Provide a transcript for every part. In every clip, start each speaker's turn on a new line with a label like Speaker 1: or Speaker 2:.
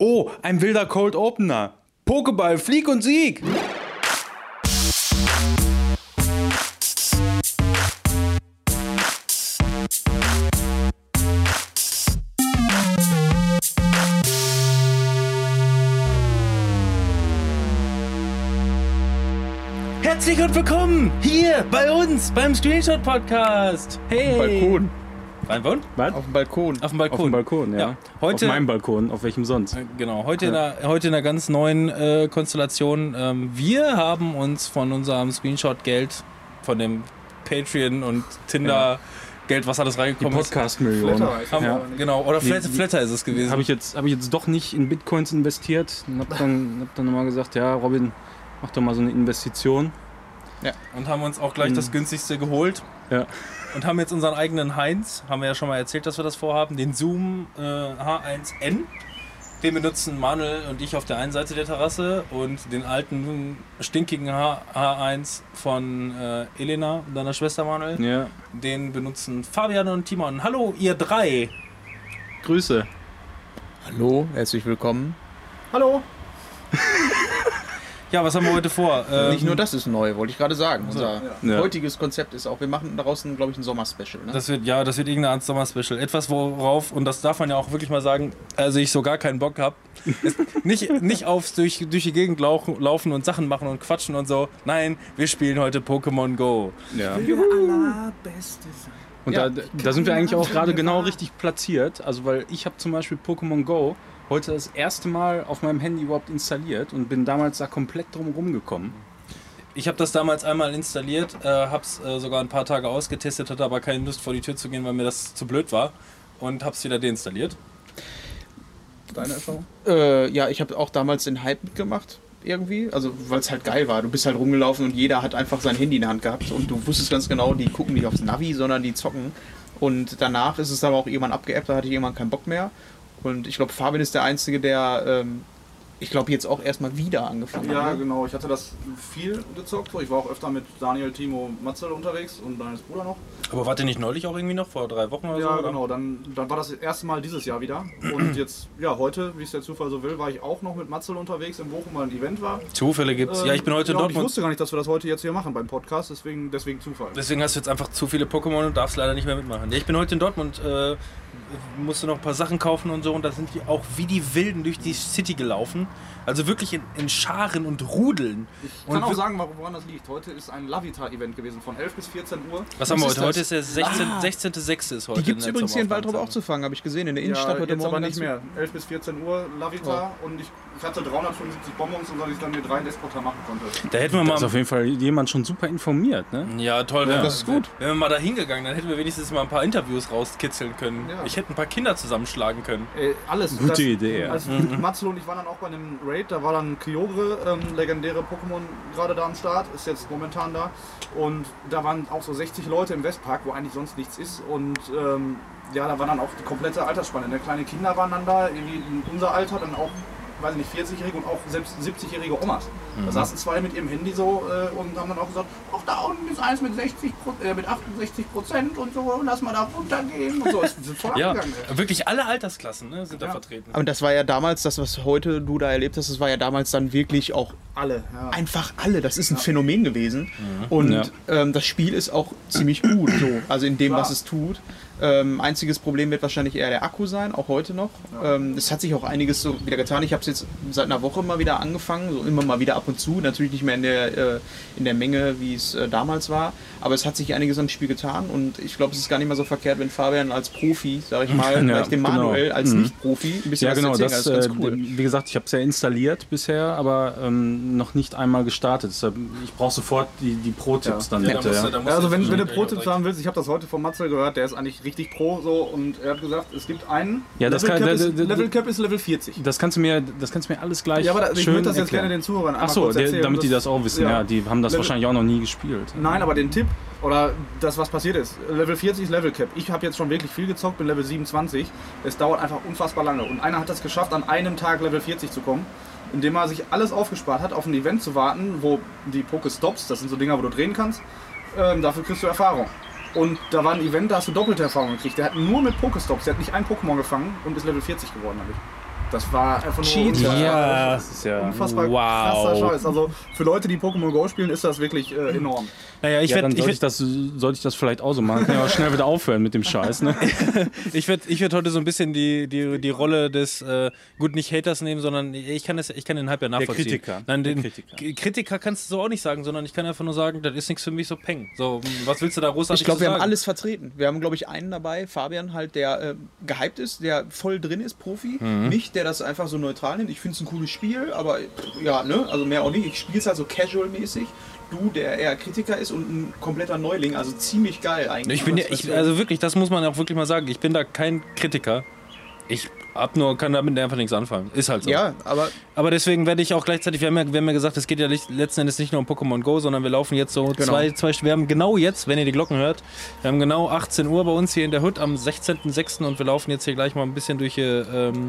Speaker 1: Oh, ein wilder Cold Opener. Pokéball, Flieg und Sieg. Herzlich und willkommen hier bei uns beim Screenshot Podcast. Hey.
Speaker 2: Balkon.
Speaker 1: Balkon?
Speaker 2: Was?
Speaker 3: Auf dem Balkon.
Speaker 1: Auf dem Balkon.
Speaker 2: Auf dem Balkon, ja.
Speaker 1: Ja, heute-
Speaker 2: auf meinem Balkon, auf welchem sonst?
Speaker 1: Genau, heute, in, einer, heute in einer ganz neuen äh, Konstellation. Ähm, wir haben uns von unserem Screenshot-Geld, von dem Patreon und Tinder Geld, was alles
Speaker 2: Die
Speaker 1: reingekommen ist.
Speaker 2: Podcast-Million.
Speaker 3: Flatter heißt
Speaker 1: Haben,
Speaker 2: Ja.
Speaker 1: Genau, oder
Speaker 2: Die-
Speaker 1: Flatter,
Speaker 2: die-
Speaker 1: Flatter ist es gewesen.
Speaker 2: Habe ich, jetzt- hab ich jetzt doch nicht in Bitcoins investiert und habe dann, hab dann nochmal gesagt, ja, Robin, mach doch mal so eine Investition.
Speaker 1: und haben uns auch gleich das günstigste geholt.
Speaker 2: Ja.
Speaker 1: Und haben jetzt unseren eigenen Heinz, haben wir ja schon mal erzählt, dass wir das vorhaben, den Zoom äh, H1N. Den benutzen Manuel und ich auf der einen Seite der Terrasse und den alten, stinkigen H H1 von äh, Elena, deiner Schwester Manuel.
Speaker 2: Ja.
Speaker 1: Den benutzen Fabian und Timon. Hallo, ihr drei.
Speaker 2: Grüße.
Speaker 3: Hallo, herzlich willkommen.
Speaker 4: Hallo.
Speaker 1: Ja, was haben wir heute vor? Ähm,
Speaker 3: Nicht nur das ist neu, wollte ich gerade sagen. Unser
Speaker 2: Ja.
Speaker 3: heutiges Konzept ist auch, wir machen daraus, ein, glaube ich, ein Sommerspecial. Ne?
Speaker 1: Das wird, ja, das wird irgendeine Art Sommer-Special. Etwas, worauf, und das darf man ja auch wirklich mal sagen, also ich so gar keinen Bock habe. nicht nicht aufs durch, durch die Gegend lauchen, laufen und Sachen machen und quatschen und so. Nein, wir spielen heute Pokémon Go.
Speaker 2: Ja.
Speaker 4: Allerbeste sein.
Speaker 2: Und
Speaker 3: Ja,
Speaker 2: da, da sind wir eigentlich auch gerade genau richtig platziert. Also, weil ich habe zum Beispiel Pokémon Go heute das erste Mal auf meinem Handy überhaupt installiert und bin damals da komplett drum rumgekommen.
Speaker 1: Ich habe das damals einmal installiert, äh, hab's äh, sogar ein paar Tage ausgetestet, hatte aber keine Lust vor die Tür zu gehen, weil mir das zu blöd war. Und hab's wieder deinstalliert.
Speaker 3: Deine Erfahrung? Äh, ja, ich habe auch damals den Hype mitgemacht. Irgendwie, also weil es halt geil war. Du bist halt rumgelaufen und jeder hat einfach sein Handy in der Hand gehabt und du wusstest ganz genau, die gucken nicht aufs Navi, sondern die zocken. Und danach ist es aber auch irgendwann abgeappt, da hatte ich irgendwann keinen Bock mehr. Und ich glaube, Fabian ist der Einzige, der, ähm, ich glaube, jetzt auch erstmal wieder angefangen hat.
Speaker 4: Ja,
Speaker 3: ne?
Speaker 4: genau. Ich hatte das viel gezockt. so. Ich war auch öfter mit Daniel, Timo, Matzel unterwegs und Daniels Bruder noch.
Speaker 1: Aber wart ihr nicht neulich auch irgendwie noch? Vor drei Wochen oder so?
Speaker 4: Ja,
Speaker 1: oder?
Speaker 4: genau. Dann, dann war das erste Mal dieses Jahr wieder. Und jetzt, ja, heute, wie es der Zufall so will, war ich auch noch mit Matzel unterwegs in Bochum, weil ein Event war.
Speaker 1: Zufälle gibt's. ja, ich bin heute in
Speaker 4: Ähm, und Ich
Speaker 1: Dortmund.
Speaker 4: wusste gar nicht, dass wir das heute jetzt hier machen beim Podcast, deswegen, deswegen Zufall.
Speaker 1: Deswegen hast du jetzt einfach zu viele Pokémon und darfst leider nicht mehr mitmachen. Ja, ich bin heute in Dortmund, äh, musste noch ein paar Sachen kaufen und so und da sind die auch wie die Wilden durch die City gelaufen. Also wirklich in, in Scharen und Rudeln.
Speaker 4: Ich
Speaker 1: Und
Speaker 4: kann auch
Speaker 1: wir-
Speaker 4: sagen, warum- woran das liegt. Heute ist ein Lavita-Event gewesen von 11 bis 14 Uhr.
Speaker 1: Was haben wir
Speaker 3: Was
Speaker 1: heute? Heute
Speaker 3: ist
Speaker 1: ist der 16. 16.6. ist heute.
Speaker 3: Die gibt es
Speaker 1: in der
Speaker 3: übrigens hier in Waldrop auch
Speaker 1: Zomberaufnahme.
Speaker 3: zu fangen, habe ich gesehen, in der Innenstadt heute
Speaker 4: jetzt
Speaker 3: Morgen.
Speaker 4: aber nicht
Speaker 3: ganz-
Speaker 4: mehr. 11 bis 14 Uhr Lavita
Speaker 1: Oh.
Speaker 4: und ich, ich hatte 375 Bonbons und dass ich dann mir drei Despoter machen konnte.
Speaker 1: Da hätten wir
Speaker 2: Da ist auf
Speaker 1: mal.
Speaker 2: jeden Fall jemand schon super informiert, ne?
Speaker 1: Ja, toll. wenn-
Speaker 3: das ist gut.
Speaker 1: Wenn wir mal da hingegangen, dann hätten wir wenigstens mal ein paar Interviews rauskitzeln können.
Speaker 4: Ja.
Speaker 1: Ich hätte ein paar Kinder zusammenschlagen können.
Speaker 4: Ey, Äh, alles.
Speaker 2: Gute Idee, ja.
Speaker 4: Also Matzel und ich waren dann auch bei einem Raid, da war dann Kyogre, ähm, legendäre Pokémon, gerade da am Start, ist jetzt momentan da. Und da waren auch so 60 Leute im Westpark, wo eigentlich sonst nichts ist. Und ähm, ja, da waren dann auch die komplette Altersspanne. Ne? Kleine Kinder waren dann da, irgendwie in unser Alter, dann auch, weiß ich nicht, 40-Jährige und auch selbst 70-Jährige Omas. Da saßen zwei mit ihrem Handy so äh, und haben dann auch gesagt, auch da unten ist eins mit 60 Pro- äh, mit 68 Prozent und so, lass mal da runtergehen und so. Es ist voll
Speaker 1: Ja,
Speaker 4: abgegangen. ey.
Speaker 1: wirklich alle Altersklassen ne, sind da
Speaker 4: Ja.
Speaker 1: vertreten.
Speaker 3: Aber das war ja damals, das, was heute du da erlebt hast, das war ja damals dann wirklich auch
Speaker 4: Alle, ja.
Speaker 3: einfach alle. Das ist ein Phänomen gewesen. Und
Speaker 2: Mhm. Ja.
Speaker 3: ähm, das Spiel ist auch ziemlich gut, so. also in dem,
Speaker 4: Klar.
Speaker 3: was es tut. Ähm, einziges Problem wird wahrscheinlich eher der Akku sein, auch heute noch. Ähm, es hat sich auch einiges so wieder getan. Ich habe es jetzt seit einer Woche mal wieder angefangen, so immer mal wieder ab und zu. Natürlich nicht mehr in der, äh, in der Menge, wie es äh, damals war. Aber es hat sich einiges am Spiel getan und ich glaube, es ist gar nicht mal so verkehrt, wenn Fabian als Profi, sage ich mal, vielleicht dem
Speaker 2: genau.
Speaker 3: Manuel als
Speaker 2: Mhm.
Speaker 3: Nicht-Profi ein bisschen
Speaker 2: Ja,
Speaker 3: was
Speaker 2: genau.
Speaker 3: erzählen kann.
Speaker 2: Das,
Speaker 3: ist
Speaker 2: äh, Wie gesagt, ich habe es ja installiert bisher, aber ähm, noch nicht einmal gestartet. Deshalb, ich brauche sofort die, die Pro-Tipps dann.
Speaker 1: Da
Speaker 2: bitte,
Speaker 1: musst du-
Speaker 2: ja.
Speaker 1: da musst
Speaker 4: Ja, also wenn,
Speaker 1: jetzt
Speaker 4: wenn du
Speaker 1: schon-
Speaker 4: Pro-Tipps haben willst, ich habe das heute von Matze gehört, der ist eigentlich richtig pro so und er hat gesagt, es gibt einen.
Speaker 2: Ja, das
Speaker 4: Level,
Speaker 2: kann-
Speaker 4: Cap
Speaker 2: da-
Speaker 4: ist,
Speaker 2: da- da-
Speaker 4: Level Cap ist Level 40.
Speaker 2: Das kannst du mir, das kannst du mir alles gleich.
Speaker 4: Ja, aber da, ich
Speaker 2: schön
Speaker 4: würde das jetzt
Speaker 2: erklären.
Speaker 4: gerne den Zuhörern einmal
Speaker 2: Ach so,
Speaker 4: kurz
Speaker 2: der,
Speaker 4: erzählen.
Speaker 2: damit die das auch wissen. Ja, die haben das
Speaker 4: Level-
Speaker 2: wahrscheinlich auch noch nie gespielt.
Speaker 4: Nein, aber den Tipp oder das, was passiert ist, Level 40 ist Level Cap. Ich habe jetzt schon wirklich viel gezockt, bin Level 27. Es dauert einfach unfassbar lange. Und einer hat es geschafft, an einem Tag Level 40 zu kommen, indem er sich alles aufgespart hat, auf ein Event zu warten, wo die Pokestops, das sind so Dinger, wo du drehen kannst, ähm, dafür kriegst du Erfahrung. Und da war ein Event, da hast du doppelte Erfahrung gekriegt. Der hat nur mit Pokestops, der hat nicht ein Pokémon gefangen und ist Level 40 geworden damit. Das war einfach nur
Speaker 2: Cheater.
Speaker 1: Ja,
Speaker 2: das ist ja.
Speaker 4: unfassbar krasser
Speaker 1: wow.
Speaker 4: Scheiß. Also für Leute, die Pokémon Go spielen, ist das wirklich äh, enorm.
Speaker 1: Naja, ich
Speaker 2: ja, dann
Speaker 1: werde ich
Speaker 2: sollte
Speaker 1: werd,
Speaker 2: ich, das, sollte ich das vielleicht auch so machen. Kann ja auch schnell wieder aufhören mit dem Scheiß. Ne?
Speaker 1: Ich werde ich werd heute so ein bisschen die, die, die Rolle des, äh, gut, nicht Haters nehmen, sondern ich kann, das, ich kann den Hype ja nachvollziehen.
Speaker 2: Kritiker.
Speaker 1: Nein, den
Speaker 2: Der
Speaker 1: Kritiker.
Speaker 2: Kritiker.
Speaker 1: Kritiker kannst du so auch nicht sagen, sondern ich kann einfach nur sagen, das ist nichts für mich, so Peng. So, was willst du da großartig
Speaker 3: Ich glaube,
Speaker 1: zu
Speaker 3: wir haben
Speaker 1: sagen?
Speaker 3: alles vertreten. Wir haben, glaube ich, einen dabei, Fabian halt, der äh, gehypt ist, der voll drin ist, Profi.
Speaker 1: Mhm.
Speaker 3: Nicht, der das einfach so neutral nimmt. Ich finde es ein cooles Spiel, aber äh, ja, ne, also mehr auch nicht. Ich spiele es halt so casual-mäßig. Du, der eher Kritiker ist und ein kompletter Neuling, also ziemlich geil eigentlich.
Speaker 1: Ich bin ja,
Speaker 3: Was-
Speaker 1: ich,
Speaker 3: was-
Speaker 1: also wirklich, das muss man auch wirklich mal sagen. Ich bin da kein Kritiker. Ich hab nur, kann damit einfach nichts anfangen. Ist halt so.
Speaker 3: ja, aber
Speaker 1: Aber deswegen werde ich auch gleichzeitig, wir haben ja, wir haben ja gesagt, es geht ja nicht, letzten Endes nicht nur um Pokémon Go, sondern wir laufen jetzt so zwei, zwei, wir haben genau jetzt, wenn ihr die Glocken hört, wir haben genau 18 Uhr bei uns hier in der Hood am 16.06. und wir laufen jetzt hier gleich mal ein bisschen durch, die, ähm,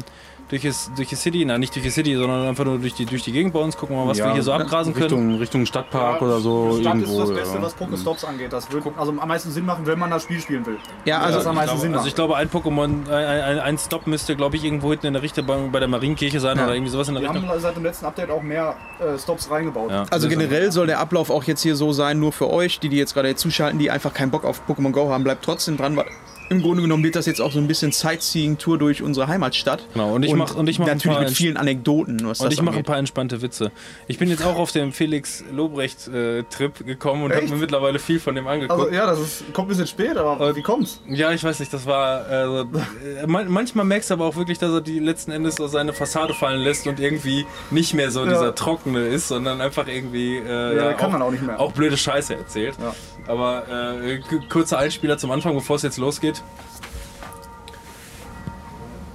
Speaker 1: durch, das, durch die City, nein, nicht durch die City, sondern einfach nur durch die, durch die Gegend bei uns, gucken wir mal, was
Speaker 2: Ja, ne,
Speaker 1: wir hier so abgrasen können.
Speaker 2: Richtung, Richtung Stadtpark oder so.
Speaker 4: Stadt
Speaker 2: irgendwo,
Speaker 4: ist das Beste,
Speaker 2: ja.
Speaker 4: was Pokestops
Speaker 1: Mhm.
Speaker 4: angeht. Das würde also am meisten Sinn machen, wenn man das Spiel spielen will.
Speaker 3: Ja, also-
Speaker 4: das am meisten Sinn macht.
Speaker 1: Also ich glaube, ein Pokémon, ein, ein, ein Stop müsste, glaube ich, irgendwo hinten in der Richtung bei, bei der Marienkirche sein oder irgendwie sowas in der
Speaker 4: wir
Speaker 1: Richtung.
Speaker 4: haben seit dem letzten Update auch mehr äh, Stops reingebaut.
Speaker 1: Ja.
Speaker 3: Also
Speaker 1: Das ist-
Speaker 3: generell soll der Ablauf auch jetzt hier so sein, nur für euch, die die jetzt gerade zuschalten, die einfach keinen Bock auf Pokémon Go haben, bleibt trotzdem dran, weil im Grunde genommen wird das jetzt auch so ein bisschen Sightseeing-Tour durch unsere Heimatstadt.
Speaker 1: Genau, und ich mach- und ich mach ein
Speaker 3: natürlich
Speaker 1: paar
Speaker 3: mit vielen Anekdoten, was
Speaker 1: Und
Speaker 3: das
Speaker 1: ich mache ein
Speaker 3: angeht.
Speaker 1: paar entspannte Witze. Ich bin jetzt auch auf dem Felix Lobrecht-Trip gekommen und habe
Speaker 4: Echt?
Speaker 1: mir mittlerweile viel von dem angeguckt.
Speaker 4: Also ja, das ist, kommt ein bisschen spät, aber
Speaker 1: Äh,
Speaker 4: wie kommt's?
Speaker 1: ja, ich weiß nicht, das war. Äh, so, äh, man, manchmal merkst du aber auch wirklich, dass er die letzten Endes so seine Fassade fallen lässt und irgendwie nicht mehr so dieser Trockene ist, sondern einfach irgendwie. Äh,
Speaker 4: Ja, kann man auch nicht mehr.
Speaker 1: Auch blöde Scheiße erzählt.
Speaker 4: Ja.
Speaker 1: Aber äh, k- kurzer Einspieler zum Anfang, bevor es jetzt losgeht.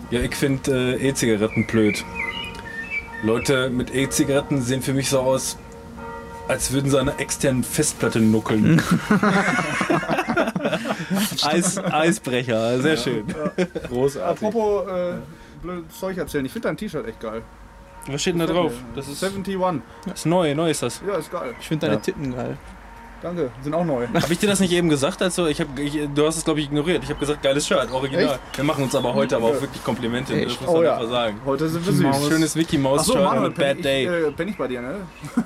Speaker 1: Ja, ich finde äh, E-Zigaretten blöd. Leute mit E-Zigaretten sehen für mich so aus, als würden sie an einer externen Festplatte nuckeln. Eis, Eisbrecher, sehr schön. Großartig.
Speaker 4: Apropos äh, blödes Zeug erzählen, ich finde dein T-Shirt echt geil.
Speaker 1: Was steht denn da drauf? Das ist,
Speaker 4: 71.
Speaker 1: ist neu, neu ist das.
Speaker 4: Ja, ist geil.
Speaker 3: Ich finde deine
Speaker 1: Ja.
Speaker 3: Titten geil.
Speaker 4: Danke, sind auch neu.
Speaker 1: Habe ich dir das nicht eben gesagt? Also ich hab, ich, du hast es, glaube ich, ignoriert. Ich habe gesagt, geiles Shirt, original. Wir machen uns aber heute aber auch wirklich Komplimente. Das
Speaker 3: Echt?
Speaker 1: muss man
Speaker 4: Oh
Speaker 1: einfach
Speaker 4: ja,
Speaker 1: sagen.
Speaker 4: heute sind wir süß.
Speaker 1: Schönes Mickey Mouse
Speaker 4: Achso,
Speaker 1: Shirt
Speaker 4: Manuel,
Speaker 1: und Bad
Speaker 4: bin ich,
Speaker 1: Day.
Speaker 4: äh, bin ich bei dir, ne?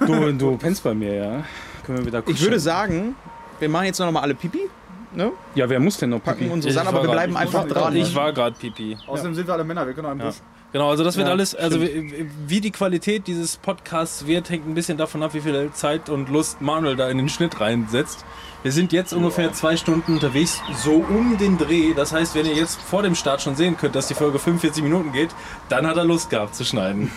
Speaker 2: Du, du pennst bei mir, ja. Können wir wieder
Speaker 3: Ich würde sagen, wir machen jetzt noch mal alle Pipi, ne?
Speaker 2: Ja, wer muss denn noch
Speaker 3: packen
Speaker 2: pipi?
Speaker 3: uns zusammen,
Speaker 1: war
Speaker 3: aber wir
Speaker 1: grad-
Speaker 3: bleiben
Speaker 1: ich
Speaker 3: einfach
Speaker 4: muss-
Speaker 3: dran.
Speaker 1: ich war gerade Pipi.
Speaker 4: Außerdem sind wir alle Männer, wir können auch im Busch.
Speaker 1: Genau, also das wird
Speaker 3: Ja,
Speaker 1: alles, also wie, wie die Qualität dieses Podcasts wird, hängt ein bisschen davon ab, wie viel Zeit und Lust Manuel da in den Schnitt reinsetzt. Wir sind jetzt ungefähr zwei Stunden unterwegs, so um den Dreh. Das heißt, wenn ihr jetzt vor dem Start schon sehen könnt, dass die Folge 45 Minuten geht, dann hat er Lust gehabt zu schneiden.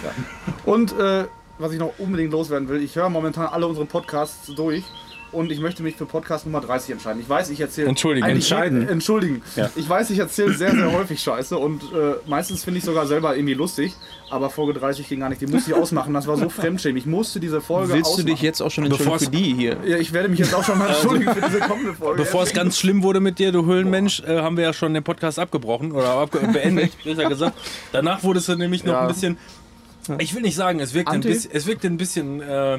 Speaker 4: Und äh, was ich noch unbedingt loswerden will, ich höre momentan alle unsere Podcasts durch und ich möchte mich für Podcast Nummer 30 entscheiden. Ich weiß, ich erzähle.
Speaker 1: Entschuldigen.
Speaker 4: Eigentlich-
Speaker 2: Entscheiden.
Speaker 4: äh, Entschuldigen.
Speaker 2: Ja.
Speaker 4: Ich weiß, ich erzähle sehr, sehr häufig Scheiße und äh, meistens finde ich sogar selber irgendwie lustig, aber Folge 30 ging gar nicht. Die musste ich ausmachen, das war so fremdschämen. Ich musste diese Folge
Speaker 3: Willst du
Speaker 4: ausmachen.
Speaker 3: dich jetzt auch schon entschuldigen
Speaker 1: Bevor's-
Speaker 3: für die hier?
Speaker 4: ja, ich werde mich jetzt auch schon mal entschuldigen für diese kommende Folge.
Speaker 1: Bevor es ganz schlimm wurde mit dir, du Höhlenmensch, äh, haben wir ja schon den Podcast abgebrochen oder abge beendet, besser gesagt. Danach wurde es dann nämlich noch
Speaker 4: Ja.
Speaker 1: ein bisschen. Ich will nicht sagen, es wirkt ein
Speaker 3: Anti?
Speaker 1: bisschen. Es wirkt ein bisschen äh,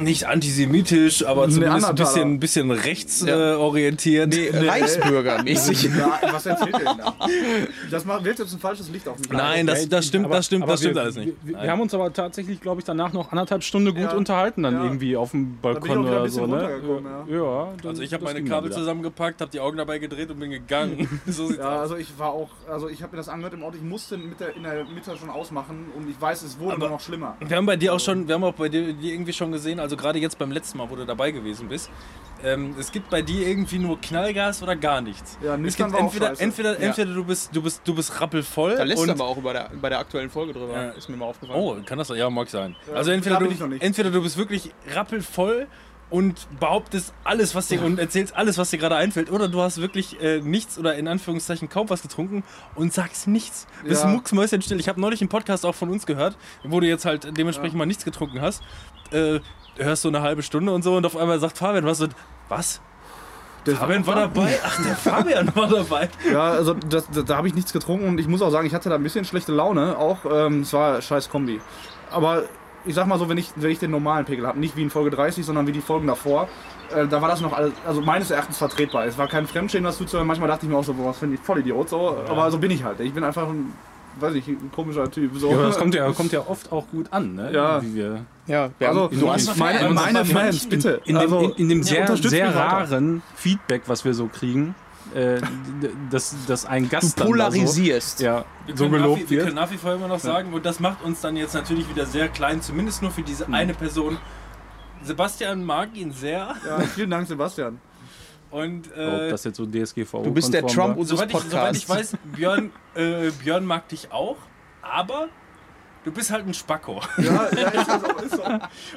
Speaker 1: nicht antisemitisch, aber zumindest ein
Speaker 4: Neandertaler.
Speaker 1: bisschen, ein bisschen rechtsorientiert.
Speaker 3: Ja.
Speaker 1: Äh, orientiert.
Speaker 3: Nee, Reichsbürgermäßig.
Speaker 4: Ja, was erzählt ihr denn da? Das macht, wirft jetzt ein falsches Licht auf mich.
Speaker 1: Nein, das, das stimmt,
Speaker 2: Aber-
Speaker 1: das stimmt,
Speaker 2: aber
Speaker 1: das stimmt
Speaker 2: wir,
Speaker 1: alles nicht.
Speaker 2: Wir,
Speaker 1: Nein.
Speaker 2: wir haben uns aber tatsächlich, glaube ich, danach noch anderthalb Stunden gut
Speaker 4: Ja.
Speaker 2: unterhalten, dann
Speaker 4: Ja.
Speaker 2: irgendwie auf dem
Speaker 4: bin ich auch
Speaker 2: Balkon
Speaker 4: wieder ein
Speaker 2: oder
Speaker 4: bisschen
Speaker 2: so. Ne?
Speaker 4: runtergekommen,
Speaker 2: ja. das-
Speaker 1: also ich habe
Speaker 2: das
Speaker 1: meine
Speaker 2: ging dann
Speaker 1: Kabel
Speaker 2: wieder.
Speaker 1: zusammengepackt, habe die Augen dabei gedreht und bin gegangen. so sieht's
Speaker 4: Ja,
Speaker 1: aus.
Speaker 4: also ich war auch, also ich habe mir das angehört im Auto, ich musste mit der, in der Mitte schon ausmachen und ich weiß, es wurde
Speaker 1: Aber-
Speaker 4: nur noch schlimmer.
Speaker 1: Wir haben bei dir auch schon, wir haben auch bei dir dir irgendwie schon gesehen, also gerade jetzt beim letzten Mal, wo du dabei gewesen bist, ähm, es gibt bei dir irgendwie nur Knallgas oder gar nichts.
Speaker 4: Ja,
Speaker 1: es
Speaker 4: nüchtern
Speaker 1: gibt
Speaker 4: war auch
Speaker 1: entweder,
Speaker 4: scheiße.
Speaker 1: entweder,
Speaker 3: Ja.
Speaker 1: entweder du bist, du bist, du bist rappelvoll.
Speaker 3: Da lässt
Speaker 1: und,
Speaker 3: er aber auch über der, bei der aktuellen Folge drüber,
Speaker 1: Ja.
Speaker 3: ist mir mal aufgefallen.
Speaker 1: Oh, kann das sein? Ja, mag sein. also
Speaker 4: da
Speaker 1: entweder
Speaker 4: bin
Speaker 1: du,
Speaker 4: ich noch nicht.
Speaker 1: entweder du bist wirklich rappelvoll und behauptest alles, was dir und erzählst alles, was dir gerade einfällt, oder du hast wirklich äh, nichts oder in Anführungszeichen kaum was getrunken und sagst nichts. Bist
Speaker 4: Ja.
Speaker 1: mucksmäuschen still. Ich habe neulich einen Podcast auch von uns gehört, wo du jetzt halt dementsprechend mal nichts getrunken hast. Äh, hörst so eine halbe Stunde und so und auf einmal sagt Fabian was und was?
Speaker 4: Der
Speaker 1: Fabian war dabei? Ach, der Fabian war dabei.
Speaker 4: Ja, also das, das, da habe ich nichts getrunken und ich muss auch sagen, ich hatte da ein bisschen schlechte Laune. Auch ähm, es war scheiß Kombi. Aber ich sag mal so, wenn ich, wenn ich den normalen Pegel habe, nicht wie in Folge 30, sondern wie die Folgen davor, äh, da war das noch alles, also meines Erachtens vertretbar. Es war kein Fremdschämen, das zuzuhören. Manchmal dachte ich mir auch so, boah, was finde ich voll Idiot, so. Aber so bin ich halt. Ich bin einfach ein, weiß ich, ein komischer Typ. So.
Speaker 2: Ja, aber das kommt ja, kommt ja oft auch gut an, ne?
Speaker 4: Ja.
Speaker 2: Wie wir
Speaker 3: Ja, wir
Speaker 4: also,
Speaker 3: haben
Speaker 2: du
Speaker 3: in-
Speaker 2: hast-
Speaker 4: meine,
Speaker 1: in-
Speaker 4: meine
Speaker 1: in-
Speaker 4: Fans, bitte.
Speaker 2: in,
Speaker 4: also,
Speaker 2: dem, in, in dem sehr,
Speaker 4: unterstützt
Speaker 2: sehr
Speaker 4: mich weiter.
Speaker 2: raren Feedback, was wir so kriegen, äh, d- dass, dass ein Gast dann da
Speaker 3: polarisierst.
Speaker 2: so, ja,
Speaker 1: Wir
Speaker 2: so
Speaker 1: können nach wie-
Speaker 2: gelobt
Speaker 1: Wir
Speaker 2: wird.
Speaker 1: können nach wie vor immer noch sagen, und das macht uns dann jetzt natürlich wieder sehr klein, zumindest nur für diese
Speaker 4: Hm.
Speaker 1: eine Person. Sebastian mag ihn sehr
Speaker 4: ja, vielen Dank, Sebastian.
Speaker 1: und
Speaker 2: Ob
Speaker 4: Oh,
Speaker 1: äh,
Speaker 2: das jetzt so DSGVO
Speaker 3: Du bist der Trump unseres
Speaker 1: soweit, ich, soweit
Speaker 3: Podcasts.
Speaker 1: ich weiß, Björn, äh, Björn mag dich auch, aber du bist halt ein Spacko.
Speaker 4: Ja, ja ist so, ist so.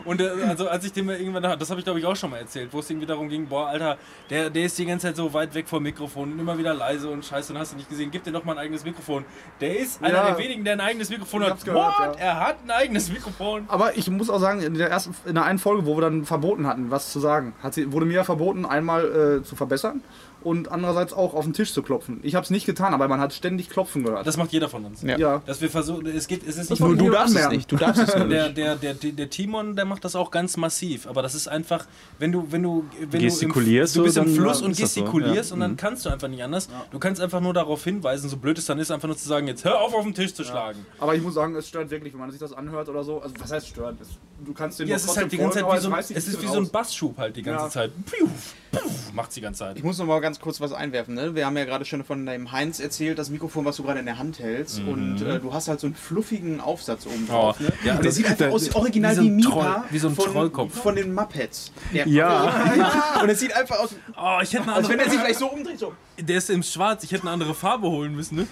Speaker 1: Und äh, also als ich dem mal irgendwann, das habe ich glaube ich auch schon mal erzählt, wo es irgendwie darum ging, boah Alter, der, der ist die ganze Zeit so weit weg vom Mikrofon und immer wieder leise und scheiße und hast du nicht gesehen, gib dir doch mal ein eigenes Mikrofon. Der ist einer
Speaker 4: Ja.
Speaker 1: der wenigen, der ein eigenes Mikrofon
Speaker 4: Ich
Speaker 1: hat.
Speaker 4: hab's gehört,
Speaker 1: What?
Speaker 4: ja.
Speaker 1: Er hat ein eigenes Mikrofon.
Speaker 4: Aber ich muss auch sagen, in der ersten, in der einen Folge, wo wir dann verboten hatten, was zu sagen, hat sie, wurde mir ja verboten, einmal äh, zu verbessern und andererseits auch auf den Tisch zu klopfen. Ich habe es nicht getan, aber man hat ständig klopfen gehört.
Speaker 1: Das macht jeder von uns.
Speaker 3: Ja.
Speaker 4: ja.
Speaker 1: Dass wir versuchen, es geht, es ist
Speaker 4: Das
Speaker 1: nicht
Speaker 4: war
Speaker 1: nur du.
Speaker 3: Nur du
Speaker 4: Nur
Speaker 3: darfst es
Speaker 4: anmerken.
Speaker 3: nicht. Du darfst es nur
Speaker 1: Der,
Speaker 3: nicht.
Speaker 1: der, der, der Timon, der macht das auch ganz massiv. Aber das ist einfach, wenn du, wenn du, wenn
Speaker 2: Gestikulierst
Speaker 1: du, im, du bist
Speaker 2: so,
Speaker 1: im
Speaker 2: dann,
Speaker 1: Fluss
Speaker 2: ja,
Speaker 1: und
Speaker 2: ist das so,
Speaker 1: gestikulierst
Speaker 2: ja.
Speaker 1: und dann kannst du einfach nicht anders. Du kannst einfach nur darauf hinweisen, so blöd es dann ist, einfach nur zu sagen, jetzt hör auf, auf den Tisch zu schlagen.
Speaker 4: Aber ich muss sagen, es stört wirklich, wenn man sich das anhört oder so. Also was heißt stören? Es- Du kannst den
Speaker 1: Ja,
Speaker 4: doch
Speaker 1: es ist
Speaker 4: trotzdem
Speaker 1: halt die ganze Zeit wie
Speaker 4: folgen, aber
Speaker 1: so, ein-
Speaker 4: reißt dich
Speaker 1: es ist wie
Speaker 4: bisschen
Speaker 1: so ein
Speaker 4: raus.
Speaker 1: Bassschub halt die ganze
Speaker 4: Ja.
Speaker 1: Zeit. Piu, piu, macht die ganze Zeit.
Speaker 3: Ich muss noch mal ganz kurz was einwerfen. Ne? Wir haben ja gerade schon von deinem Heinz erzählt, das Mikrofon, was du gerade in der Hand hältst. Und äh, du hast halt so einen fluffigen Aufsatz oben drauf.
Speaker 1: Oh,
Speaker 3: Ne?
Speaker 1: Mhm. ja,
Speaker 3: der
Speaker 1: das-
Speaker 3: sieht einfach
Speaker 1: der-
Speaker 3: aus original
Speaker 1: wie
Speaker 3: wie,
Speaker 1: so ein
Speaker 3: Mika
Speaker 1: Troll- wie so ein
Speaker 3: von,
Speaker 1: Trollkopf.
Speaker 3: von den Muppets. Der-
Speaker 2: Ja.
Speaker 3: Und es sieht einfach aus,
Speaker 1: Oh, ich hätte eine
Speaker 3: als wenn er
Speaker 1: andere,
Speaker 3: sich vielleicht so umdreht. So.
Speaker 1: der ist im Schwarz, ich hätte eine andere Farbe holen müssen, ne?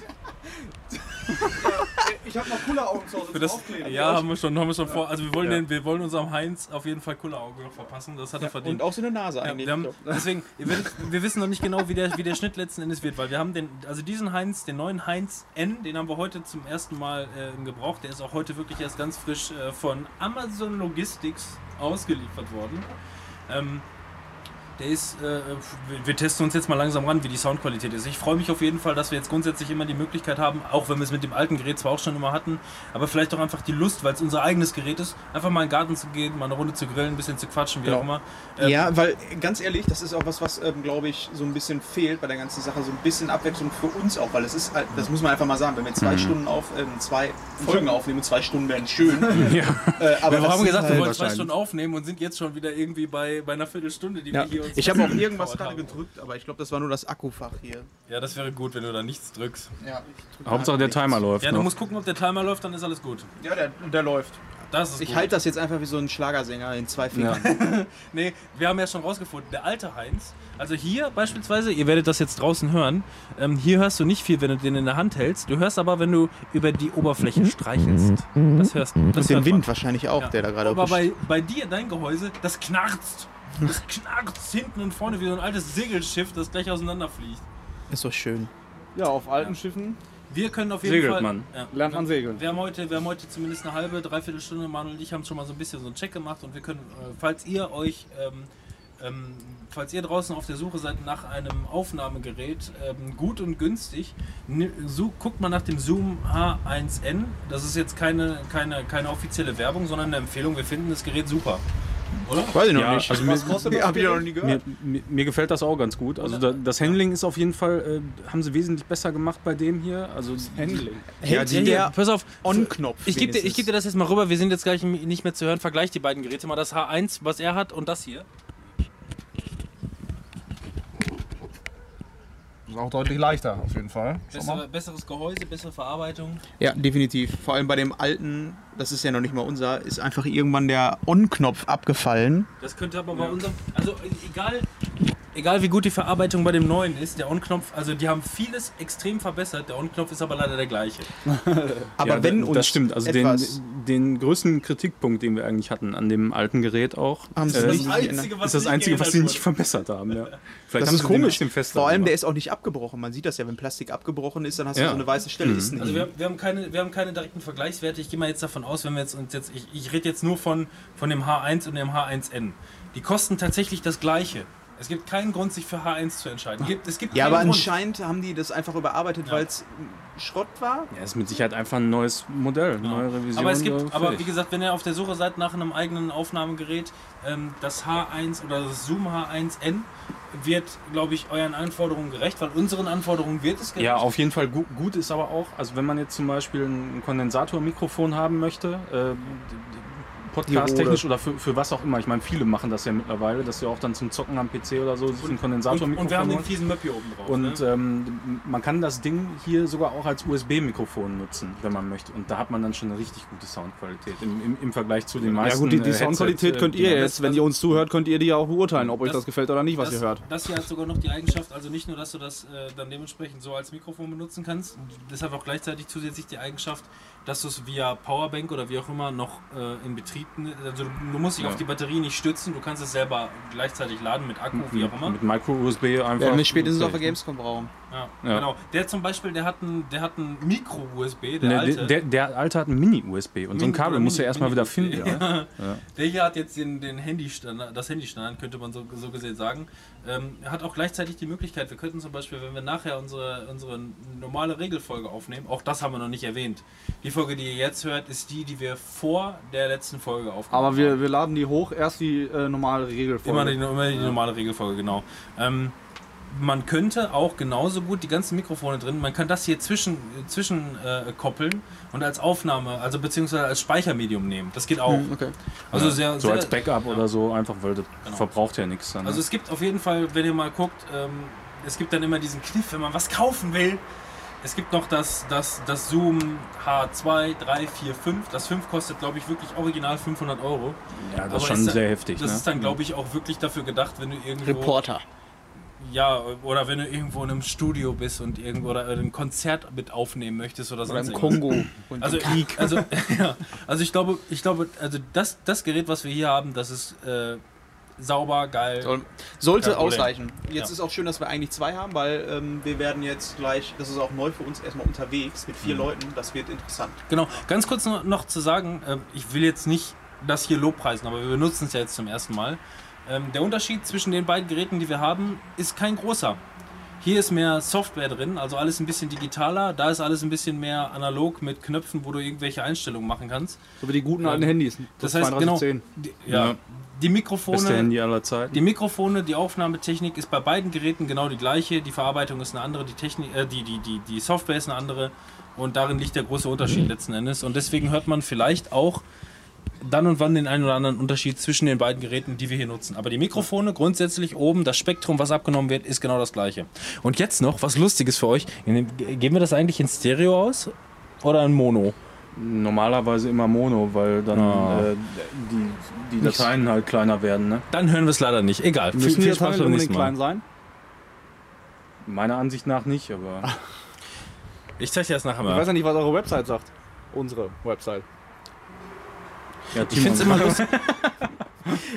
Speaker 4: Ich habe noch coole Augen zu Hause
Speaker 1: Für
Speaker 4: zum
Speaker 1: das,
Speaker 4: Aufkleben.
Speaker 1: ja, haben wir schon, haben wir schon vor. Also wir wollen,
Speaker 2: Ja.
Speaker 1: den, wir wollen unserem Heinz auf jeden Fall coole Augen noch verpassen, das hat er verdient.
Speaker 3: Und auch so eine Nase
Speaker 1: Ja,
Speaker 3: eigentlich.
Speaker 1: wir haben, deswegen, ihr werdet, wir wissen noch nicht genau, wie der, wie der Schnitt letzten Endes wird, weil wir haben den, also diesen Heinz, den neuen Heinz N, den haben wir heute zum ersten Mal äh, im Gebrauch. Der ist auch heute wirklich erst ganz frisch äh, von Amazon Logistics ausgeliefert worden. Ähm, der ist, äh, wir- wir testen uns jetzt mal langsam ran, wie die Soundqualität ist. Ich freue mich auf jeden Fall, dass wir jetzt grundsätzlich immer die Möglichkeit haben, auch wenn wir es mit dem alten Gerät zwar auch schon immer hatten, aber vielleicht auch einfach die Lust, weil es unser eigenes Gerät ist, einfach mal in den Garten zu gehen, mal eine Runde zu grillen, ein bisschen zu quatschen, wie
Speaker 3: Genau.
Speaker 1: auch immer. Ähm,
Speaker 3: Ja, weil ganz ehrlich, das ist auch was, was ähm, glaube ich so ein bisschen fehlt bei der ganzen Sache, so ein bisschen Abwechslung für uns auch, weil es ist, halt- das muss man einfach mal sagen, wenn wir
Speaker 1: Mhm.
Speaker 3: zwei Stunden auf, ähm, zwei Folgen aufnehmen, zwei Stunden werden schön. Äh, aber
Speaker 1: Wir
Speaker 3: das
Speaker 1: haben
Speaker 3: ist
Speaker 1: gesagt, wir
Speaker 3: halt-
Speaker 1: wollen zwei
Speaker 2: wahrscheinlich.
Speaker 1: Stunden aufnehmen und sind jetzt schon wieder irgendwie bei, bei einer Viertelstunde, die
Speaker 3: ja.
Speaker 1: wir hier uns
Speaker 3: Ich habe auch irgendwas
Speaker 1: gekauert
Speaker 3: gerade
Speaker 1: haben.
Speaker 3: gedrückt, aber ich glaube, das war nur das Akkufach hier.
Speaker 1: Ja, das wäre gut, wenn du da nichts drückst.
Speaker 3: Ja, ich drück
Speaker 2: Hauptsache der
Speaker 3: halt nichts.
Speaker 2: Timer läuft.
Speaker 1: Ja, du
Speaker 2: noch.
Speaker 1: musst gucken, ob der Timer läuft, dann ist alles gut.
Speaker 3: Ja, der, der läuft.
Speaker 1: Das ist
Speaker 3: Also Ich
Speaker 1: gut.
Speaker 3: halte das jetzt einfach wie so ein Schlagersänger in zwei
Speaker 2: ja.
Speaker 3: Fingern.
Speaker 1: Nee, wir haben ja schon rausgefunden, der alte Heinz, also hier beispielsweise, ihr werdet das jetzt draußen hören, ähm, hier hörst du nicht viel, wenn du den in der Hand hältst. Du hörst aber, wenn du über die Oberfläche streichelst. Das hörst du. Das
Speaker 3: Und den
Speaker 1: hört man.
Speaker 3: Wind wahrscheinlich auch,
Speaker 1: Ja.
Speaker 3: der da gerade
Speaker 1: Aber
Speaker 3: huscht.
Speaker 1: bei, bei dir, dein Gehäuse, das knarzt. Das knarzt hinten und vorne wie so ein altes Segelschiff, das gleich auseinanderfliegt.
Speaker 3: ist so schön.
Speaker 4: Ja, auf alten Schiffen
Speaker 1: Wir können auf jeden
Speaker 2: Segelt
Speaker 1: Fall.
Speaker 2: man.
Speaker 1: Ja.
Speaker 4: lernt man segeln.
Speaker 1: Wir haben, heute, wir haben heute zumindest eine halbe, dreiviertel Stunde, Manuel und ich haben schon mal so ein bisschen so einen Check gemacht und wir können, äh, falls ihr euch, ähm, ähm, falls ihr draußen auf der Suche seid nach einem Aufnahmegerät, ähm, gut und günstig, ne, so, guckt mal nach dem Zoom H1N. Das ist jetzt keine, keine, keine offizielle Werbung, sondern eine Empfehlung. Wir finden das Gerät super. Oder?
Speaker 3: Weiß ich noch
Speaker 2: Ja,
Speaker 3: nicht.
Speaker 2: also
Speaker 3: was
Speaker 2: mir-
Speaker 3: kostet das? Hab ich noch nie
Speaker 2: Mir,
Speaker 3: gehört.
Speaker 2: mir, mir gefällt das auch ganz gut. Also da, das Handling ist auf jeden Fall, äh, haben sie wesentlich besser gemacht bei dem hier. Also das Handling. Ja,
Speaker 3: Hält
Speaker 2: die,
Speaker 3: sich der
Speaker 1: pass auf,
Speaker 3: On-Knopf.
Speaker 1: Ich gebe dir, ich
Speaker 3: wenigstens.
Speaker 1: geb dir das jetzt mal rüber. Wir sind jetzt gleich m- nicht mehr zu hören. Vergleich die beiden Geräte mal. Das H1, was er hat, und das hier.
Speaker 4: Ist auch deutlich leichter, auf jeden Fall.
Speaker 1: Bessere, besseres Gehäuse, bessere Verarbeitung.
Speaker 3: Ja, definitiv. Vor allem bei dem alten, das ist ja noch nicht mal unser, ist einfach irgendwann der On-Knopf abgefallen.
Speaker 1: Das könnte aber bei unserem. Also e- egal, egal wie gut die Verarbeitung bei dem neuen ist, der On-Knopf, also die haben vieles extrem verbessert. Der On-Knopf ist aber leider der gleiche.
Speaker 3: Aber
Speaker 2: ja,
Speaker 3: wenn
Speaker 2: das
Speaker 3: uns
Speaker 2: das stimmt. Also den,
Speaker 3: etwas
Speaker 2: den größten Kritikpunkt, den wir eigentlich hatten an dem alten Gerät auch, äh,
Speaker 3: Haben sie nicht-
Speaker 2: ist das
Speaker 1: nicht
Speaker 2: Einzige, was sie
Speaker 1: geändert
Speaker 2: nicht verbessert haben. Ja. Vielleicht
Speaker 3: das
Speaker 2: haben
Speaker 3: ist
Speaker 2: sie den ein
Speaker 3: komisch.
Speaker 2: bisschen fester
Speaker 3: Vor allem,
Speaker 2: gemacht.
Speaker 3: der ist auch nicht abgebrochen. Man sieht das ja, wenn Plastik abgebrochen ist, dann hast du
Speaker 2: Ja. Mhm.
Speaker 3: so eine weiße Stelle. Ist nicht.
Speaker 1: Also wir, haben- wir, haben keine, wir haben keine direkten Vergleichswerte. Ich gehe mal jetzt davon aus, wenn wir jetzt uns jetzt. Ich, ich rede jetzt nur von, von dem H1 und dem H1N. Die kosten tatsächlich das gleiche. Es gibt keinen Grund, sich für H1 zu entscheiden. Gibt, es gibt
Speaker 3: Ja,
Speaker 1: keinen
Speaker 3: aber
Speaker 1: Grund.
Speaker 3: anscheinend haben die das einfach überarbeitet,
Speaker 1: Ja.
Speaker 3: weil es Schrott war.
Speaker 2: Ja, ist mit Sicherheit einfach ein neues Modell,
Speaker 1: Genau.
Speaker 2: neue Revision.
Speaker 1: Aber es
Speaker 2: äh,
Speaker 1: gibt, aber wie
Speaker 2: fertig.
Speaker 1: gesagt, wenn ihr auf der Suche seid nach einem eigenen Aufnahmegerät, ähm, das H1 oder das Zoom H1N wird, glaube ich, euren Anforderungen gerecht, weil unseren Anforderungen wird es gerecht.
Speaker 2: ja, auf jeden Fall gut, gut ist aber auch, also wenn man jetzt zum Beispiel ein Kondensatormikrofon haben möchte, äh, podcast-technisch oder für, für was auch immer, ich meine, viele machen das ja mittlerweile, dass sie auch dann zum Zocken am PC oder so sich ein
Speaker 1: und,
Speaker 2: Kondensatormikrofon
Speaker 1: und wir haben den
Speaker 2: holen.
Speaker 1: fiesen Möpp hier oben drauf.
Speaker 2: Und
Speaker 1: ne?
Speaker 2: ähm, man kann das Ding hier sogar auch als USB-Mikrofon nutzen, wenn man möchte. Und da hat man dann schon eine richtig gute Soundqualität im, im, im Vergleich zu den meisten.
Speaker 3: ja gut, die,
Speaker 2: äh,
Speaker 3: die Soundqualität
Speaker 2: Headset, äh,
Speaker 3: könnt ihr
Speaker 2: die man-
Speaker 3: jetzt, wenn ihr uns zuhört, könnt ihr die ja auch beurteilen, ob euch
Speaker 1: Das-
Speaker 3: das gefällt oder nicht, was
Speaker 1: das,
Speaker 3: ihr hört.
Speaker 1: das hier hat sogar noch die Eigenschaft, also nicht nur, dass du das äh, dann dementsprechend so als Mikrofon benutzen kannst, das hat auch gleichzeitig zusätzlich die Eigenschaft, dass du es via Powerbank oder wie auch immer noch äh, in Betrieb, ne- also du, du musst dich auf die Batterie nicht stützen, du kannst es selber gleichzeitig laden mit Akku, wie auch immer.
Speaker 2: Mit Micro-USB einfach.
Speaker 5: Werden wir spätestens auf der
Speaker 2: safe.
Speaker 5: Gamescom brauchen.
Speaker 1: Ja,
Speaker 2: Ja.
Speaker 1: genau. Der zum Beispiel, der hat einen, der hat einen Micro-USB, der
Speaker 2: Ne,
Speaker 1: alte.
Speaker 2: der, der alte hat einen Mini-USB und so ein
Speaker 1: Mini-
Speaker 2: Kabel
Speaker 1: oder
Speaker 2: musst du
Speaker 1: Mini-
Speaker 2: erstmal wieder
Speaker 1: Mini-
Speaker 2: finden. Ja.
Speaker 1: Der hier hat jetzt den, den Handystand, das Handystandard, könnte man so, so gesehen sagen. Ähm, er hat auch gleichzeitig die Möglichkeit, wir könnten zum Beispiel, wenn wir nachher unsere, unsere normale Regelfolge aufnehmen, auch das haben wir noch nicht erwähnt. Die Folge, die ihr jetzt hört, ist die, die wir vor der letzten Folge aufgenommen
Speaker 6: Aber wir, wir laden die hoch, erst die äh, normale Regelfolge.
Speaker 1: Immer die, immer die normale Regelfolge, genau. Ähm, man könnte auch genauso gut die ganzen Mikrofone drin, man kann das hier zwischen, zwischen äh, koppeln und als Aufnahme, also beziehungsweise als Speichermedium nehmen. Das geht auch.
Speaker 5: Okay.
Speaker 1: Also sehr,
Speaker 2: Hm, so
Speaker 1: sehr,
Speaker 2: als ne? Backup oder so, einfach weil das
Speaker 1: Genau.
Speaker 2: verbraucht ja nichts. Dann,
Speaker 1: Also es gibt auf jeden Fall, wenn ihr mal guckt, ähm, es gibt dann immer diesen Kniff, wenn man was kaufen will. Es gibt noch das, das, das Zoom H2, 3, 4, 5. Das 5 kostet, glaube ich, wirklich original 500 Euro.
Speaker 2: ja,
Speaker 1: aber
Speaker 2: das ist schon
Speaker 1: ist da-
Speaker 2: sehr heftig.
Speaker 1: Das
Speaker 2: ne?
Speaker 1: ist dann, glaube ich, auch wirklich dafür gedacht, wenn du irgendwo...
Speaker 5: Reporter.
Speaker 1: Ja, oder wenn du irgendwo in einem Studio bist und irgendwo oder ein Konzert mit aufnehmen möchtest oder
Speaker 5: Oder
Speaker 1: sonst
Speaker 5: im
Speaker 1: irgendwas.
Speaker 5: Kongo. Und
Speaker 1: Also, also, ja, also ich glaube, ich glaube, also das, das Gerät, was wir hier haben, das ist äh, sauber, geil.
Speaker 5: Soll- Sollte
Speaker 1: Kein Problem.
Speaker 5: ausreichen. Jetzt
Speaker 1: Ja.
Speaker 5: ist auch schön, dass wir eigentlich zwei haben, weil ähm, wir werden jetzt gleich, das ist auch neu für uns, erstmal unterwegs mit vier Leuten. Das wird interessant.
Speaker 1: Genau, ganz kurz nur noch zu sagen, ähm, ich will jetzt nicht das hier lobpreisen, aber wir benutzen es ja jetzt zum ersten Mal. Ähm, Der Unterschied zwischen den beiden Geräten, die wir haben, ist kein großer. Hier ist mehr Software drin, also alles ein bisschen digitaler. Da ist alles ein bisschen mehr analog mit Knöpfen, wo du irgendwelche Einstellungen machen kannst.
Speaker 6: So wie die guten alten Handys.
Speaker 2: ne?
Speaker 1: Das heißt, genau, die, ja,
Speaker 2: Ja.
Speaker 1: die Mikrofone.
Speaker 2: Beste Handy aller Zeiten.
Speaker 1: Die Mikrofone, die Aufnahmetechnik ist bei beiden Geräten genau die gleiche. Die Verarbeitung ist eine andere, die Technik, äh, die, die, die, die Software ist eine andere. Und darin liegt der große Unterschied letzten Endes. Und deswegen hört man vielleicht auch dann und wann den einen oder anderen Unterschied zwischen den beiden Geräten, die wir hier nutzen. Aber die Mikrofone grundsätzlich oben, das Spektrum, was abgenommen wird, ist genau das gleiche. Und jetzt noch was Lustiges für euch. Geben wir das eigentlich in Stereo aus oder in Mono?
Speaker 2: Normalerweise immer Mono, weil dann
Speaker 1: Ah.
Speaker 2: äh, die, die Dateien halt kleiner werden. Ne?
Speaker 1: Dann hören wir es leider nicht. Egal. Viel,
Speaker 6: Müssen die
Speaker 1: viel
Speaker 6: jetzt
Speaker 4: um
Speaker 1: Spaß beim
Speaker 6: unbedingt
Speaker 1: nächsten Mal.
Speaker 6: klein sein?
Speaker 2: Meiner Ansicht nach nicht, aber
Speaker 1: Ich zeige dir das nachher
Speaker 6: Ich weiß
Speaker 1: mal.
Speaker 6: ja nicht, was eure Website sagt. Unsere Website.
Speaker 2: ja,
Speaker 1: Ich finde es immer lustig.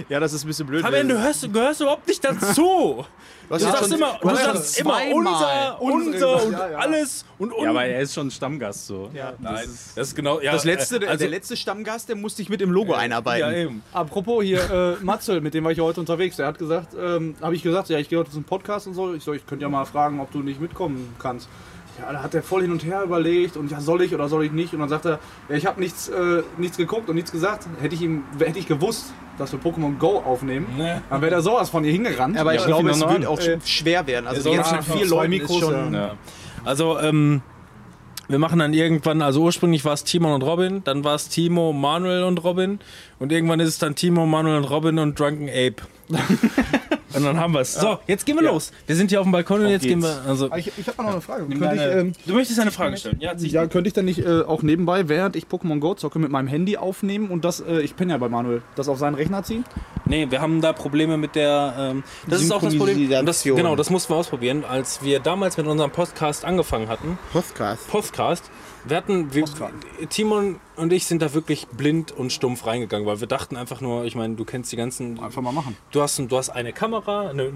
Speaker 3: Ja, das ist ein bisschen blöd.
Speaker 1: Fabian, du hörst, gehörst überhaupt nicht dazu.
Speaker 3: Was
Speaker 1: Du
Speaker 3: ist
Speaker 1: sagst
Speaker 3: schon-
Speaker 1: immer, du
Speaker 3: was ist
Speaker 1: sagst
Speaker 3: schon
Speaker 1: immer
Speaker 5: zweimal?
Speaker 1: unser, unser und
Speaker 6: Ja, ja.
Speaker 1: alles und
Speaker 2: ja,
Speaker 1: unser.
Speaker 2: aber er ist schon Stammgast so.
Speaker 5: Ja.
Speaker 1: das, ist, das ist genau. Ja,
Speaker 3: Das letzte, der-
Speaker 1: also,
Speaker 3: der letzte Stammgast, der musste ich mit im Logo
Speaker 1: ja,
Speaker 3: einarbeiten.
Speaker 1: eben.
Speaker 6: Apropos hier, äh, Matzel, mit dem war ich ja heute unterwegs, der hat gesagt, ähm, habe ich gesagt, ja, ich gehe heute zum Podcast und so. Ich so, ich könnte ja mal fragen, ob du nicht mitkommen kannst. Ja, da hat er voll hin und her überlegt und ja, soll ich oder soll ich nicht? Und dann sagt er, ja, ich habe nichts, äh, nichts geguckt und nichts gesagt. Hätte ich ihm, hätte ich gewusst, dass wir Pokémon Go aufnehmen,
Speaker 1: Ne.
Speaker 6: dann wäre da sowas von hier hingerannt.
Speaker 5: Aber ich
Speaker 2: Ja,
Speaker 5: glaube,
Speaker 2: vier
Speaker 5: es
Speaker 2: noch
Speaker 5: wird
Speaker 2: neun.
Speaker 5: auch
Speaker 6: Äh,
Speaker 5: schwer werden. Also
Speaker 6: sollen
Speaker 5: jetzt mit
Speaker 6: einfach
Speaker 5: vier
Speaker 6: zwei
Speaker 5: Leuten
Speaker 6: Mikros,
Speaker 5: ist schon...
Speaker 6: ja.
Speaker 2: Ja.
Speaker 1: Also, ähm, wir machen dann irgendwann, also ursprünglich war es Timon und Robin, dann war es Timo, Manuel und Robin und irgendwann ist es dann Timo, Manuel und Robin und Drunken Ape. und dann haben wir es. So, jetzt gehen wir los. Wir sind hier auf dem Balkon und jetzt gehen
Speaker 2: geht's.
Speaker 1: wir. Also,
Speaker 6: Ich, ich habe noch eine Frage. Könnte ich,
Speaker 1: deine-
Speaker 6: ähm,
Speaker 1: du möchtest eine Frage stellen. Ja, zieh
Speaker 6: ja, könnte ich denn nicht äh, auch nebenbei, während ich Pokémon Go zocke, mit meinem Handy aufnehmen und das, äh, ich penne ja bei Manuel, das auf seinen Rechner ziehen?
Speaker 1: Nee, wir haben da Probleme mit der. Ähm, das ist auch das Problem. Und Das,
Speaker 3: Synchronisation.
Speaker 1: genau, das mussten wir ausprobieren. Als wir damals mit unserem Podcast angefangen hatten,
Speaker 3: Podcast.
Speaker 1: Podcast, wir hatten. Wir, Timon und ich sind da wirklich blind und stumpf reingegangen, weil wir dachten einfach nur, ich meine, du kennst die ganzen.
Speaker 6: Einfach mal machen.
Speaker 1: Du hast, du hast eine Kamera, eine,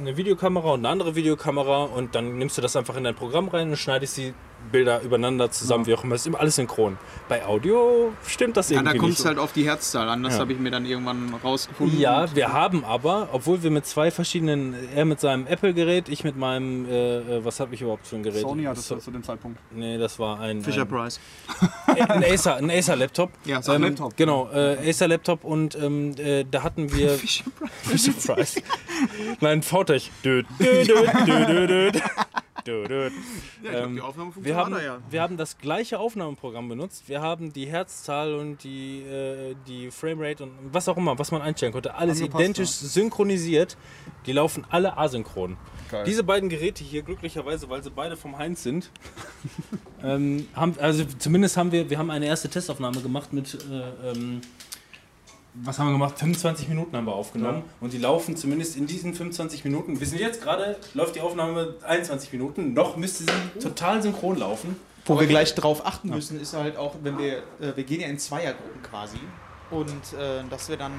Speaker 1: eine Videokamera und eine andere Videokamera und dann nimmst du das einfach in dein Programm rein und schneidest sie Bilder übereinander zusammen, wie auch immer. Es ist immer alles synchron. Bei Audio stimmt das
Speaker 3: Ja,
Speaker 1: irgendwie
Speaker 3: da kommt es
Speaker 1: nicht.
Speaker 3: halt auf die Herzzahl an. Das
Speaker 1: Ja.
Speaker 3: habe ich mir dann irgendwann rausgefunden.
Speaker 1: Ja, wir haben aber, obwohl wir mit zwei verschiedenen, er mit seinem Apple-Gerät, ich mit meinem, äh, äh, was habe ich überhaupt für ein Gerät?
Speaker 4: Sony hat es
Speaker 1: So-
Speaker 4: zu dem Zeitpunkt.
Speaker 1: Nee, das war ein,
Speaker 3: Fisher
Speaker 5: Ähm,
Speaker 1: ein,
Speaker 3: Price.
Speaker 1: ein Acer, ein Acer Laptop.
Speaker 3: Ja,
Speaker 4: sag Laptop.
Speaker 1: Genau, äh, Acer Laptop und ähm, äh, da hatten wir Fisher Price. Nein, Vautech. Dö, dö, dö, dö, dö, dö. Dö, dö. Ähm,
Speaker 3: Aufnahme
Speaker 1: wir haben,
Speaker 3: funktioniert ja.
Speaker 1: wir haben das gleiche Aufnahmeprogramm benutzt. Wir haben die Herzzahl und die, äh, die Framerate und was auch immer, was man einstellen konnte, alles
Speaker 4: Angepasst,
Speaker 1: identisch synchronisiert. Die laufen alle asynchron. Diese beiden Geräte hier, glücklicherweise, weil sie beide vom Heinz sind, ähm, haben, also zumindest haben wir, wir haben eine erste Testaufnahme gemacht mit, äh, ähm, was haben wir gemacht? 25 Minuten haben wir aufgenommen und die laufen zumindest in diesen 25 Minuten. Wir sind jetzt gerade, läuft die Aufnahme 21 Minuten, noch müsste sie total synchron laufen.
Speaker 3: Wo wir gleich drauf achten müssen, ist halt auch, wenn wir, äh, wir gehen ja in Zweiergruppen quasi und äh, dass wir dann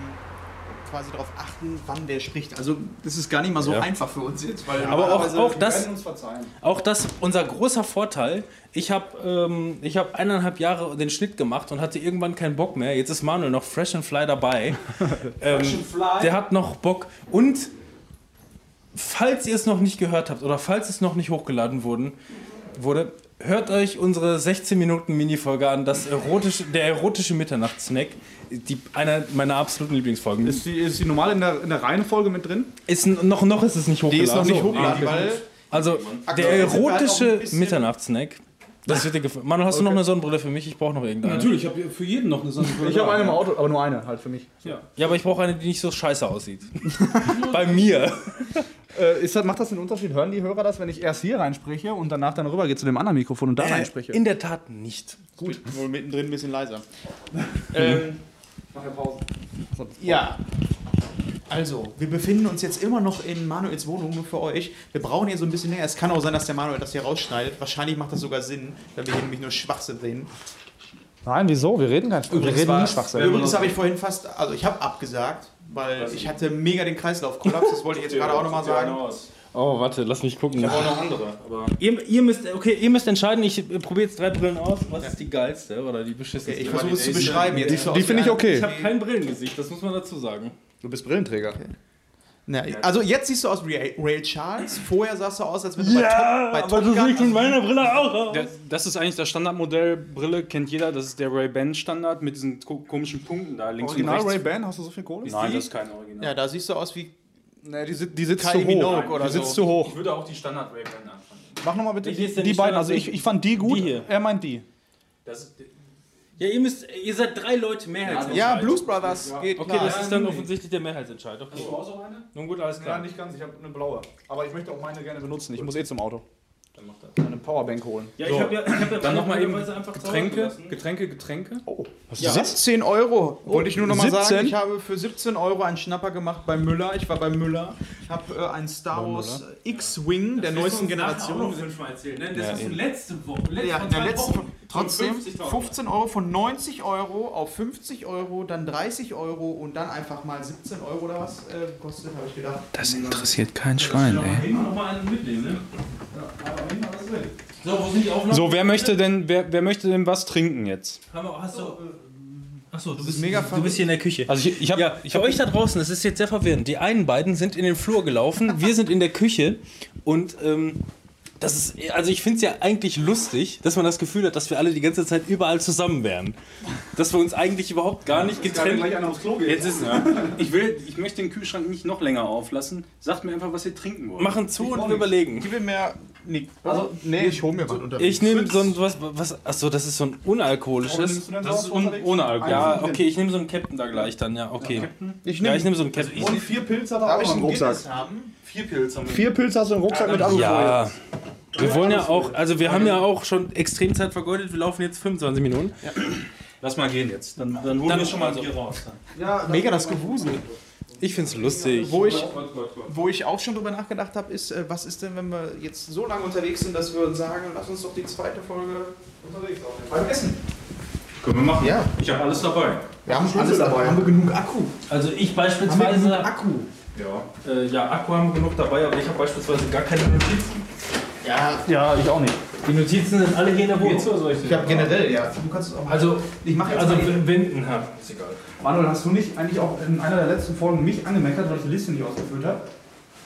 Speaker 3: quasi darauf achten, wann wer spricht. Also das ist gar nicht mal so
Speaker 1: Ja.
Speaker 3: einfach für uns jetzt, weil
Speaker 1: Aber auch,
Speaker 3: normalerweise-
Speaker 1: auch das,
Speaker 4: werden uns verzeihen.
Speaker 1: auch das, unser großer Vorteil, ich habe ähm, ich hab eineinhalb Jahre den Schnitt gemacht und hatte irgendwann keinen Bock mehr. Jetzt ist Manuel noch fresh and fly dabei. ähm, Der hat noch Bock. Und falls ihr es noch nicht gehört habt oder falls es noch nicht hochgeladen wurden, wurde, hört euch unsere 16 Minuten Minifolge an, das erotische, der erotische Mitternachtssnack. Die, einer meiner absoluten Lieblingsfolgen.
Speaker 4: Ist die, ist die normal in der, in der Reihenfolge mit drin?
Speaker 1: Ist n- noch, noch ist es nicht hochgeladen.
Speaker 3: die ist noch nicht
Speaker 1: So.
Speaker 3: hochgeladen, weil
Speaker 1: Also, der
Speaker 3: Aktuell sind wir halt auch ein
Speaker 1: erotische
Speaker 3: bisschen-
Speaker 1: Mitternachtssnack. Das wird dir gefallen. Manuel, hast du noch eine Sonnenbrille für mich? Ich brauche noch irgendeine.
Speaker 2: Natürlich, ich habe für jeden noch eine Sonnenbrille.
Speaker 4: Ich habe eine im Auto, aber nur eine halt für mich.
Speaker 1: Ja, aber ich brauche eine, die nicht so scheiße aussieht. Bei mir.
Speaker 4: Äh, ist das, macht das einen Unterschied? Hören die Hörer das, wenn ich erst hier reinspreche und danach dann rüber geht zu dem anderen Mikrofon und da reinspreche?
Speaker 1: Äh, In der Tat nicht.
Speaker 3: gut, wohl mittendrin ein bisschen leiser.
Speaker 1: Mhm.
Speaker 3: ähm,
Speaker 4: Mach ja Pause.
Speaker 3: ja. Also, wir befinden uns jetzt immer noch in Manuels Wohnung, nur für euch. Wir brauchen hier so ein bisschen näher. Es kann auch sein, dass der Manuel das hier rausschneidet. Wahrscheinlich macht das sogar Sinn, weil wir hier nämlich nur Schwachsinn sehen.
Speaker 4: Nein, wieso? Wir reden kein Schwachsinn. Wir reden nie
Speaker 3: war's-
Speaker 4: Schwachsinn.
Speaker 3: Übrigens habe ich vorhin fast, also ich habe abgesagt, weil ich hatte mega den Kreislaufkollaps. Das wollte ich jetzt gerade auch nochmal sagen.
Speaker 1: Oh, warte, lass mich gucken.
Speaker 3: Auch noch andere.
Speaker 1: Ihr, ihr, müsst, okay, ihr müsst entscheiden, ich äh, probiere jetzt drei Brillen aus. Was ist die geilste oder die beschissenste?
Speaker 3: Ich versuche es zu beschreiben jetzt.
Speaker 4: Die finde ich okay.
Speaker 1: Ich habe kein Brillengesicht, das muss man dazu sagen.
Speaker 7: Du bist Brillenträger.
Speaker 3: Na, also jetzt siehst du aus wie Ray Charles. Vorher sahst du aus, als wenn du bei Top, bei Top Gun...
Speaker 1: meiner Brille auch aus.
Speaker 2: Das ist eigentlich das Standardmodell. Brille kennt jeder. Das ist der Ray-Ban-Standard mit diesen ko- komischen Punkten da links
Speaker 4: Original
Speaker 2: und rechts.
Speaker 4: Ray-Ban, hast du so viel Kohle?
Speaker 2: Nein, das ist kein Original.
Speaker 3: ja, da siehst du aus wie
Speaker 4: Nee, die, sit- die sitzt
Speaker 3: Kylie
Speaker 4: zu hoch.
Speaker 3: Minogue oder
Speaker 4: die sitzt
Speaker 3: so.
Speaker 4: zu hoch.
Speaker 2: Ich würde auch die Standard-Ray-Ban anfangen.
Speaker 4: Mach nochmal bitte
Speaker 1: Welche
Speaker 4: die,
Speaker 1: ist denn
Speaker 4: die
Speaker 1: die
Speaker 4: beiden. Also ich,
Speaker 1: Standard-
Speaker 4: ich fand die gut,
Speaker 1: Die hier.
Speaker 4: er meint die.
Speaker 2: Das ist,
Speaker 1: Ja, ihr, müsst, ihr seid drei Leute Mehrheitsentscheid.
Speaker 3: Ja, Blues Brothers geht
Speaker 1: Okay,
Speaker 3: klar.
Speaker 1: das ist dann offensichtlich der Mehrheitsentscheid. Okay.
Speaker 2: du auch so eine?
Speaker 1: Nun gut, alles klar.
Speaker 4: nicht ganz, ich habe eine blaue. Aber ich möchte auch meine gerne benutzen. Ich muss eh zum Auto. Eine Powerbank holen.
Speaker 1: Ja, ich habe ja, ich hab ja
Speaker 2: Dann
Speaker 1: meine
Speaker 2: nochmal eben
Speaker 1: Weise einfach zu Hause
Speaker 2: Getränke,
Speaker 1: gelassen. ne?
Speaker 2: Getränke, Getränke.
Speaker 3: 17 Euro.
Speaker 4: Oh,
Speaker 3: Wollte ich nur nochmal sagen,
Speaker 7: 17?
Speaker 3: ich habe für 17 Euro einen Schnapper gemacht bei Müller. Ich war bei Müller, habe äh, einen Star Wars äh, X-Wing der neuesten Generation.
Speaker 1: ne? Das hast du letzte Woche. Letzte
Speaker 3: Ja,
Speaker 1: vor
Speaker 3: in der
Speaker 1: zwei
Speaker 3: letzten
Speaker 1: Wochen.
Speaker 3: trotzdem
Speaker 1: 50.000.
Speaker 3: 15 Euro von 90 Euro auf 50 Euro, dann 30 Euro und dann einfach mal 17 Euro oder was äh, kostet, habe ich gedacht.
Speaker 2: Das interessiert kein Schwein, ey.
Speaker 1: Eben noch mal einen mitnehmen, ne? So, wo sind die Aufnahmen?
Speaker 2: So, wer möchte denn, wer, wer möchte denn was trinken jetzt?
Speaker 1: Haben wir- Hast du, achso, du bist,
Speaker 3: äh, mega
Speaker 1: du bist hier in der Küche.
Speaker 2: Also ich, ich habe
Speaker 1: ja, für euch da draußen, das ist jetzt sehr verwirrend. Die einen beiden sind in den Flur gelaufen, wir sind in der Küche und ähm, das ist, also ich finde es ja eigentlich lustig, dass man das Gefühl hat, dass wir alle die ganze Zeit überall zusammen wären. Dass wir uns eigentlich überhaupt gar nicht getrennt
Speaker 4: gleich einer aufs Klo geht.
Speaker 2: Jetzt ist ich will, ich möchte den Kühlschrank nicht noch länger auflassen. Sagt mir einfach, was ihr trinken wollt.
Speaker 1: machen zu und überlegen.
Speaker 3: Gib mir mehr. Nee, also, nee, ich hole mir was unter.
Speaker 1: Ich nehme so ein, was, was, achso, das ist so ein unalkoholisches.
Speaker 2: Das ist un, ohne Alkohol.
Speaker 1: Ja, okay, ich nehme so einen Captain da gleich dann, ja, okay.
Speaker 3: Ich
Speaker 1: Ja,
Speaker 3: nehme
Speaker 1: ich nehme so einen Captain.
Speaker 2: Also
Speaker 4: Und vier Pilze hat
Speaker 7: Darf
Speaker 4: er
Speaker 7: ich
Speaker 4: auch
Speaker 7: einen
Speaker 4: noch.
Speaker 7: Rucksack?
Speaker 3: haben.
Speaker 2: Vier Pilze haben wir.
Speaker 4: Vier Pilze hast du im Rucksack mit Alufolie.
Speaker 1: Ja. Wir wollen ja auch, also wir haben ja auch schon extrem Zeit vergeudet, wir laufen jetzt 25 Minuten.
Speaker 2: Lass mal gehen jetzt. Dann, dann holen
Speaker 1: Dann
Speaker 2: wir schon mal
Speaker 1: also-
Speaker 2: hier raus.
Speaker 3: Mega das Gewusel.
Speaker 1: Ich find's lustig.
Speaker 3: Wo ich, wo ich auch schon drüber nachgedacht habe, ist, äh, was ist denn, wenn wir jetzt so lange unterwegs sind, dass wir sagen, lass uns doch die zweite Folge unterwegs aufnehmen. Beim Essen.
Speaker 2: Können wir machen.
Speaker 3: Ja.
Speaker 2: Ich habe alles dabei.
Speaker 3: Wir haben alles dabei. Haben wir genug Akku?
Speaker 1: Also ich
Speaker 3: Haben wir genug
Speaker 1: beispielsweise.
Speaker 3: Akku?
Speaker 2: Ja.
Speaker 1: Äh, ja, Akku haben wir genug dabei, aber ich habe beispielsweise gar keine Notizen.
Speaker 3: Ja,
Speaker 4: Ja, ich auch nicht.
Speaker 1: Die Notizen sind alle hier in der Wohnung.
Speaker 4: Ich habe generell, ja. Du kannst es auch
Speaker 1: Also,
Speaker 4: ich mache jetzt
Speaker 1: also
Speaker 4: mal eben-
Speaker 1: Winden haben. Ist egal.
Speaker 4: Manuel, hast du nicht eigentlich auch in einer der letzten Folgen mich angemeckert, weil ich die Liste nicht ausgefüllt habe?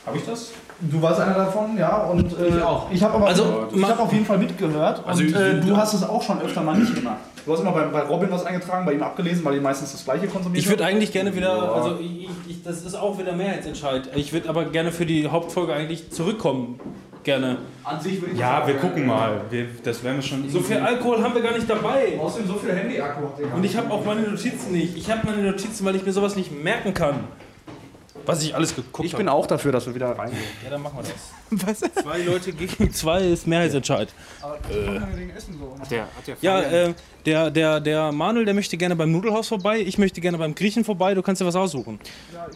Speaker 1: Habe ich das?
Speaker 4: Du warst einer davon, ja. Und, äh,
Speaker 1: Ich auch.
Speaker 4: Ich habe aber
Speaker 1: Also,
Speaker 4: ich
Speaker 1: ma-
Speaker 4: hab auf jeden Fall mitgehört.
Speaker 1: Also,
Speaker 4: und
Speaker 1: ich-
Speaker 4: äh, du hast es auch schon öfter mal nicht gemacht. Du hast immer bei, bei Robin was eingetragen, bei ihm abgelesen, weil die meistens das gleiche konsumiert
Speaker 1: Ich würde eigentlich gerne wieder, also ich, ich, das ist auch wieder Mehrheitsentscheid. Ich würde aber gerne für die Hauptfolge eigentlich zurückkommen. Gerne.
Speaker 4: An sich will ich
Speaker 2: Ja, wir gucken mal. Wir, das werden wir schon.
Speaker 1: So viel Alkohol haben wir gar nicht dabei.
Speaker 4: Außerdem so viel Handy-Akku hat der
Speaker 1: Und ich habe auch meine Notizen nicht. Ich habe meine Notizen, weil ich mir sowas nicht merken kann. Was ich alles geguckt habe.
Speaker 8: Ich bin auch dafür, dass wir wieder reingehen.
Speaker 1: Ja, dann machen wir das. Zwei Leute gegen zwei ist Mehrheitsentscheid.
Speaker 8: Der hat ja
Speaker 1: Ja, äh, der, der, der Manuel, der möchte gerne beim Nudelhaus vorbei. Ich möchte gerne beim Griechen vorbei. Du kannst dir was aussuchen.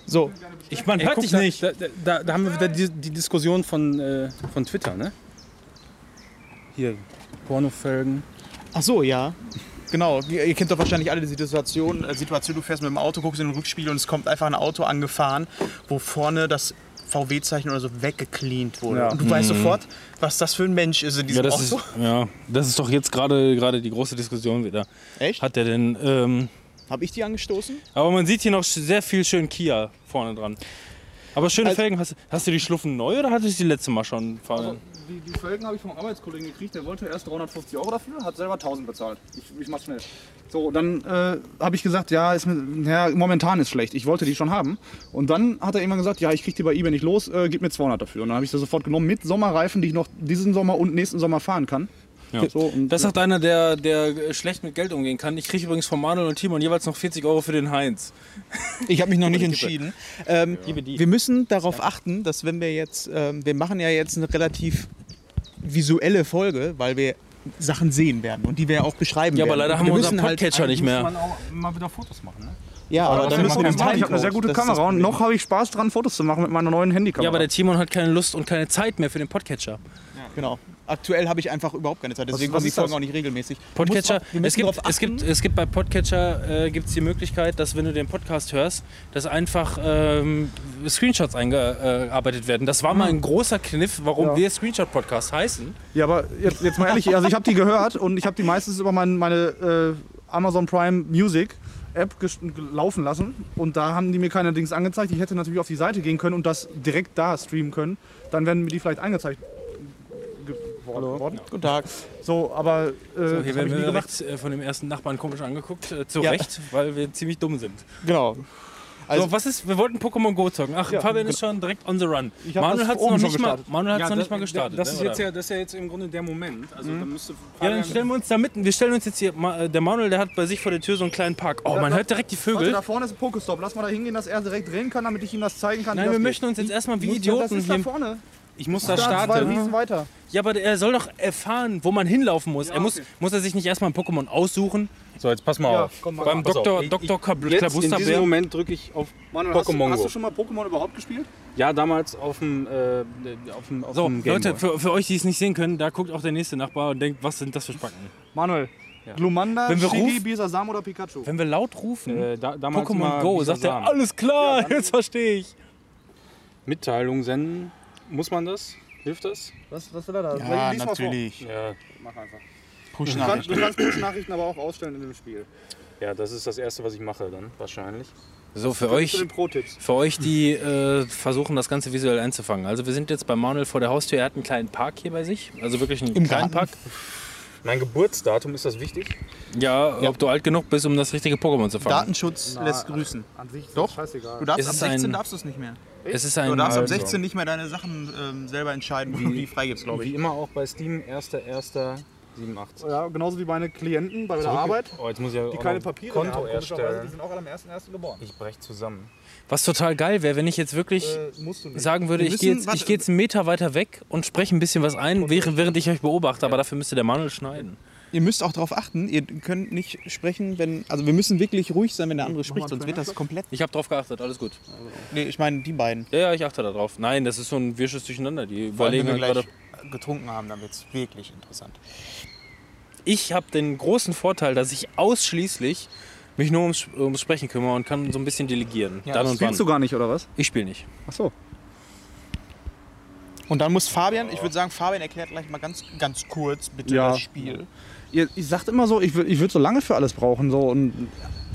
Speaker 8: so.
Speaker 1: Ich meine, hört dich
Speaker 2: da,
Speaker 1: nicht.
Speaker 2: Da, da, da haben wir wieder die, die Diskussion von, äh, von Twitter, ne? Hier, Pornofelgen.
Speaker 3: Ach so, ja. Genau, ihr kennt doch wahrscheinlich alle die Situation, äh, Situation, du fährst mit dem Auto, guckst in den Rückspiegel und es kommt einfach ein Auto angefahren, wo vorne das VW-Zeichen oder so weggecleant wurde.
Speaker 2: Ja.
Speaker 3: Und du weißt sofort, was das für ein Mensch ist in diesem Auto.
Speaker 1: ja, das ist doch jetzt gerade gerade die große Diskussion wieder.
Speaker 3: Echt?
Speaker 1: Hat der denn. Ähm,
Speaker 3: Hab ich die angestoßen?
Speaker 1: aber man sieht hier noch sch- sehr viel schön Kia vorne dran. Aber schöne
Speaker 3: Also-
Speaker 1: Felgen, hast, hast du die Schluffen neu oder hattest du die letzte Mal schon? Fabian?
Speaker 4: Die, die Felgen habe ich vom Arbeitskollegen gekriegt, der wollte erst 350 Euro dafür, hat selber 1000 bezahlt. Ich, ich mach's schnell. So, dann äh, habe ich gesagt, ja, ist mir, ja, momentan ist schlecht, ich wollte die schon haben. Und dann hat er irgendwann gesagt, ja, ich krieg die bei eBay nicht los, äh, gib mir 200 dafür. Und dann habe ich sie sofort genommen mit Sommerreifen, die ich noch diesen Sommer und nächsten Sommer fahren kann.
Speaker 1: Ja.
Speaker 4: So, und,
Speaker 1: Das sagt einer, der, der schlecht mit Geld umgehen kann. Ich kriege übrigens von Manuel und Timon jeweils noch 40 Euro für den Heinz.
Speaker 3: Ich habe mich noch nicht entschieden. Ähm,
Speaker 1: die.
Speaker 3: Wir müssen darauf achten, dass wenn wir jetzt, ähm, wir machen ja jetzt eine relativ visuelle Folge, weil wir Sachen sehen werden und die wir auch beschreiben
Speaker 1: Ja,
Speaker 3: werden.
Speaker 1: aber leider
Speaker 3: Und
Speaker 1: haben wir
Speaker 3: wir
Speaker 1: unseren
Speaker 3: müssen halt,
Speaker 1: Podcatcher nicht mehr.
Speaker 2: Man auch mal wieder Fotos machen, ne?
Speaker 3: Ja, aber dann müssen wir den
Speaker 4: ich habe eine
Speaker 3: Timecode.
Speaker 4: sehr gute
Speaker 3: Das ist das
Speaker 4: Kamera und
Speaker 3: Problem.
Speaker 4: noch habe ich Spaß dran, Fotos zu machen mit meiner neuen Handykamera.
Speaker 1: Ja, aber der Timon hat keine Lust und keine Zeit mehr für den Podcatcher.
Speaker 3: Genau. Aktuell habe ich einfach überhaupt keine Zeit, deswegen
Speaker 4: was
Speaker 3: kommen die
Speaker 4: ist das?
Speaker 3: Folgen auch nicht regelmäßig.
Speaker 1: Podcatcher,
Speaker 3: Muss- wir müssen
Speaker 1: es gibt,
Speaker 3: drauf achten.
Speaker 1: es, gibt, es gibt bei Podcatcher äh, gibt's die Möglichkeit, dass wenn du den Podcast hörst, dass einfach ähm, Screenshots eingearbeitet werden. Das war mal ein großer Kniff, warum wir Screenshot-Podcast heißen.
Speaker 4: Ja, aber jetzt, jetzt mal ehrlich, also ich habe die gehört und ich habe die meistens über mein, meine äh, Amazon Prime Music App ges- laufen lassen und da haben die mir keine Dings angezeigt. Ich hätte natürlich auf die Seite gehen können und das direkt da streamen können. Dann wären mir die vielleicht angezeigt geworden. worden.
Speaker 3: Guten Tag.
Speaker 4: So, aber äh, das
Speaker 1: Hier
Speaker 4: hab
Speaker 1: werden
Speaker 4: ich nie
Speaker 1: wir
Speaker 4: gemacht.
Speaker 1: direkt äh, von dem ersten Nachbarn komisch angeguckt, äh, zu
Speaker 3: Ja.
Speaker 1: Recht, weil wir ziemlich dumm sind.
Speaker 3: Genau.
Speaker 1: so, was ist, wir wollten Pokémon Go zocken. Ach, Fabian ist schon direkt on the run.
Speaker 4: hab
Speaker 1: Manuel
Speaker 4: das
Speaker 1: hat es
Speaker 4: oben
Speaker 1: noch,
Speaker 4: schon
Speaker 1: nicht mal,
Speaker 4: gestartet.
Speaker 1: Manuel hat's noch
Speaker 2: das-
Speaker 1: nicht mal gestartet.
Speaker 2: Das ist,
Speaker 1: ne,
Speaker 2: jetzt
Speaker 1: oder? Mhm.
Speaker 2: ja, das ist ja jetzt im Grunde der Moment. Also, da müsste
Speaker 1: Ja, dann stellen wir uns da mitten. Wir stellen uns jetzt hier. Ma- äh, Der Manuel, der hat bei sich vor der Tür so einen kleinen Park. Oh, man
Speaker 4: da-
Speaker 1: hört direkt die
Speaker 4: Warte,
Speaker 1: Vögel.
Speaker 4: da vorne ist ein Pokestop. Lass mal da hingehen, dass er direkt drehen kann, damit ich ihm das zeigen kann. wie
Speaker 1: Nein,
Speaker 4: das
Speaker 1: wir
Speaker 4: geht.
Speaker 1: möchten uns jetzt erstmal wie
Speaker 4: Hm? Muss- Das
Speaker 1: Idioten
Speaker 4: ist da
Speaker 1: hier.
Speaker 4: vorne.
Speaker 1: Ich muss da
Speaker 4: Da, zwei Riesen
Speaker 1: starten.
Speaker 4: weiter.
Speaker 1: Ja, aber er soll doch erfahren, wo man hinlaufen muss. Er muss, muss er sich nicht erstmal ein Pokémon aussuchen.
Speaker 2: so, jetzt pass mal
Speaker 4: Ja,
Speaker 2: auf.
Speaker 4: komm mal.
Speaker 1: Beim
Speaker 2: pass auf.
Speaker 1: Dr.
Speaker 2: Ich-
Speaker 1: Dr.
Speaker 2: Jetzt in diesem
Speaker 1: Klabusterbär.
Speaker 2: Moment drücke ich auf Pokémon
Speaker 4: Manuel, hast, du,
Speaker 2: Go.
Speaker 4: hast du schon mal Pokémon überhaupt gespielt?
Speaker 2: Ja, damals auf dem, äh, auf dem, auf
Speaker 1: So,
Speaker 2: dem Game
Speaker 1: Leute,
Speaker 2: Boy.
Speaker 1: für, für euch, die es nicht sehen können, da guckt auch der nächste Nachbar und denkt, was sind das für Spacken?
Speaker 4: Manuel. Glumanda,
Speaker 1: Wenn wir
Speaker 4: Shiggy,
Speaker 1: ruf-
Speaker 4: Bisasam oder Pikachu?
Speaker 1: Wenn wir laut rufen,
Speaker 2: Äh, da, damals
Speaker 1: Pokémon
Speaker 2: mal
Speaker 1: Go,
Speaker 2: dieser
Speaker 1: sagt er,
Speaker 2: Samen.
Speaker 1: alles klar, jetzt verstehe ich.
Speaker 2: Mitteilung senden. Muss man das? Hilft das?
Speaker 4: Was, was will er da?
Speaker 3: Ja,
Speaker 4: Lies mal
Speaker 3: natürlich.
Speaker 2: Ja.
Speaker 4: Vor. Mach einfach.
Speaker 3: Push
Speaker 4: Du kannst, du kannst Push-Nachrichten aber auch ausstellen in dem Spiel.
Speaker 2: Ja, das ist das Erste, was ich mache dann wahrscheinlich.
Speaker 1: So, für
Speaker 4: Zu
Speaker 1: euch,
Speaker 4: den Pro-Tipps.
Speaker 1: Für euch, die äh, versuchen, das Ganze visuell einzufangen. Also wir sind jetzt bei Manuel vor der Haustür. Er hat einen kleinen Park hier bei sich. Also wirklich einen kleinen Park.
Speaker 2: Mein Geburtsdatum, ist das wichtig?
Speaker 1: Ja, ob du alt genug bist, um das richtige Pokémon zu fangen.
Speaker 3: Datenschutz lässt grüßen.
Speaker 4: An sich ist
Speaker 3: Doch.
Speaker 4: scheißegal.
Speaker 3: Du darfst
Speaker 1: Es
Speaker 3: ab
Speaker 1: ist
Speaker 3: 16
Speaker 1: ein-
Speaker 3: darfst du es nicht mehr.
Speaker 1: Es ist ein...
Speaker 3: Du darfst ab
Speaker 2: also.
Speaker 3: 16 nicht mehr deine Sachen ähm, selber entscheiden, wie du die freigibst, glaube ich.
Speaker 2: Wie immer auch bei Steam, 1.1.87.
Speaker 4: Ja, genauso wie meine Klienten bei der Arbeit,
Speaker 2: Oh, jetzt muss ich ja
Speaker 4: die
Speaker 2: auch
Speaker 4: keine
Speaker 2: noch
Speaker 4: Papiere mehr
Speaker 2: Konto
Speaker 4: haben, komischerweise, Die
Speaker 2: erstellen.
Speaker 4: sind auch alle am 1.1. geboren.
Speaker 2: Ich brech zusammen.
Speaker 1: Was total geil wäre, wenn ich jetzt wirklich
Speaker 4: Äh, musst du nicht.
Speaker 1: sagen würde,
Speaker 3: Wir
Speaker 1: ich gehe
Speaker 3: müssen-
Speaker 1: jetzt, ich geh jetzt einen Meter weiter weg und spreche ein bisschen was ein, während während ich euch beobachte. Aber dafür müsste der Manuel schneiden.
Speaker 3: Ihr müsst auch darauf achten, ihr könnt nicht sprechen, wenn. Also wir müssen wirklich ruhig sein, wenn der andere spricht, sonst wird das komplett.
Speaker 1: Ich habe drauf geachtet, alles gut.
Speaker 3: Nee, ich meine die beiden.
Speaker 1: Ja, ja, ich achte da drauf. Nein, das ist so ein wirsches Durcheinander. Die überlegen halt gerade...
Speaker 3: getrunken haben, dann wird es wirklich interessant.
Speaker 1: ich habe den großen Vorteil, dass ich ausschließlich mich nur ums, ums Sprechen kümmere und kann so ein bisschen delegieren.
Speaker 3: Ja,
Speaker 1: dann
Speaker 3: das
Speaker 1: und wann.
Speaker 4: gar nicht, oder was?
Speaker 1: Ich spiele nicht.
Speaker 4: Achso.
Speaker 3: Und dann muss Fabian, ich würde sagen, Fabian erklärt gleich mal ganz, ganz kurz bitte
Speaker 4: Ja.
Speaker 3: das Spiel.
Speaker 4: Ihr, ihr sagt immer so, ich würde ich würd so lange für alles brauchen. So. Und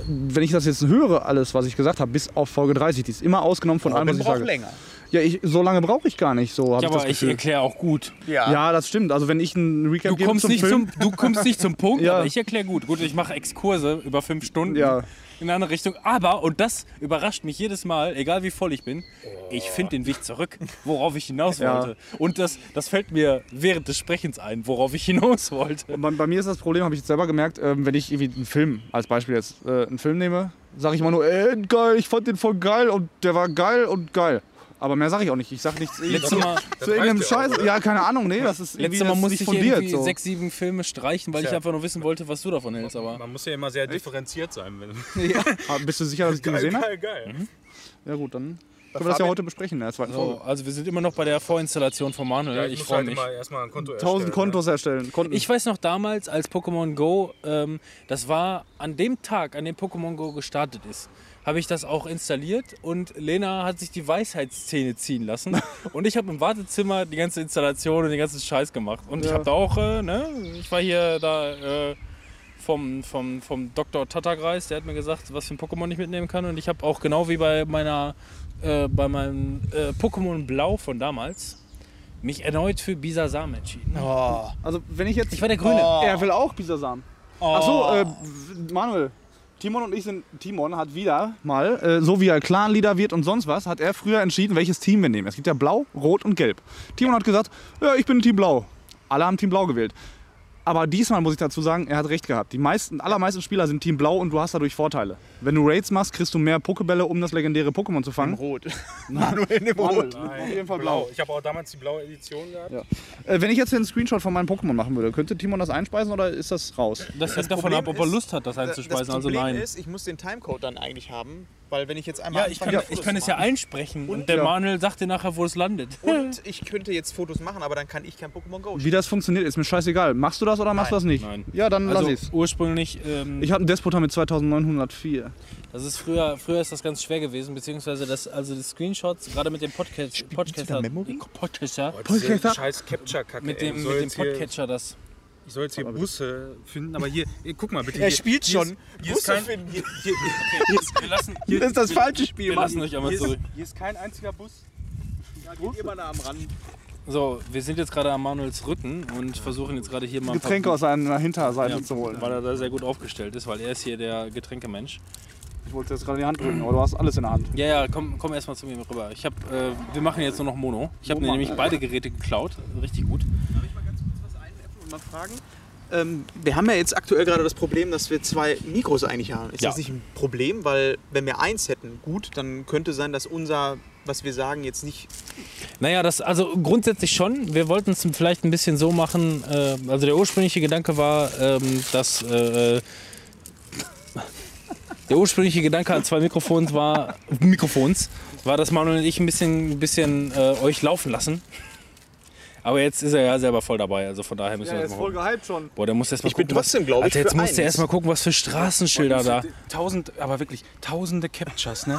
Speaker 4: wenn ich das jetzt höre, alles, was ich gesagt habe, bis auf Folge 30, die ist immer ausgenommen von allem, was
Speaker 3: Robin
Speaker 4: ich
Speaker 3: braucht
Speaker 4: sage.
Speaker 3: länger.
Speaker 4: Ja, ich, so lange brauche ich gar nicht. So habe
Speaker 1: Ja,
Speaker 4: ich das
Speaker 1: aber ich
Speaker 4: Gefühl.
Speaker 1: erkläre auch gut.
Speaker 3: Ja.
Speaker 4: ja, das stimmt. Also wenn ich einen Recap
Speaker 1: Du
Speaker 4: gebe
Speaker 1: kommst,
Speaker 4: zum
Speaker 1: nicht
Speaker 4: Film,
Speaker 1: zum, du kommst nicht zum Punkt,
Speaker 4: Ja.
Speaker 1: aber ich erkläre gut. Gut, ich mache Exkurse über fünf Stunden
Speaker 4: Ja.
Speaker 1: in eine andere Richtung. Aber, und das überrascht mich jedes Mal, egal wie voll ich bin, ich finde den Weg zurück, worauf ich hinaus
Speaker 4: Oh. Ja.
Speaker 1: wollte. Und das, das fällt mir während des Sprechens ein, worauf ich hinaus wollte.
Speaker 4: Bei, bei mir ist das Problem, habe ich jetzt selber gemerkt, ähm, wenn ich irgendwie einen Film als Beispiel jetzt äh, einen Film nehme, sage ich immer nur, ey, geil, ich fand den voll geil und der war geil und geil. Aber mehr sage ich auch nicht. Ich sage nichts
Speaker 1: Letztes
Speaker 4: zu,
Speaker 1: Mal,
Speaker 4: zu irgendeinem Scheiß. Ja, keine Ahnung, nee, das ist irgendwie
Speaker 1: letztes Mal
Speaker 4: das
Speaker 1: musste
Speaker 4: ist
Speaker 1: ich
Speaker 4: nicht
Speaker 1: irgendwie
Speaker 4: so.
Speaker 1: sechs, sieben Filme streichen, weil ich
Speaker 2: Tja.
Speaker 1: einfach nur wissen wollte, was du davon hältst. Aber
Speaker 2: Man muss ja immer sehr differenziert sein. Wenn
Speaker 4: Ah, Bist du sicher, dass ich den gesehen habe?
Speaker 2: geil.
Speaker 4: Ja gut, dann können wir das ja heute besprechen in der zweiten
Speaker 1: so,
Speaker 4: Folge.
Speaker 1: also wir sind immer noch bei der Vorinstallation von Manuel. ich
Speaker 4: halt
Speaker 1: freue mich.
Speaker 2: halt erstmal ein Konto
Speaker 4: 1000 Kontos erstellen. Konten.
Speaker 1: Ich weiß noch damals, als Pokémon Go, ähm, das war an dem Tag, an dem Pokémon Go gestartet ist, habe ich das auch installiert und Lena hat sich die Weisheitszähne ziehen lassen. und ich habe im Wartezimmer die ganze Installation und den ganzen Scheiß gemacht. Und ich habe da auch, äh, ne, ich war hier da äh, vom, vom, vom Dr. Tatagreis, der hat mir gesagt, was für ein Pokémon ich mitnehmen kann. Und ich habe auch genau wie bei meiner, äh, bei meinem äh, Pokémon Blau von damals, mich erneut für Bisasam entschieden.
Speaker 3: Oh,
Speaker 4: Also wenn ich jetzt... Oh.
Speaker 1: Ich war der Grüne.
Speaker 4: Er will auch Bisasam. Achso, äh, Manuel. Timon und ich sind. Timon hat wieder mal, äh, so wie er Clanleader wird und sonst was, hat er früher entschieden, welches Team wir nehmen. Es gibt ja Blau, Rot und Gelb. Timon hat gesagt, ja, ich bin Team Blau. Alle haben Team Blau gewählt. Aber diesmal muss ich dazu sagen, er hat recht gehabt. Die meisten, allermeisten Spieler sind Team Blau und du hast dadurch Vorteile. Wenn du Raids machst, kriegst du mehr Pokebälle, um das legendäre Pokémon zu fangen.
Speaker 3: Rot. Manuel im Rot.
Speaker 4: Auf jeden Fall
Speaker 2: Blau. Ich habe auch damals die blaue Edition gehabt.
Speaker 4: Äh, wenn ich jetzt einen Screenshot von meinem Pokémon machen würde, könnte Timon das einspeisen oder ist das raus?
Speaker 1: Das hängt davon
Speaker 3: Problem
Speaker 1: ab, ob er
Speaker 3: ist-
Speaker 1: Lust hat, das einzuspeisen,
Speaker 3: das
Speaker 1: also
Speaker 3: Problem
Speaker 1: nein.
Speaker 3: ist, ich muss den Timecode dann eigentlich haben, weil wenn ich jetzt einmal
Speaker 1: ja, ich kann,
Speaker 3: anfange,
Speaker 1: ich
Speaker 3: Fotos
Speaker 1: kann es ja
Speaker 3: machen-
Speaker 1: einsprechen und der
Speaker 4: Ja.
Speaker 1: Manuel sagt dir nachher, wo es landet.
Speaker 3: Und ich könnte jetzt Fotos machen, aber dann kann ich kein Pokémon Go
Speaker 4: Wie das funktioniert, ist mir scheißegal. Machst du das oder machst du das nicht?
Speaker 1: Nein.
Speaker 4: Ja, dann
Speaker 1: Also
Speaker 4: lass ich's.
Speaker 1: ursprünglich, ähm,
Speaker 4: Ich habe einen Despotar mit 2904.
Speaker 1: das ist früher, früher ist das ganz schwer gewesen, beziehungsweise das, also die Screenshots, gerade mit dem Podcast, Podcaster, Podcatcher,
Speaker 4: Podcast-
Speaker 2: scheiß Capture-Kacke.
Speaker 1: mit
Speaker 2: ey.
Speaker 1: dem,
Speaker 2: Ich
Speaker 1: mit
Speaker 2: soll
Speaker 1: dem
Speaker 2: jetzt hier-
Speaker 1: Podcatcher das.
Speaker 2: Ich soll jetzt hier Busse finden, aber hier, hier guck mal bitte.
Speaker 3: Er
Speaker 2: hier-
Speaker 3: spielt
Speaker 2: hier
Speaker 3: schon.
Speaker 2: Ist, hier ist
Speaker 3: Busse
Speaker 2: kein,
Speaker 3: finden.
Speaker 2: Hier, hier, hier, ist,
Speaker 1: Wir lassen,
Speaker 4: Das ist das falsche Spiel, um
Speaker 1: wir lassen euch einmal
Speaker 2: hier,
Speaker 1: zurück.
Speaker 2: ist, hier ist kein einziger Bus.
Speaker 1: So, wir sind jetzt gerade am Manuels Rücken und versuchen jetzt gerade hier mal ein paar
Speaker 4: Getränke aus seiner Hinterseite zu holen.
Speaker 1: weil er da sehr gut aufgestellt ist, weil er ist hier der Getränkemensch.
Speaker 4: Ich wollte jetzt gerade in die Hand drücken, aber du hast alles in der Hand.
Speaker 1: Ja, ja, komm, komm erstmal zu mir rüber. Ich hab, äh, wir machen jetzt nur noch Mono. Ich habe
Speaker 4: Mono.
Speaker 1: nämlich beide Geräte geklaut. Richtig gut.
Speaker 3: mal fragen. Ähm, wir haben ja jetzt aktuell gerade das Problem, dass wir zwei Mikros eigentlich haben. Ist
Speaker 1: Ja.
Speaker 3: das nicht ein Problem? Weil wenn wir eins hätten, gut, dann könnte sein, dass unser, was wir sagen, jetzt nicht...
Speaker 1: Naja, das also grundsätzlich schon. Wir wollten es vielleicht ein bisschen so machen. Äh, also der ursprüngliche Gedanke war, ähm, dass äh, der ursprüngliche Gedanke an zwei Mikrofons war Mikrofons war, dass Manuel und ich ein bisschen, ein bisschen äh, euch laufen lassen. Aber jetzt ist er ja selber voll dabei, also von daher müssen wir jetzt mal gucken.
Speaker 4: gehypt schon.
Speaker 1: Boah, der muss erst mal
Speaker 3: Ich bin
Speaker 1: gucken, was-
Speaker 3: trotzdem, glaub ich,
Speaker 1: Alter, jetzt
Speaker 3: für
Speaker 1: musst du
Speaker 3: eins.
Speaker 1: erst mal gucken, was für Straßenschilder da.
Speaker 2: Tausend, aber wirklich, tausende Captures, ne?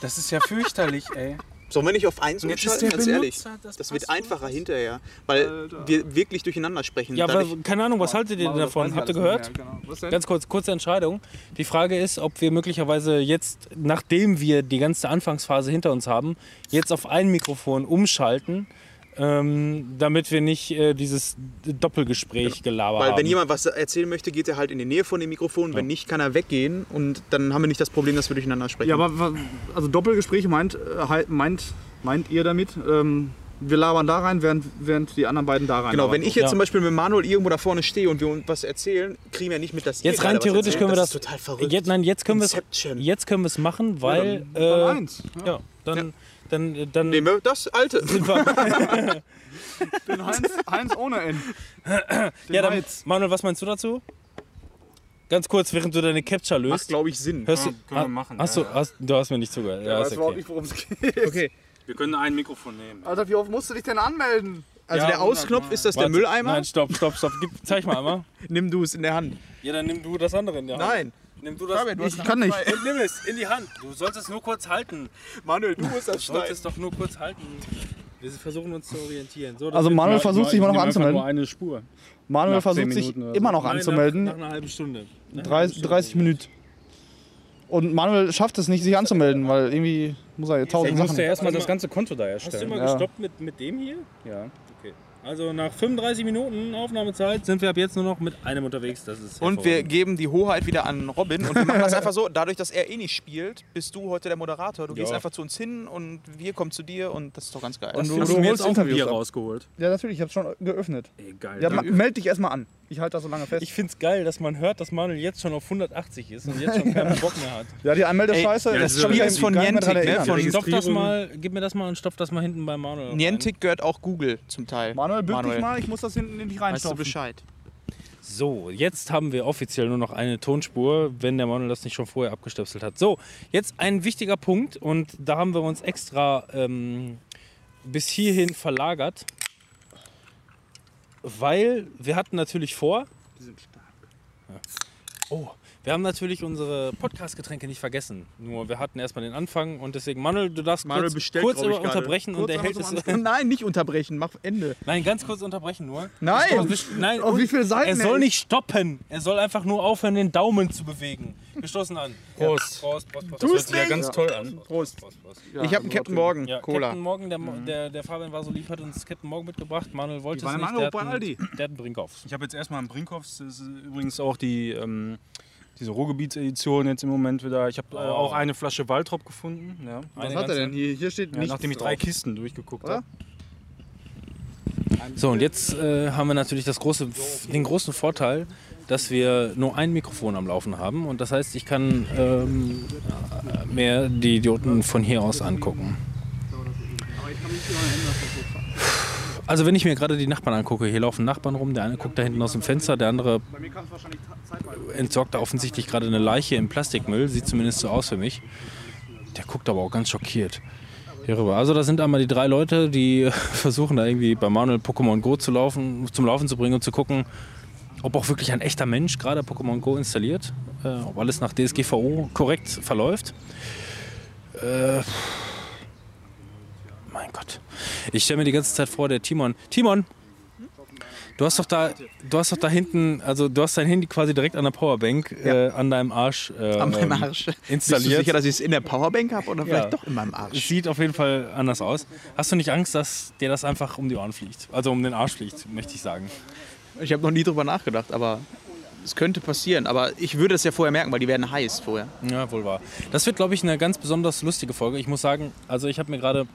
Speaker 2: Das ist ja fürchterlich, ey.
Speaker 3: Sollen wir nicht auf eins
Speaker 2: Jetzt ist
Speaker 3: umschalten?
Speaker 2: der
Speaker 3: Ganz ehrlich,
Speaker 2: Benutzer, das
Speaker 3: das, wird
Speaker 2: passt
Speaker 3: einfacher hinterher, weil wir wirklich durcheinander sprechen.
Speaker 1: Ja, aber
Speaker 3: Dadurch-
Speaker 1: keine Ahnung, was haltet ihr
Speaker 4: Also,
Speaker 1: denn davon? Habt ihr gehört?
Speaker 4: genau. Was denn?
Speaker 1: Ganz kurz, kurze Entscheidung. Die Frage ist, ob wir möglicherweise jetzt, nachdem wir die ganze Anfangsphase hinter uns haben, jetzt auf ein Mikrofon umschalten, ähm, damit wir nicht äh, dieses Doppelgespräch gelabert
Speaker 3: weil
Speaker 1: haben.
Speaker 3: wenn jemand was erzählen möchte, geht er halt in die Nähe von dem Mikrofon. Wenn nicht, kann er weggehen und dann haben wir nicht das Problem, dass wir durcheinander sprechen.
Speaker 4: Ja, aber wa- also Doppelgespräche meint, äh, halt- meint, meint ihr damit? Ähm, wir labern da rein, während, während die anderen beiden da rein.
Speaker 3: Genau, wenn ich jetzt
Speaker 1: Ja.
Speaker 3: zum Beispiel mit Manuel irgendwo da vorne stehe und wir uns was erzählen, kriegen wir nicht mit, dass ihr
Speaker 1: jetzt
Speaker 3: gerade
Speaker 1: rein
Speaker 3: was
Speaker 1: theoretisch
Speaker 3: erzählt.
Speaker 1: können wir das.
Speaker 3: das ist total verrückt.
Speaker 1: Jetzt, nein, jetzt können wir es.
Speaker 3: Inception.
Speaker 1: Jetzt können wir es machen, weil.
Speaker 4: Dann
Speaker 1: äh,
Speaker 4: eins.
Speaker 1: ja, dann, dann, dann,
Speaker 3: Nehmen wir das alte.
Speaker 4: Den Heinz, Heinz ohne N. Den
Speaker 1: ja, dann,
Speaker 4: Heinz.
Speaker 1: Manuel, was meinst du dazu? Ganz kurz, während du deine Capture
Speaker 3: Macht,
Speaker 1: löst.
Speaker 3: glaube ich, Sinn.
Speaker 1: Hörst du, Ah,
Speaker 2: können wir machen,
Speaker 1: Hast
Speaker 2: ja,
Speaker 1: du, hast, du hast mir nicht zugehört. Ja, ist okay.
Speaker 4: worum es geht. Okay.
Speaker 2: Wir können ein Mikrofon nehmen.
Speaker 4: Alter, wie oft musst du dich denn anmelden?
Speaker 3: Also der Ausknopf, ist das der
Speaker 1: Warte.
Speaker 3: Mülleimer?
Speaker 1: Nein, stopp, stopp, stopp. Gib, zeig mal einmal.
Speaker 3: Nimm du es in der Hand.
Speaker 1: Ja, dann nimm du das andere in die Hand.
Speaker 3: Nein.
Speaker 1: Nimm du das.
Speaker 3: du hast
Speaker 4: Ich kann nicht.
Speaker 1: Und Äh, nimm es in die Hand. Du sollst es nur kurz halten.
Speaker 3: Manuel, du musst das
Speaker 1: Du sollst es doch nur kurz halten. Wir versuchen uns zu orientieren. So, das
Speaker 4: Also
Speaker 1: wird-
Speaker 4: Manuel versucht sich immer noch
Speaker 2: Nehmen einfach
Speaker 4: anzumelden.
Speaker 2: Nur eine Spur.
Speaker 4: Manuel
Speaker 2: nach
Speaker 4: versucht
Speaker 2: zehn
Speaker 4: sich
Speaker 2: Minuten oder so.
Speaker 4: immer noch
Speaker 1: Nein,
Speaker 4: anzumelden.
Speaker 1: Nach, nach einer halben Stunde. Nach einer
Speaker 4: 30, 30 Minuten. Und Manuel schafft es nicht, sich anzumelden, weil irgendwie muss er jetzt
Speaker 1: Ich
Speaker 4: tausend
Speaker 1: muss
Speaker 4: Sachen.
Speaker 1: der erst mal
Speaker 2: erstmal das ganze Konto da
Speaker 1: Hast du
Speaker 2: erstellen.
Speaker 1: immer
Speaker 4: Ja.
Speaker 1: gestoppt mit, mit dem hier?
Speaker 2: Ja.
Speaker 1: Okay. Also nach 35 Minuten Aufnahmezeit sind wir ab jetzt nur noch mit einem unterwegs. Das ist
Speaker 3: Und wir geben die Hoheit wieder an Robin und wir machen das einfach so, dadurch, dass er eh nicht spielt, bist du heute der Moderator. Du gehst einfach zu uns hin und wir kommen zu dir und das ist doch ganz geil.
Speaker 2: Und
Speaker 4: du
Speaker 2: du, du
Speaker 4: holst
Speaker 2: holst auch ein
Speaker 4: Interviews
Speaker 2: Bier
Speaker 4: ab.
Speaker 2: rausgeholt.
Speaker 4: Ja, natürlich, ich habe schon geöffnet.
Speaker 2: Ey, geil.
Speaker 4: Ja, ma- meld dich erstmal an. Ich halte das so lange fest.
Speaker 1: Ich find's geil, dass man hört, dass Manuel jetzt schon auf 180 ist und jetzt schon keinen Bock mehr hat.
Speaker 4: ja, die Anmeldescheiße.
Speaker 3: Ey, das
Speaker 4: ich
Speaker 3: Spiel
Speaker 4: kann
Speaker 3: ist
Speaker 4: mich
Speaker 3: von
Speaker 4: gar nicht mehr dran
Speaker 3: Niantic, ne?
Speaker 4: erinnern.
Speaker 3: Von-
Speaker 1: Stopf das
Speaker 3: Registrierung-
Speaker 1: mal, gib mir das mal und stopf das mal hinten bei Manuel.
Speaker 3: Niantic gehört auch Google zum Teil.
Speaker 4: Manuel, bück dich mal, ich muss das hinten nicht
Speaker 3: Weißt du
Speaker 4: reinstopfen.
Speaker 3: Bescheid?
Speaker 1: So, jetzt haben wir offiziell nur noch eine Tonspur, wenn der Manuel das nicht schon vorher abgestöpselt hat. So, jetzt ein wichtiger Punkt und da haben wir uns extra ähm, bis hierhin verlagert, weil wir hatten natürlich vor. Ja. Oh, wir haben natürlich unsere Podcast-Getränke nicht vergessen. Nur wir hatten erstmal den Anfang und deswegen, Manuel, du darfst
Speaker 3: Manuel
Speaker 1: kurz,
Speaker 3: bestellt,
Speaker 1: kurz
Speaker 3: glaub ich,
Speaker 1: über
Speaker 3: gerade.
Speaker 1: unterbrechen und er hält es.
Speaker 4: Nein, nicht unterbrechen, mach Ende.
Speaker 1: Nein, ganz kurz unterbrechen nur.
Speaker 4: Nein!
Speaker 1: Nein,
Speaker 4: Auf
Speaker 1: und-
Speaker 4: wie viele Seiten?
Speaker 1: er soll
Speaker 4: ey?
Speaker 1: nicht stoppen. Er soll einfach nur aufhören, den Daumen zu bewegen. Gestoßen an. Prost. Prost, Prost, Prost.
Speaker 4: Tust
Speaker 1: Das hört sich ja
Speaker 4: nicht.
Speaker 1: ganz
Speaker 4: Ja.
Speaker 1: toll an.
Speaker 4: Prost.
Speaker 1: Prost, Prost.
Speaker 3: ich habe einen Captain Morgan,
Speaker 1: Ja,
Speaker 3: Cola.
Speaker 1: Captain Morgan, der, Mo- der, der Fabian war so lieb, hat uns Captain Morgan mitgebracht. Manuel wollte es
Speaker 2: waren im
Speaker 1: nicht. Der hat,
Speaker 2: Angebot bei Aldi.
Speaker 1: einen, der hat einen Brinkauf.
Speaker 2: Ich habe jetzt erstmal einen Brinkhoffs, das ist übrigens auch die, ähm, diese Ruhrgebietsedition jetzt im Moment wieder. Ich habe äh, auch eine Flasche Waldrop gefunden, ja.
Speaker 1: Eine
Speaker 4: Was hat er
Speaker 1: ganze-
Speaker 4: denn hier? Hier steht
Speaker 2: ja
Speaker 4: nichts
Speaker 2: nachdem ich drei
Speaker 4: drauf.
Speaker 2: Kisten durchgeguckt habe.
Speaker 1: So, und jetzt äh, haben wir natürlich das große, den großen Vorteil, dass wir nur ein Mikrofon am Laufen haben. Und das heißt, ich kann ähm, mehr die Idioten von hier aus angucken. Also wenn ich mir gerade die Nachbarn angucke, hier laufen Nachbarn rum, der eine guckt da hinten aus dem Fenster, der andere entsorgt da offensichtlich gerade eine Leiche im Plastikmüll, sieht zumindest so aus für mich. Der guckt aber auch ganz schockiert hierüber. Also das sind einmal die drei Leute, die versuchen da irgendwie bei Manuel Pokémon Go zu laufen, zum Laufen zu bringen und zu gucken, ob auch wirklich ein echter Mensch gerade Pokémon Go installiert, äh, ob alles nach DSGVO korrekt verläuft. Äh, mein Gott. Ich stelle mir die ganze Zeit vor, der Timon. Timon! Du hast doch da, du hast doch da hinten, also du hast dein Handy quasi direkt an der Powerbank äh, an deinem Arsch, äh,
Speaker 3: Am
Speaker 1: ähm,
Speaker 3: Arsch. Bist du
Speaker 1: installiert.
Speaker 3: sicher, dass ich es in der Powerbank habe oder vielleicht doch in meinem
Speaker 1: Es
Speaker 3: Arsch?
Speaker 1: sieht auf jeden Fall anders aus. Hast du nicht Angst, dass dir das einfach um die Ohren fliegt? Also um den Arsch fliegt, möchte ich sagen.
Speaker 3: Ich habe noch nie drüber nachgedacht, aber es könnte passieren. Aber ich würde das ja vorher merken, weil die werden heiß vorher.
Speaker 1: Ja, wohl wahr. Das wird, glaube ich, eine ganz besonders lustige Folge. Ich muss sagen, also ich habe mir gerade,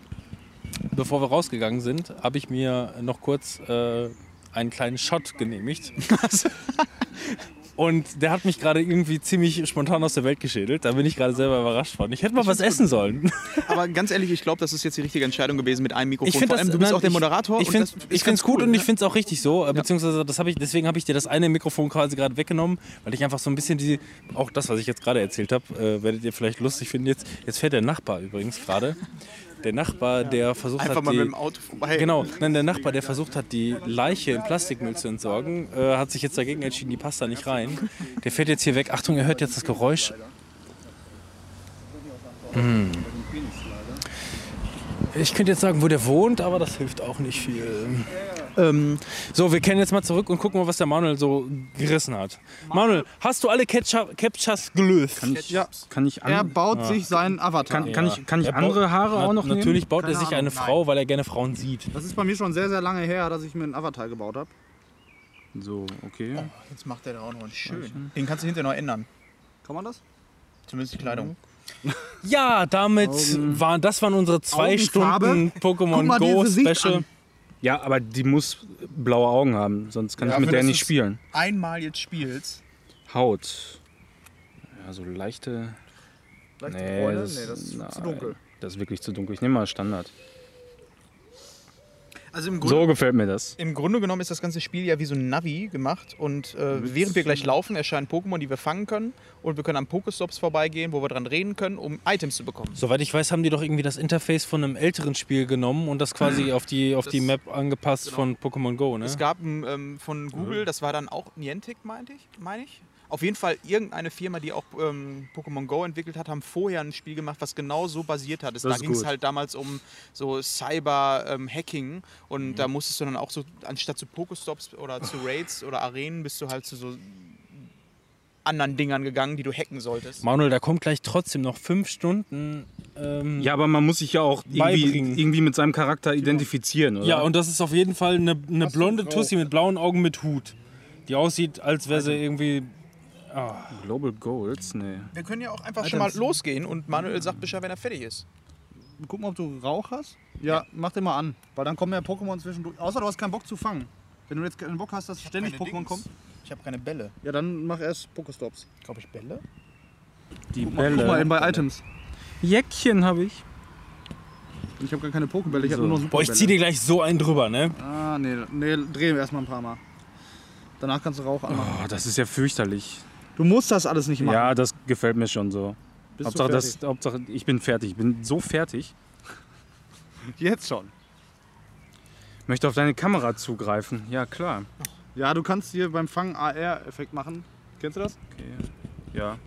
Speaker 1: bevor wir rausgegangen sind, habe ich mir noch kurz äh, einen kleinen Shot genehmigt. Und der hat mich gerade irgendwie ziemlich spontan aus der Welt geschädelt. Da bin ich gerade selber überrascht worden. Ich hätte mal was essen sollen.
Speaker 3: Aber ganz ehrlich, ich glaube, das ist jetzt die richtige Entscheidung gewesen mit einem Mikrofon.
Speaker 1: Ich finde
Speaker 3: Vor
Speaker 1: das,
Speaker 3: allem, du bist
Speaker 1: nein,
Speaker 3: auch der
Speaker 1: ich-
Speaker 3: Moderator.
Speaker 1: Ich
Speaker 3: und
Speaker 1: finde
Speaker 3: das ist
Speaker 1: ich
Speaker 3: ganz
Speaker 1: find's gut
Speaker 3: cool,
Speaker 1: und
Speaker 3: ne?
Speaker 1: ich finde es auch richtig so. äh, Beziehungsweise das hab ich, deswegen habe ich dir das eine Mikrofon quasi gerade weggenommen, weil ich einfach so ein bisschen die, auch das, was ich jetzt gerade erzählt habe, äh, werdet ihr vielleicht lustig finden. Jetzt, jetzt fährt der Nachbar übrigens gerade. Der Nachbar, der versucht
Speaker 3: Einfach
Speaker 1: hat,
Speaker 3: mal
Speaker 1: die,
Speaker 3: mit dem Auto vorbei.
Speaker 1: Genau, nein, der Nachbar, der versucht hat, die Leiche in Plastikmüll zu entsorgen, äh, hat sich jetzt dagegen entschieden, die passt da nicht rein. Der fährt jetzt hier weg. Achtung, ihr hört jetzt das Geräusch. Hm. Ich könnte jetzt sagen, wo der wohnt, aber das hilft auch nicht viel. Ähm, so, wir kehren jetzt mal zurück und gucken mal, was der Manuel so gerissen hat. Manuel, hast du alle Captcha- Captchas gelöst?
Speaker 4: Ja.
Speaker 2: Kann ich, an,
Speaker 3: Hm?
Speaker 4: Er baut sich seinen Avatar.
Speaker 2: kann, kann ich, kann ich
Speaker 1: Er baut-
Speaker 2: andere Haare
Speaker 1: Na-
Speaker 2: auch noch
Speaker 1: Natürlich baut
Speaker 4: Keine
Speaker 1: er sich
Speaker 4: Ahnung,
Speaker 1: eine Frau, weil er gerne Frauen sieht.
Speaker 4: Das ist bei mir schon sehr, sehr lange her, dass ich mir einen Avatar gebaut habe.
Speaker 2: nehmen? So, okay.
Speaker 3: Jetzt macht er da auch noch einen schön. Den kannst du hinterher noch ändern.
Speaker 4: Kann man das?
Speaker 3: Zumindest die Kleidung.
Speaker 1: Ja, damit waren das waren unsere zwei
Speaker 4: Augenfarbe.
Speaker 1: Stunden
Speaker 4: Guck
Speaker 1: Pokémon
Speaker 4: mal
Speaker 1: Go
Speaker 4: diese Sicht
Speaker 1: Special.
Speaker 4: an.
Speaker 2: Ja, aber die muss blaue Augen haben, sonst kann
Speaker 3: Ja,
Speaker 2: ich mit
Speaker 3: aber
Speaker 2: der
Speaker 3: das
Speaker 2: nicht
Speaker 3: ist-
Speaker 2: spielen.
Speaker 3: Einmal jetzt spielst.
Speaker 2: Haut. Ja, so leichte.
Speaker 6: Vielleicht
Speaker 2: Nee,
Speaker 6: Bräune?
Speaker 2: das-
Speaker 6: nee, das ist zu
Speaker 2: nein.
Speaker 6: dunkel.
Speaker 2: Das ist wirklich zu dunkel. Ich nehme mal Standard.
Speaker 3: Also im Grunde,
Speaker 2: So gefällt mir das.
Speaker 3: im Grunde genommen ist das ganze Spiel ja wie so ein Navi gemacht. Und äh, während wir gleich laufen, erscheinen Pokémon, die wir fangen können. Und wir können an Pokestops vorbeigehen, wo wir dran reden können, um Items zu bekommen.
Speaker 1: Soweit ich weiß, haben die doch irgendwie das Interface von einem älteren Spiel genommen und das quasi auf die auf die Map angepasst von Pokémon Go, ne?
Speaker 3: Es gab ein, ähm, von Google, das war dann auch Niantic, meinte ich, meine ich. Auf jeden Fall irgendeine Firma, die auch ähm, Pokémon Go entwickelt hat, haben vorher ein Spiel gemacht, was genau so basiert hat. Es,
Speaker 2: Das
Speaker 3: da
Speaker 2: ist
Speaker 3: ging es
Speaker 2: gut.
Speaker 3: halt damals um so Cyber-Hacking und
Speaker 2: Mhm.
Speaker 3: da musstest du dann auch so, anstatt zu Pokestops oder zu Raids oder Arenen, bist du halt zu so anderen Dingern gegangen, die du hacken solltest.
Speaker 1: Manuel, da kommt gleich trotzdem noch fünf Stunden. Ähm,
Speaker 2: Ja, aber man muss sich ja auch irgendwie,
Speaker 1: Beibringen.
Speaker 2: irgendwie mit seinem Charakter identifizieren, oder?
Speaker 1: ja, und das ist auf jeden Fall eine, eine blonde Tussi mit blauen Augen mit Hut. Die aussieht, als wäre sie
Speaker 4: Also-
Speaker 1: irgendwie.
Speaker 2: Global Goals? Nee.
Speaker 3: Wir können ja auch einfach schon mal Halt Mhm. losgehen und Manuel sagt Bescheid, wenn er fertig ist.
Speaker 4: Guck mal, ob du Rauch hast. Ja, mach den mal an. Weil dann kommen ja Pokémon zwischendurch. Außer du hast keinen Bock zu fangen. Wenn du jetzt keinen Bock hast, dass ständig Pokémon kommen.
Speaker 3: Ich habe keine Bälle.
Speaker 4: Ja, dann mach erst Pokestops.
Speaker 3: Glaube ich Bälle?
Speaker 2: Die
Speaker 4: Guck mal,
Speaker 2: Bälle.
Speaker 4: eben bei Items.
Speaker 2: Jäckchen habe ich.
Speaker 4: Ich habe gar keine Pokebälle, ich habe
Speaker 2: So.
Speaker 4: nur noch Superbälle.
Speaker 1: Boah, ich zieh dir gleich so einen drüber, ne?
Speaker 4: Ah, nee, nee, dreh erstmal ein paar Mal. Danach kannst du Rauch anmachen.
Speaker 2: Oh, das ist ja fürchterlich.
Speaker 4: Du musst das alles nicht machen.
Speaker 2: Ja, das gefällt mir schon so.
Speaker 4: Bist
Speaker 2: Hauptsache,
Speaker 4: du
Speaker 2: das, Hauptsache, ich bin fertig. Ich bin so fertig.
Speaker 4: fertig? Jetzt schon.
Speaker 2: Möchte auf deine Kamera zugreifen. Ja, klar.
Speaker 4: Ja, du kannst hier beim Fangen AR-Effekt machen. Kennst du das?
Speaker 2: Ja.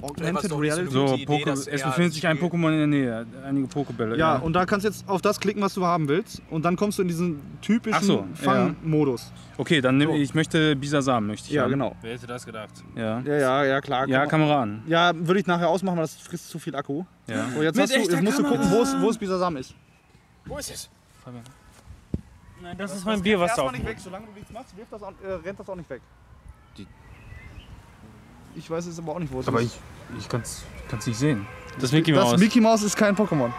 Speaker 4: Augmented Reality.
Speaker 2: So, Poke, es befindet sich ein Pokémon in der Nähe. Einige Pokebälle.
Speaker 4: Ja, und da kannst du jetzt auf das klicken, was du haben willst. Und dann kommst du in diesen typischen
Speaker 2: Ach so,
Speaker 4: Fangmodus.
Speaker 2: Okay, dann nehme ich, ich möchte Bisasam, möchte ich haben.
Speaker 4: genau.
Speaker 1: Wer hätte das gedacht?
Speaker 2: Ja.
Speaker 4: Ja, genau. ja, ja, klar.
Speaker 2: ja,
Speaker 4: komm.
Speaker 2: Kamera an.
Speaker 4: ja würde ich nachher ausmachen, weil das frisst zu viel Akku.
Speaker 2: Ja.
Speaker 4: So, jetzt, hast du, jetzt musst du gucken, wo es, wo es Bisasam ist.
Speaker 3: Wo ist es?
Speaker 1: Nein, das ist mein Bier, was da auf.
Speaker 4: weg. Solange du nichts machst, wirf das auch, äh, rennt das auch nicht weg. Ich weiß es aber auch nicht, wo es
Speaker 2: Aber
Speaker 4: ist.
Speaker 2: ich, ich kann es nicht sehen.
Speaker 1: Das Mickey
Speaker 4: das
Speaker 1: Mouse.
Speaker 4: Mickey Mouse ist kein Pokémon.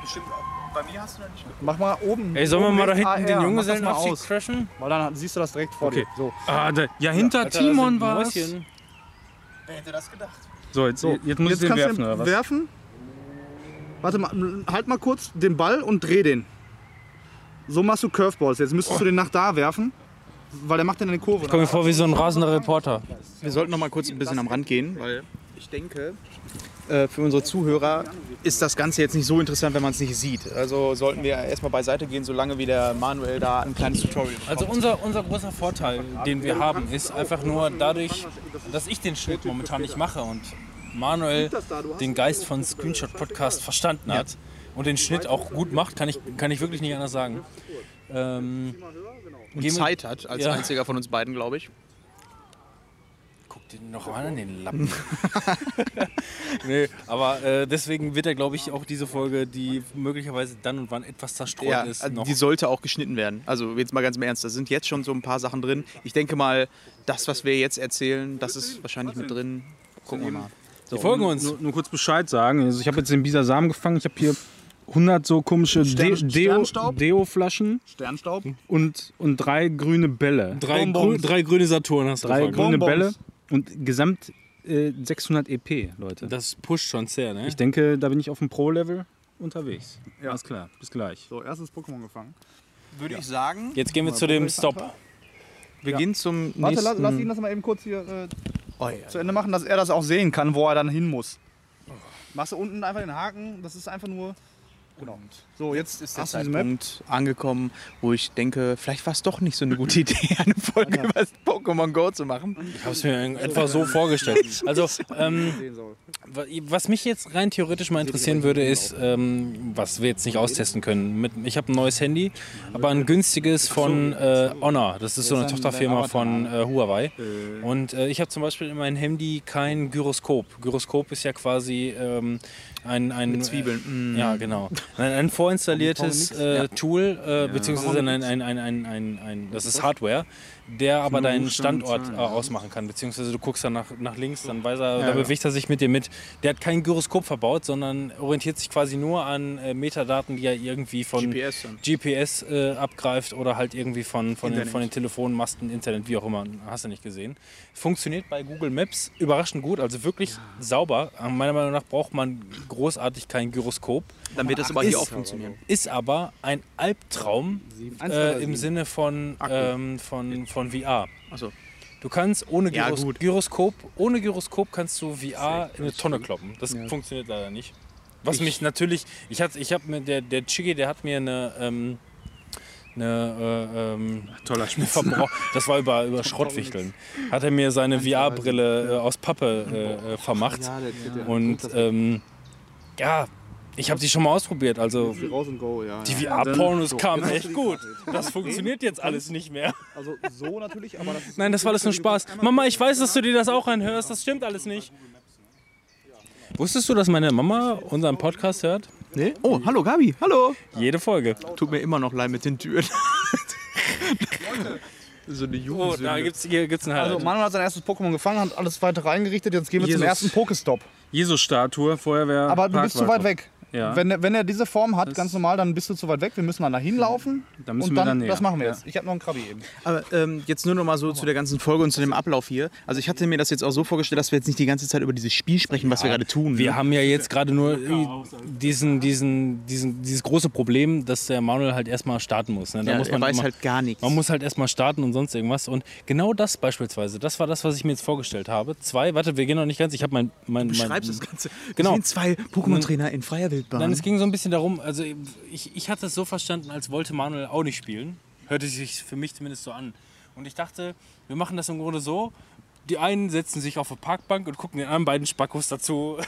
Speaker 3: Bestimmt auch. Bei mir hast du noch nicht
Speaker 4: Mach mal oben.
Speaker 1: Ey, sollen wir
Speaker 4: oben
Speaker 1: mal da
Speaker 4: rechts
Speaker 1: hinten den
Speaker 4: AR, mach das Ah, mal
Speaker 1: Junggesellenabschied
Speaker 4: aus.
Speaker 1: crashen?
Speaker 4: Weil dann siehst du das direkt vor
Speaker 2: Okay.
Speaker 4: dir. So.
Speaker 2: Ah, da, ja, hinter Timon war es.
Speaker 3: Wer hätte das gedacht?
Speaker 2: So, jetzt,
Speaker 4: So,
Speaker 2: jetzt muss ich den
Speaker 4: kannst du
Speaker 2: werfen,
Speaker 4: den
Speaker 2: oder was?
Speaker 4: Werfen. Warte mal, halt mal kurz den Ball und dreh den. So machst du Curveballs. Jetzt müsstest du den nach da werfen, weil der macht dann eine Kurve.
Speaker 1: Komm mir vor wie so ein rasender Reporter.
Speaker 3: Wir sollten noch mal kurz ein bisschen am Rand gehen, weil ich denke, äh, für unsere Zuhörer ist das Ganze jetzt nicht so interessant, wenn man es nicht sieht. Also sollten wir erstmal beiseite gehen, solange wie der Manuel da ein kleines Tutorial macht.
Speaker 1: Also unser, unser großer Vorteil, den wir haben, ist einfach nur dadurch, dass ich den Schnitt momentan nicht mache und Manuel den Geist von Screenshot Podcast verstanden hat und den Schnitt auch gut macht, kann ich, kann ich wirklich nicht anders sagen. Ähm,
Speaker 3: und
Speaker 1: gehen wir-
Speaker 3: Zeit hat, als
Speaker 1: Ja.
Speaker 3: einziger von uns beiden, glaube ich.
Speaker 1: Guck den noch mal an, den Lappen. nee, aber äh, deswegen wird er, glaube ich, auch diese Folge, die möglicherweise dann und wann etwas zerstreut
Speaker 3: Ja,
Speaker 1: ist,
Speaker 3: also
Speaker 1: noch.
Speaker 3: die sollte auch geschnitten werden. Also jetzt mal ganz im Ernst, da sind jetzt schon so ein paar Sachen drin. Ich denke mal, das, was wir jetzt erzählen, das ist wahrscheinlich mit drin. Gucken wir mal.
Speaker 1: Die folgen uns.
Speaker 2: Nur, nur kurz Bescheid sagen. Also ich habe jetzt den Bisasam gefangen. Ich habe hier 100 so komische De
Speaker 4: Stern-
Speaker 2: Deo-
Speaker 4: Sternstaub?
Speaker 2: Deo-Flaschen
Speaker 4: Sternstaub.
Speaker 2: und, und drei grüne Bälle.
Speaker 1: Drei, grü
Speaker 4: Bonbons.
Speaker 1: drei grüne Saturn hast du
Speaker 2: Drei
Speaker 1: gefangen.
Speaker 2: grüne
Speaker 4: Bonbons.
Speaker 2: Bälle und gesamt äh, 600 EP, Leute.
Speaker 1: Das pusht schon sehr, ne?
Speaker 2: Ich denke, da bin ich auf dem Pro-Level unterwegs.
Speaker 4: Ja.
Speaker 2: Alles klar, bis gleich.
Speaker 4: So, erstes Pokémon gefangen.
Speaker 3: Würde ich sagen,
Speaker 1: Jetzt gehen wir zu dem Stop.
Speaker 3: wir gehen zum
Speaker 4: Warte,
Speaker 3: nächsten.
Speaker 4: lass, lass ihn das mal eben kurz hier äh,
Speaker 3: Oh, ja.
Speaker 4: zu Ende machen, dass er das auch sehen kann, wo er dann hin muss. Machst du unten einfach den Haken, das ist einfach nur. Genau. So, jetzt
Speaker 3: ist der
Speaker 4: hast du diese Map.
Speaker 3: Zeitpunkt angekommen, wo ich denke, vielleicht war es doch nicht so eine gute Idee, eine Folge über das Pokémon Go zu machen.
Speaker 1: Ich habe es mir etwa so vorgestellt. Also, ähm,
Speaker 4: Sehen soll.
Speaker 1: wa- was mich jetzt rein theoretisch mal interessieren würde, ist, ähm, was wir jetzt nicht austesten können. Mit, ich habe ein neues Handy, aber ein günstiges von äh, Honor. Das ist so eine Tochterfirma von äh, Huawei. Und äh, ich habe zum Beispiel in meinem Handy kein Gyroskop. Gyroskop ist ja quasi ähm, ein, ein Zwiebeln. Äh, ja, genau. Ein, ein vorinstalliertes äh, Tool, äh, beziehungsweise ein, ein, ein, ein, ein, ein, ein, das ist Hardware, der aber deinen Standort äh, ausmachen kann. Beziehungsweise du guckst dann nach, nach links, dann weiß er, da bewegt er sich mit dir mit. Der hat kein Gyroskop verbaut, sondern orientiert sich quasi nur an äh, Metadaten, die er irgendwie von
Speaker 3: GPS dann.
Speaker 1: GPS äh, abgreift oder halt irgendwie von, von, den, von den Telefonmasten, Internet, wie auch immer. Hast du nicht gesehen. Funktioniert bei Google Maps überraschend gut, also wirklich sauber. Äh, Meiner Meinung nach braucht man großartig kein Gyroskop.
Speaker 3: Dann wird das aber hier auch funktionieren.
Speaker 1: Ist aber ein Albtraum äh, im Sinne von, ähm, von, von VR.
Speaker 3: Ach so.
Speaker 1: Du kannst ohne
Speaker 3: Ja,
Speaker 1: Gyros
Speaker 3: gut.
Speaker 1: Gyroskop, ohne Gyroskop kannst du VR in eine Tonne kloppen. Das funktioniert leider nicht. Was mich natürlich, ich hatte, ich habe mir der der Chigi, der hat mir eine ähm, eine, äh, ähm,
Speaker 2: Toller
Speaker 1: eine
Speaker 2: Schmiss.
Speaker 1: Verbrauch das war über, über Schrottwichteln, hat er mir seine VR-Brille äh, aus Pappe äh, äh, vermacht. Und ähm, ja, ich habe die schon mal ausprobiert. Also
Speaker 3: Raus und go, ja.
Speaker 1: die VR-Pornos kamen echt gut. Das funktioniert jetzt alles nicht mehr.
Speaker 3: Also so natürlich, aber das ist
Speaker 1: Nein, das war alles nur Spaß. Mama, ich weiß, dass du dir das auch anhörst. Das stimmt alles nicht. Wusstest du, dass meine Mama unseren Podcast hört?
Speaker 3: Nee? Oh, hallo Gabi, hallo.
Speaker 1: Jede Folge.
Speaker 3: Tut mir immer noch leid mit den Türen. so eine
Speaker 1: Oh,
Speaker 3: Jugendsünde.
Speaker 1: da gibt's, hier gibt's einen Halt. Highlight.
Speaker 4: Also Manuel hat sein erstes Pokémon gefangen, hat alles weiter reingerichtet. Jetzt gehen wir zum
Speaker 2: Jesus.
Speaker 4: ersten Pokestop.
Speaker 2: Jesus-Statue, Feuerwehr.
Speaker 4: Aber du bist zu weit
Speaker 2: Parkwart.
Speaker 4: weg.
Speaker 2: Ja.
Speaker 4: Wenn, wenn er diese Form hat, ganz normal, dann bist du zu weit weg. Wir müssen dann da hinlaufen.
Speaker 2: Da müssen
Speaker 4: und
Speaker 2: wir
Speaker 4: dann,
Speaker 2: dann näher.
Speaker 4: das machen wir
Speaker 2: Ja.
Speaker 4: jetzt. Ich habe noch einen Krabbi eben.
Speaker 3: Aber ähm, jetzt nur noch mal so zu der ganzen Folge und zu dem Ablauf hier. Also ich hatte mir das jetzt auch so vorgestellt, dass wir jetzt nicht die ganze Zeit über dieses Spiel sprechen, was wir gerade tun. ne?
Speaker 1: Wir haben ja jetzt gerade nur diesen, diesen, diesen, dieses große Problem, dass der Manuel halt erstmal starten muss. Ne? Da
Speaker 3: ja,
Speaker 1: muss man
Speaker 3: er weiß
Speaker 1: immer,
Speaker 3: halt gar nichts.
Speaker 1: Man muss halt erstmal starten und sonst irgendwas. Und genau das beispielsweise, das war das, was ich mir jetzt vorgestellt habe. Zwei, warte, wir gehen noch nicht ganz. Ich habe mein, mein, mein.
Speaker 3: Schreibst das Ganze.
Speaker 1: Genau.
Speaker 3: Wir sind zwei Pokémon-Trainer in freier Wildbahn.
Speaker 1: Nein, es ging so ein bisschen darum, also ich, ich hatte es so verstanden, als wollte Manuel auch nicht spielen. Hörte sich für mich zumindest so an. Und ich dachte, wir machen das im Grunde so. Die einen setzen sich auf eine Parkbank und gucken den anderen beiden Spackos dazu,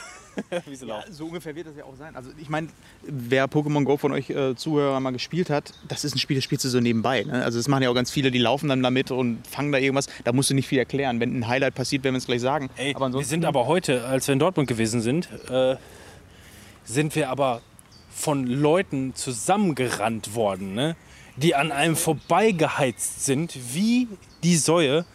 Speaker 1: wie sie laufen.
Speaker 3: so ungefähr wird das ja auch sein. Also ich meine, wer Pokémon Go von euch äh, Zuhörer mal gespielt hat, das ist ein Spiel, das spielst du so nebenbei. Ne? Also das machen ja auch ganz viele, die laufen dann damit und fangen da irgendwas. Da musst du nicht viel erklären. Wenn ein Highlight passiert, werden wir es gleich sagen.
Speaker 1: Ey,
Speaker 3: aber
Speaker 1: wir
Speaker 3: ansonsten
Speaker 1: sind aber heute, als wir in Dortmund gewesen sind, äh, sind wir aber von Leuten zusammengerannt worden, ne? die an einem vorbeigeheizt sind, wie die Säue,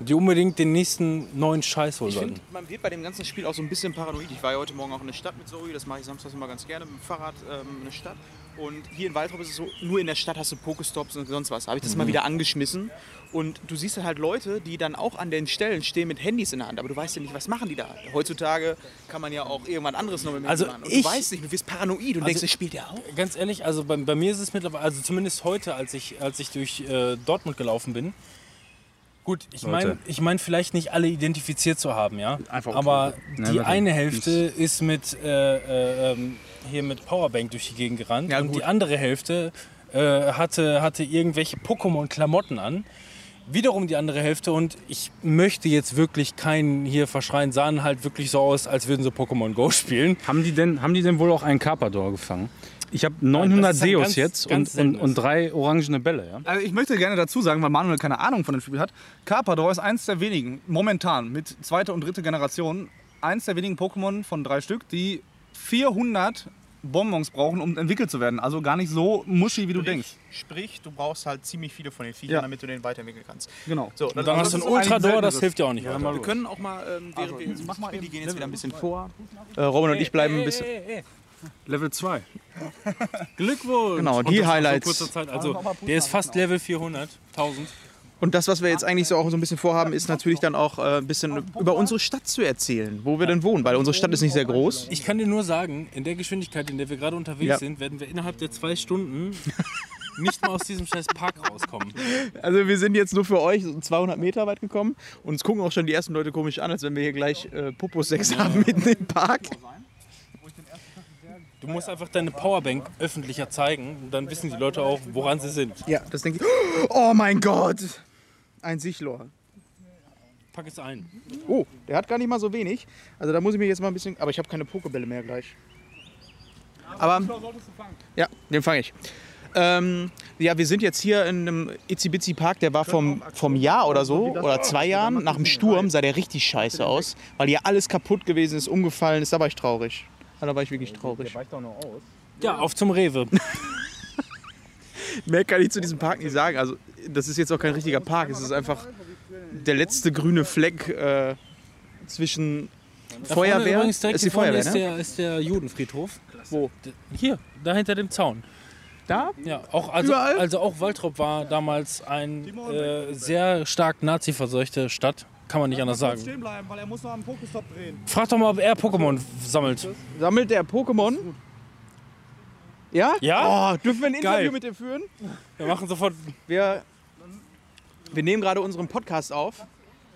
Speaker 1: die unbedingt den nächsten neuen Scheiß holen
Speaker 3: Ich finde,
Speaker 1: wollten.
Speaker 3: man wird bei dem ganzen Spiel auch so ein bisschen paranoid. Ich war ja heute Morgen auch in der Stadt mit Zoe, das mache ich samstags immer ganz gerne, mit dem Fahrrad ähm, in der Stadt. Und hier in Waldrop ist es so, nur in der Stadt hast du Pokestops und sonst was. Habe ich das mal wieder angeschmissen. Und du siehst dann halt Leute, die dann auch an den Stellen stehen mit Handys in der Hand. Aber du weißt ja nicht, was machen die da. Heutzutage kann man ja auch irgendwann anderes noch mit dem
Speaker 1: Also
Speaker 3: Handy machen. Und
Speaker 1: ich-
Speaker 3: du weißt nicht, du wirst paranoid und denkst, das spielt der auch.
Speaker 1: Ganz ehrlich, also bei, bei mir ist es mittlerweile, also zumindest heute, als ich, als ich durch äh, Dortmund gelaufen bin, Gut, ich meine,
Speaker 2: Leute.
Speaker 1: ich mein vielleicht nicht alle identifiziert zu haben, ja.
Speaker 2: Einfach
Speaker 1: Aber
Speaker 2: Nein,
Speaker 1: die
Speaker 2: warte.
Speaker 1: eine Hälfte ist mit äh, äh, ähm, hier mit Powerbank durch die Gegend gerannt und die andere Hälfte äh, hatte, hatte irgendwelche Pokémon-Klamotten an. Wiederum die andere Hälfte und ich möchte jetzt wirklich keinen hier verschreien, sahen halt wirklich so aus, als würden sie Pokémon Go spielen.
Speaker 2: Haben die denn, haben die denn wohl auch einen Carpador gefangen? Ich habe 900
Speaker 1: ist ein
Speaker 2: Deos
Speaker 1: ganz-
Speaker 2: jetzt
Speaker 1: ganz
Speaker 2: und, und,
Speaker 1: seltenes.
Speaker 2: und drei orangene Bälle, ja?
Speaker 4: Also ich möchte gerne dazu sagen, weil Manuel keine Ahnung von dem Spiel hat, Carpador ist eins der wenigen, momentan mit zweiter und dritter Generation, eins der wenigen Pokémon von drei Stück, die 400 Bonbons brauchen, um entwickelt zu werden. Also gar nicht so muschi, wie du denkst.
Speaker 3: Sprich, du brauchst halt ziemlich viele von den Viechern,
Speaker 4: Ja.
Speaker 3: damit du den weiterentwickeln kannst.
Speaker 4: Genau.
Speaker 3: So,
Speaker 1: Und dann hast du einen Ultrador, das hilft ja auch nicht. weiter.
Speaker 3: Wir können auch mal, ähm, während wir ins
Speaker 4: mach mal
Speaker 3: Spiel, die
Speaker 4: eben
Speaker 3: gehen jetzt wieder ein bisschen vor.
Speaker 5: Robin und ich bleiben ein bisschen.
Speaker 2: Level 2.
Speaker 1: Glückwunsch!
Speaker 3: Genau,
Speaker 1: Und
Speaker 3: die
Speaker 1: das nach so
Speaker 3: Highlights.
Speaker 1: kurzer Zeit. Also, der ist fast Level 400. 1000.
Speaker 3: Und das, was wir jetzt eigentlich so auch so ein bisschen vorhaben, ist natürlich dann auch äh, ein bisschen über unsere Stadt zu erzählen, wo wir denn wohnen, weil unsere Stadt ist nicht sehr groß.
Speaker 1: Ich kann dir nur sagen, in der Geschwindigkeit, in der wir gerade unterwegs
Speaker 3: Ja.
Speaker 1: sind, werden wir innerhalb der zwei Stunden nicht mal aus diesem scheiß Park rauskommen.
Speaker 3: Also wir sind jetzt nur für euch so 200 Meter weit gekommen. Uns gucken auch schon die ersten Leute komisch an, als wenn wir hier gleich äh, Popo-Sex haben mitten im Park.
Speaker 1: Du musst einfach deine Powerbank öffentlicher zeigen und dann wissen die Leute auch, woran sie sind.
Speaker 3: Ja, das denke ich. Oh mein Gott! Ein Sichlor.
Speaker 1: Pack es ein.
Speaker 3: Oh, der hat gar nicht mal so wenig. Also da muss ich mir jetzt mal ein bisschen... Aber ich habe keine Pokebälle mehr gleich. Aber... Ja, den fange ich. Ähm, ja, wir sind jetzt hier in einem Itzi-Bitzi Park, der war vom, vom Jahr oder so, oder zwei Jahren, nach dem Sturm sah der richtig scheiße aus, weil hier alles kaputt gewesen ist, umgefallen ist, da war ich traurig. Ja, Da war ich wirklich traurig.
Speaker 1: Ja, auf zum Rewe.
Speaker 3: Mehr kann ich zu diesem Park nicht sagen. Also, das ist jetzt auch kein richtiger Park. Es ist einfach der letzte grüne Fleck äh, zwischen
Speaker 1: Da vorne
Speaker 3: Feuerwehr.
Speaker 1: Übrigens direkt
Speaker 3: ist die
Speaker 1: vorne
Speaker 3: Feuerwehr,
Speaker 1: ist,
Speaker 3: ne?
Speaker 1: der, ist der Judenfriedhof.
Speaker 3: Wo?
Speaker 1: D- Hier, da hinter dem Zaun.
Speaker 3: Da?
Speaker 1: Ja, auch, also,
Speaker 3: Überall?
Speaker 1: also auch Waltrop war damals eine äh, sehr stark nazi-verseuchte Stadt. Kann man nicht anders sagen.
Speaker 6: Stehen bleiben, weil er muss noch am Pokestop drehen.
Speaker 1: Frag doch mal, ob er Pokémon sammelt.
Speaker 3: Sammelt der Pokémon? Ja?
Speaker 1: Ja?
Speaker 3: Oh, dürfen wir ein Interview
Speaker 1: Geil.
Speaker 3: mit dem führen?
Speaker 1: Wir machen sofort.
Speaker 3: Wir, wir nehmen gerade unseren Podcast auf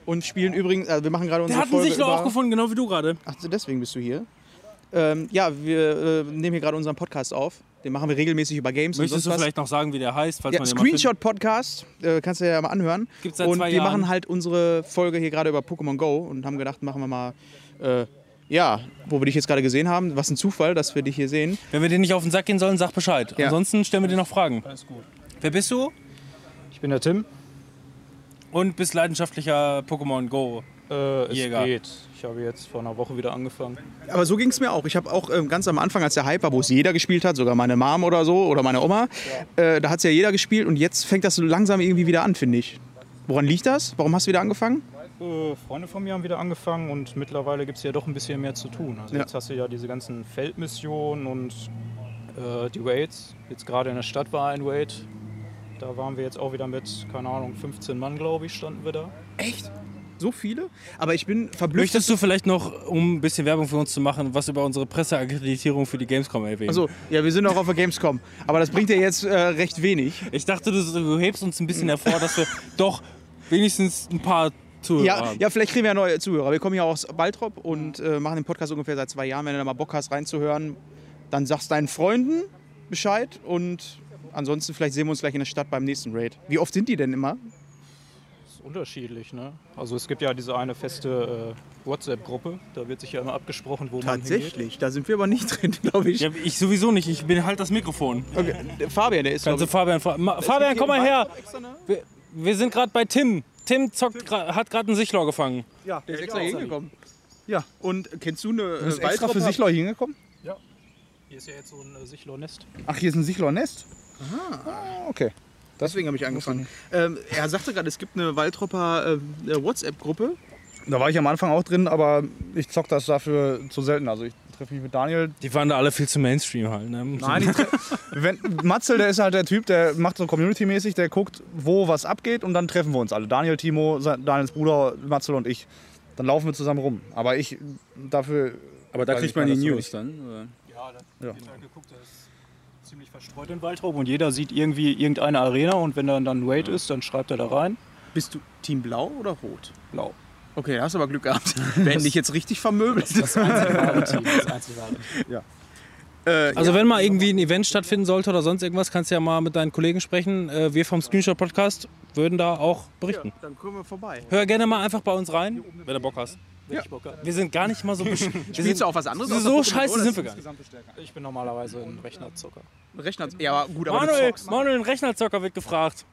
Speaker 3: und spielen übrigens, also wir machen gerade
Speaker 1: Der
Speaker 3: unsere
Speaker 1: hat einen
Speaker 3: Folge
Speaker 1: Sichler
Speaker 3: über,
Speaker 1: auch gefunden, genau wie du gerade.
Speaker 3: Ach, deswegen bist du hier. Ähm, ja, wir äh, nehmen hier gerade unseren Podcast auf Den machen wir regelmäßig über Games
Speaker 1: Möchtest du
Speaker 3: und sonst
Speaker 1: vielleicht noch sagen, wie der heißt? Falls
Speaker 3: was. Ja,
Speaker 1: man den mal
Speaker 3: Screenshot Podcast, äh, kannst du ja mal anhören.
Speaker 1: Gibt's seit
Speaker 3: und
Speaker 1: zwei
Speaker 3: wir
Speaker 1: Jahren.
Speaker 3: machen halt unsere Folge hier gerade über Pokémon Go und haben gedacht, machen wir mal, äh, ja, wo wir dich jetzt gerade gesehen haben. Was ein Zufall, dass wir dich hier sehen.
Speaker 1: findet. Wenn wir den nicht auf den Sack gehen sollen, sag Bescheid.
Speaker 3: Ja.
Speaker 1: Ansonsten stellen wir dir noch Fragen. Alles gut. Wer bist du?
Speaker 9: Ich bin der Tim.
Speaker 1: Und bist leidenschaftlicher Pokémon Go.
Speaker 9: Äh, es
Speaker 1: Jäger.
Speaker 9: geht. Ich habe jetzt vor einer Woche wieder angefangen.
Speaker 3: Aber so ging es mir auch. Ich habe auch ähm, ganz am Anfang, als der Hype war, wo es jeder gespielt hat, sogar meine Mom oder so oder meine Oma, äh, da hat es ja jeder gespielt und jetzt fängt das so langsam irgendwie wieder an, finde ich. Woran liegt das? Warum hast du wieder angefangen?
Speaker 9: Äh, Freunde von mir haben wieder angefangen und mittlerweile gibt es ja doch ein bisschen mehr zu tun. Also
Speaker 3: Ja.
Speaker 9: jetzt hast du ja diese ganzen Feldmissionen und äh, die Raids. Jetzt gerade in der Stadt war ein Raid. Da waren wir jetzt auch wieder mit, keine Ahnung, 15 Mann, glaube ich, standen wir da.
Speaker 3: Echt? So viele? Aber ich bin verblüfft.
Speaker 1: Möchtest du vielleicht noch, um ein bisschen Werbung für uns zu machen, was über unsere Presseakkreditierung für die Gamescom erwähnen?
Speaker 3: Also ja, wir sind auch auf der Gamescom. Aber das bringt ja jetzt äh, recht wenig.
Speaker 1: ich dachte, du, du hebst uns ein bisschen hervor, dass wir doch wenigstens ein paar Zuhörer
Speaker 3: Ja,
Speaker 1: haben.
Speaker 3: ja, vielleicht kriegen wir ja neue Zuhörer. Wir kommen ja aus Baltrop und äh, machen den Podcast ungefähr seit zwei Jahren. Wenn du da mal Bock hast, reinzuhören, dann sagst deinen Freunden Bescheid und ansonsten vielleicht sehen wir uns gleich in der Stadt beim nächsten Raid. Wie oft sind die denn immer?
Speaker 9: Ist unterschiedlich, ne? Also es gibt ja diese eine feste äh, WhatsApp-Gruppe. Da wird sich ja immer abgesprochen, wo man hingeht.
Speaker 3: da sind wir aber nicht drin, glaube ich.
Speaker 1: Ja, ich sowieso nicht. Ich bin halt das Mikrofon.
Speaker 3: Okay. der Fabian, der ist
Speaker 1: Kannst du
Speaker 3: glaub
Speaker 1: Fabian fragen? Ma- Fabian, komm mal her.
Speaker 3: ne?
Speaker 1: Wir, wir sind gerade bei Tim. Tim zockt, gra- hat gerade einen Sichlor gefangen.
Speaker 3: ich, der ist extra hingekommen. Ja, und kennst du eine äh,
Speaker 6: Äh,
Speaker 4: Ist extra für Sichler hier hingekommen?
Speaker 9: Hier ist ja jetzt so ein äh, Sichlornest.
Speaker 4: Ach, hier ist ein Sichler-Nest? Ah, okay.
Speaker 3: Deswegen habe ich angefangen. Ähm, er sagte gerade, es gibt eine Waldropper äh, äh, WhatsApp-Gruppe.
Speaker 4: Da war ich am Anfang auch drin, aber ich zock das dafür zu selten. Also ich treffe mich mit Daniel.
Speaker 1: Die waren da alle viel zu Mainstream halt. Ne? Nein.
Speaker 4: Wenn, Matzel, der ist halt der Typ, der macht so Community-mäßig, der guckt, wo was abgeht und dann treffen wir uns alle. Daniel, Timo, sein- Daniels Bruder, Matzel und ich. Dann laufen wir zusammen rum. Aber ich dafür...
Speaker 2: Aber da
Speaker 4: Weiß ich
Speaker 2: kriegt man
Speaker 4: mal,
Speaker 2: die
Speaker 4: das so
Speaker 2: News
Speaker 4: nicht.
Speaker 2: dann. oder?
Speaker 9: Ja, da
Speaker 4: Ja.
Speaker 9: wird halt geguckt, das ist ziemlich verstreut in Waldrop und jeder sieht irgendwie irgendeine Arena und wenn dann dann Wade ist, dann schreibt er da rein.
Speaker 3: Bist du Team Blau oder Rot?
Speaker 9: Blau.
Speaker 3: Okay, da hast du aber Glück gehabt. Wir hätten dich jetzt richtig vermöbelt. Äh,
Speaker 1: Also wenn mal irgendwie ein Event stattfinden sollte oder sonst irgendwas, kannst du ja mal mit deinen Kollegen sprechen. Äh, Wir vom Screenshot Podcast würden da auch berichten.
Speaker 3: dann kommen wir vorbei.
Speaker 1: Hör gerne mal einfach bei uns rein, wenn du Bock hast.
Speaker 9: Ja. Ich, Bock hab.
Speaker 1: Wir sind gar nicht mal so besch- wir
Speaker 3: Spielst
Speaker 1: sind,
Speaker 3: du auch was anderes? außer
Speaker 1: So
Speaker 3: Pokémon
Speaker 1: scheiße
Speaker 3: Go?
Speaker 1: sind wir gar nicht.
Speaker 9: ich bin normalerweise ein Rechnerzocker.
Speaker 3: Rechner. Ja, aber gut, aber
Speaker 1: Manuel,
Speaker 3: du zockst.
Speaker 1: Manuel, ein Rechnerzocker wird gefragt.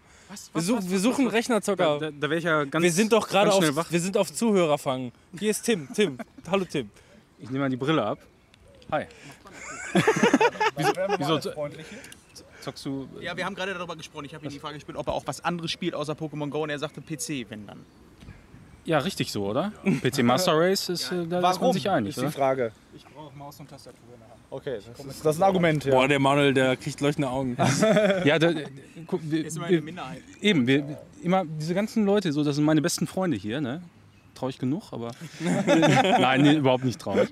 Speaker 1: wir, such, wir suchen einen
Speaker 2: Da,
Speaker 1: Rechnerzocker.
Speaker 2: da, da wäre ich ja ganz
Speaker 1: wir sind doch gerade
Speaker 2: ganz
Speaker 1: auf,
Speaker 2: schnell wach.
Speaker 1: wir sind auf Zuhörer fangen. Hier ist Tim. Tim, hallo Tim.
Speaker 2: Ich nehme mal die Brille ab. Hi. wieso wieso zockst du.
Speaker 3: Ja, wir haben gerade darüber gesprochen. Ich habe ihn die Frage gespielt, ob er auch was anderes spielt außer Pokémon Go und er sagte PC, wenn dann.
Speaker 2: Ja, richtig so, oder? PC Master Race ist. Äh, da ist man
Speaker 4: Warum?
Speaker 2: sich einig,
Speaker 4: ist die
Speaker 2: oder?
Speaker 4: Frage.
Speaker 9: Ich brauche Maus und Tastatur in der Hand.
Speaker 4: Okay, das ist, das ist ein Argument. Ja.
Speaker 1: Boah, der Manuel, der kriegt leuchtende Augen.
Speaker 2: Ja, da, äh, guck, wir, wir,
Speaker 3: Minderheit.
Speaker 2: Eben, wir, immer diese ganzen Leute, so, das sind meine besten Freunde hier, ne? Traurig genug, aber. Nein, nee, überhaupt nicht traurig.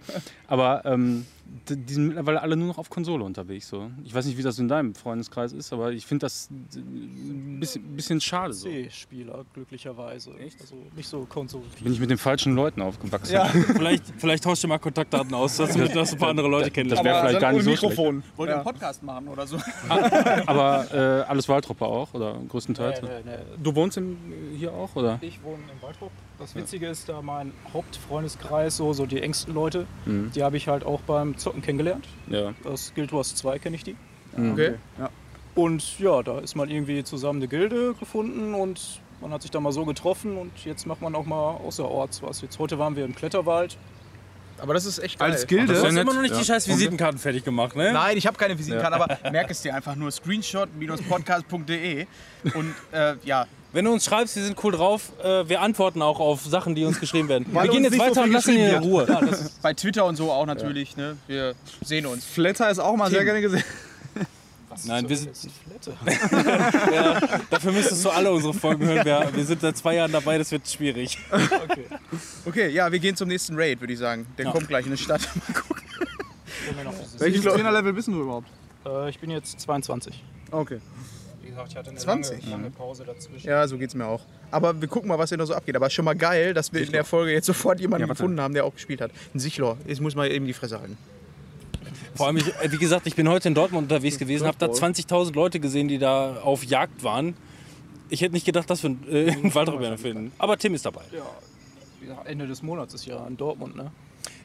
Speaker 2: Aber ähm, d- die sind mittlerweile alle nur noch auf Konsole unterwegs. So. Ich weiß nicht, wie das in deinem Freundeskreis ist, aber ich finde das d- ein bisschen, bisschen schade. So. Bin
Speaker 9: C-Spieler, glücklicherweise. Also nicht so Konsole.
Speaker 2: ich mit den falschen Leuten aufgewachsen.
Speaker 1: vielleicht, vielleicht tauscht ihr mal Kontaktdaten aus, dass, dass ein paar andere Leute
Speaker 2: Das
Speaker 1: kennenlernen.
Speaker 2: wäre vielleicht gar nicht so schlecht.
Speaker 4: Mikrofon.
Speaker 3: Wollt ihr einen Podcast machen oder so?
Speaker 2: Aber äh, alles Waldropper auch, oder größtenteils. ne?
Speaker 9: Nee, nee, nee.
Speaker 2: Du wohnst im, äh, hier auch, oder?
Speaker 9: Ich wohne in Waldrop. Das Witzige ist, da mein Hauptfreundeskreis, so, so die engsten Leute, die habe ich halt auch beim Zocken kennengelernt.
Speaker 2: Ja.
Speaker 9: Aus Guild Wars 2 kenne ich die.
Speaker 3: Okay.
Speaker 9: Und ja, da ist man irgendwie zusammen eine Gilde gefunden und man hat sich da mal so getroffen und jetzt macht man auch mal außerorts was. Jetzt heute waren wir im Kletterwald.
Speaker 3: Aber das ist echt geil.
Speaker 4: Als
Speaker 1: Du
Speaker 4: Gilde.
Speaker 1: hast immer noch nicht die scheiß Visitenkarten fertig gemacht, ne?
Speaker 3: Nein, ich habe keine Visitenkarte, aber merk es dir einfach nur screenshot-podcast.de und äh, ja,
Speaker 1: Wenn du uns schreibst, wir sind cool drauf, äh, wir antworten auch auf Sachen, die uns geschrieben werden. wir gehen jetzt
Speaker 4: uns nicht so
Speaker 1: weiter
Speaker 4: viel
Speaker 1: und lassen ihn in
Speaker 4: geschrieben
Speaker 1: Ruhe.
Speaker 3: bei Twitter und so auch natürlich, ne? Wir sehen uns.
Speaker 4: Flatter ist auch mal sehr gerne gesehen.
Speaker 1: Nein, wir sind. ja, dafür müsstest du alle unsere Folgen hören. Wir, wir sind seit zwei Jahren dabei, das wird schwierig.
Speaker 3: Okay, ja, wir gehen zum nächsten Raid, würde ich sagen. Der kommt gleich in die Stadt.
Speaker 4: Welches Trainerlevel bist du überhaupt?
Speaker 9: Äh, ich bin jetzt 22.
Speaker 4: Okay.
Speaker 9: Wie gesagt, ich hatte eine
Speaker 3: 20?
Speaker 9: Lange, lange Pause dazwischen.
Speaker 3: Ja, so geht's mir auch. Aber wir gucken mal, was hier noch so abgeht. Aber schon mal geil, dass wir in der Folge jetzt sofort jemanden
Speaker 2: warte.
Speaker 3: gefunden haben, der auch gespielt hat. Ein Sichlor. Ich muss mal eben die Fresse halten.
Speaker 1: Vor allem, ich, äh, wie gesagt, ich bin heute in Dortmund unterwegs gewesen, habe da 20.000 Leute gesehen, die da auf Jagd waren. Ich hätte nicht gedacht, dass wir äh, einen Waldrebeer finden. Aber Tim ist dabei.
Speaker 9: Ende des Monats ist ja in Dortmund, ne?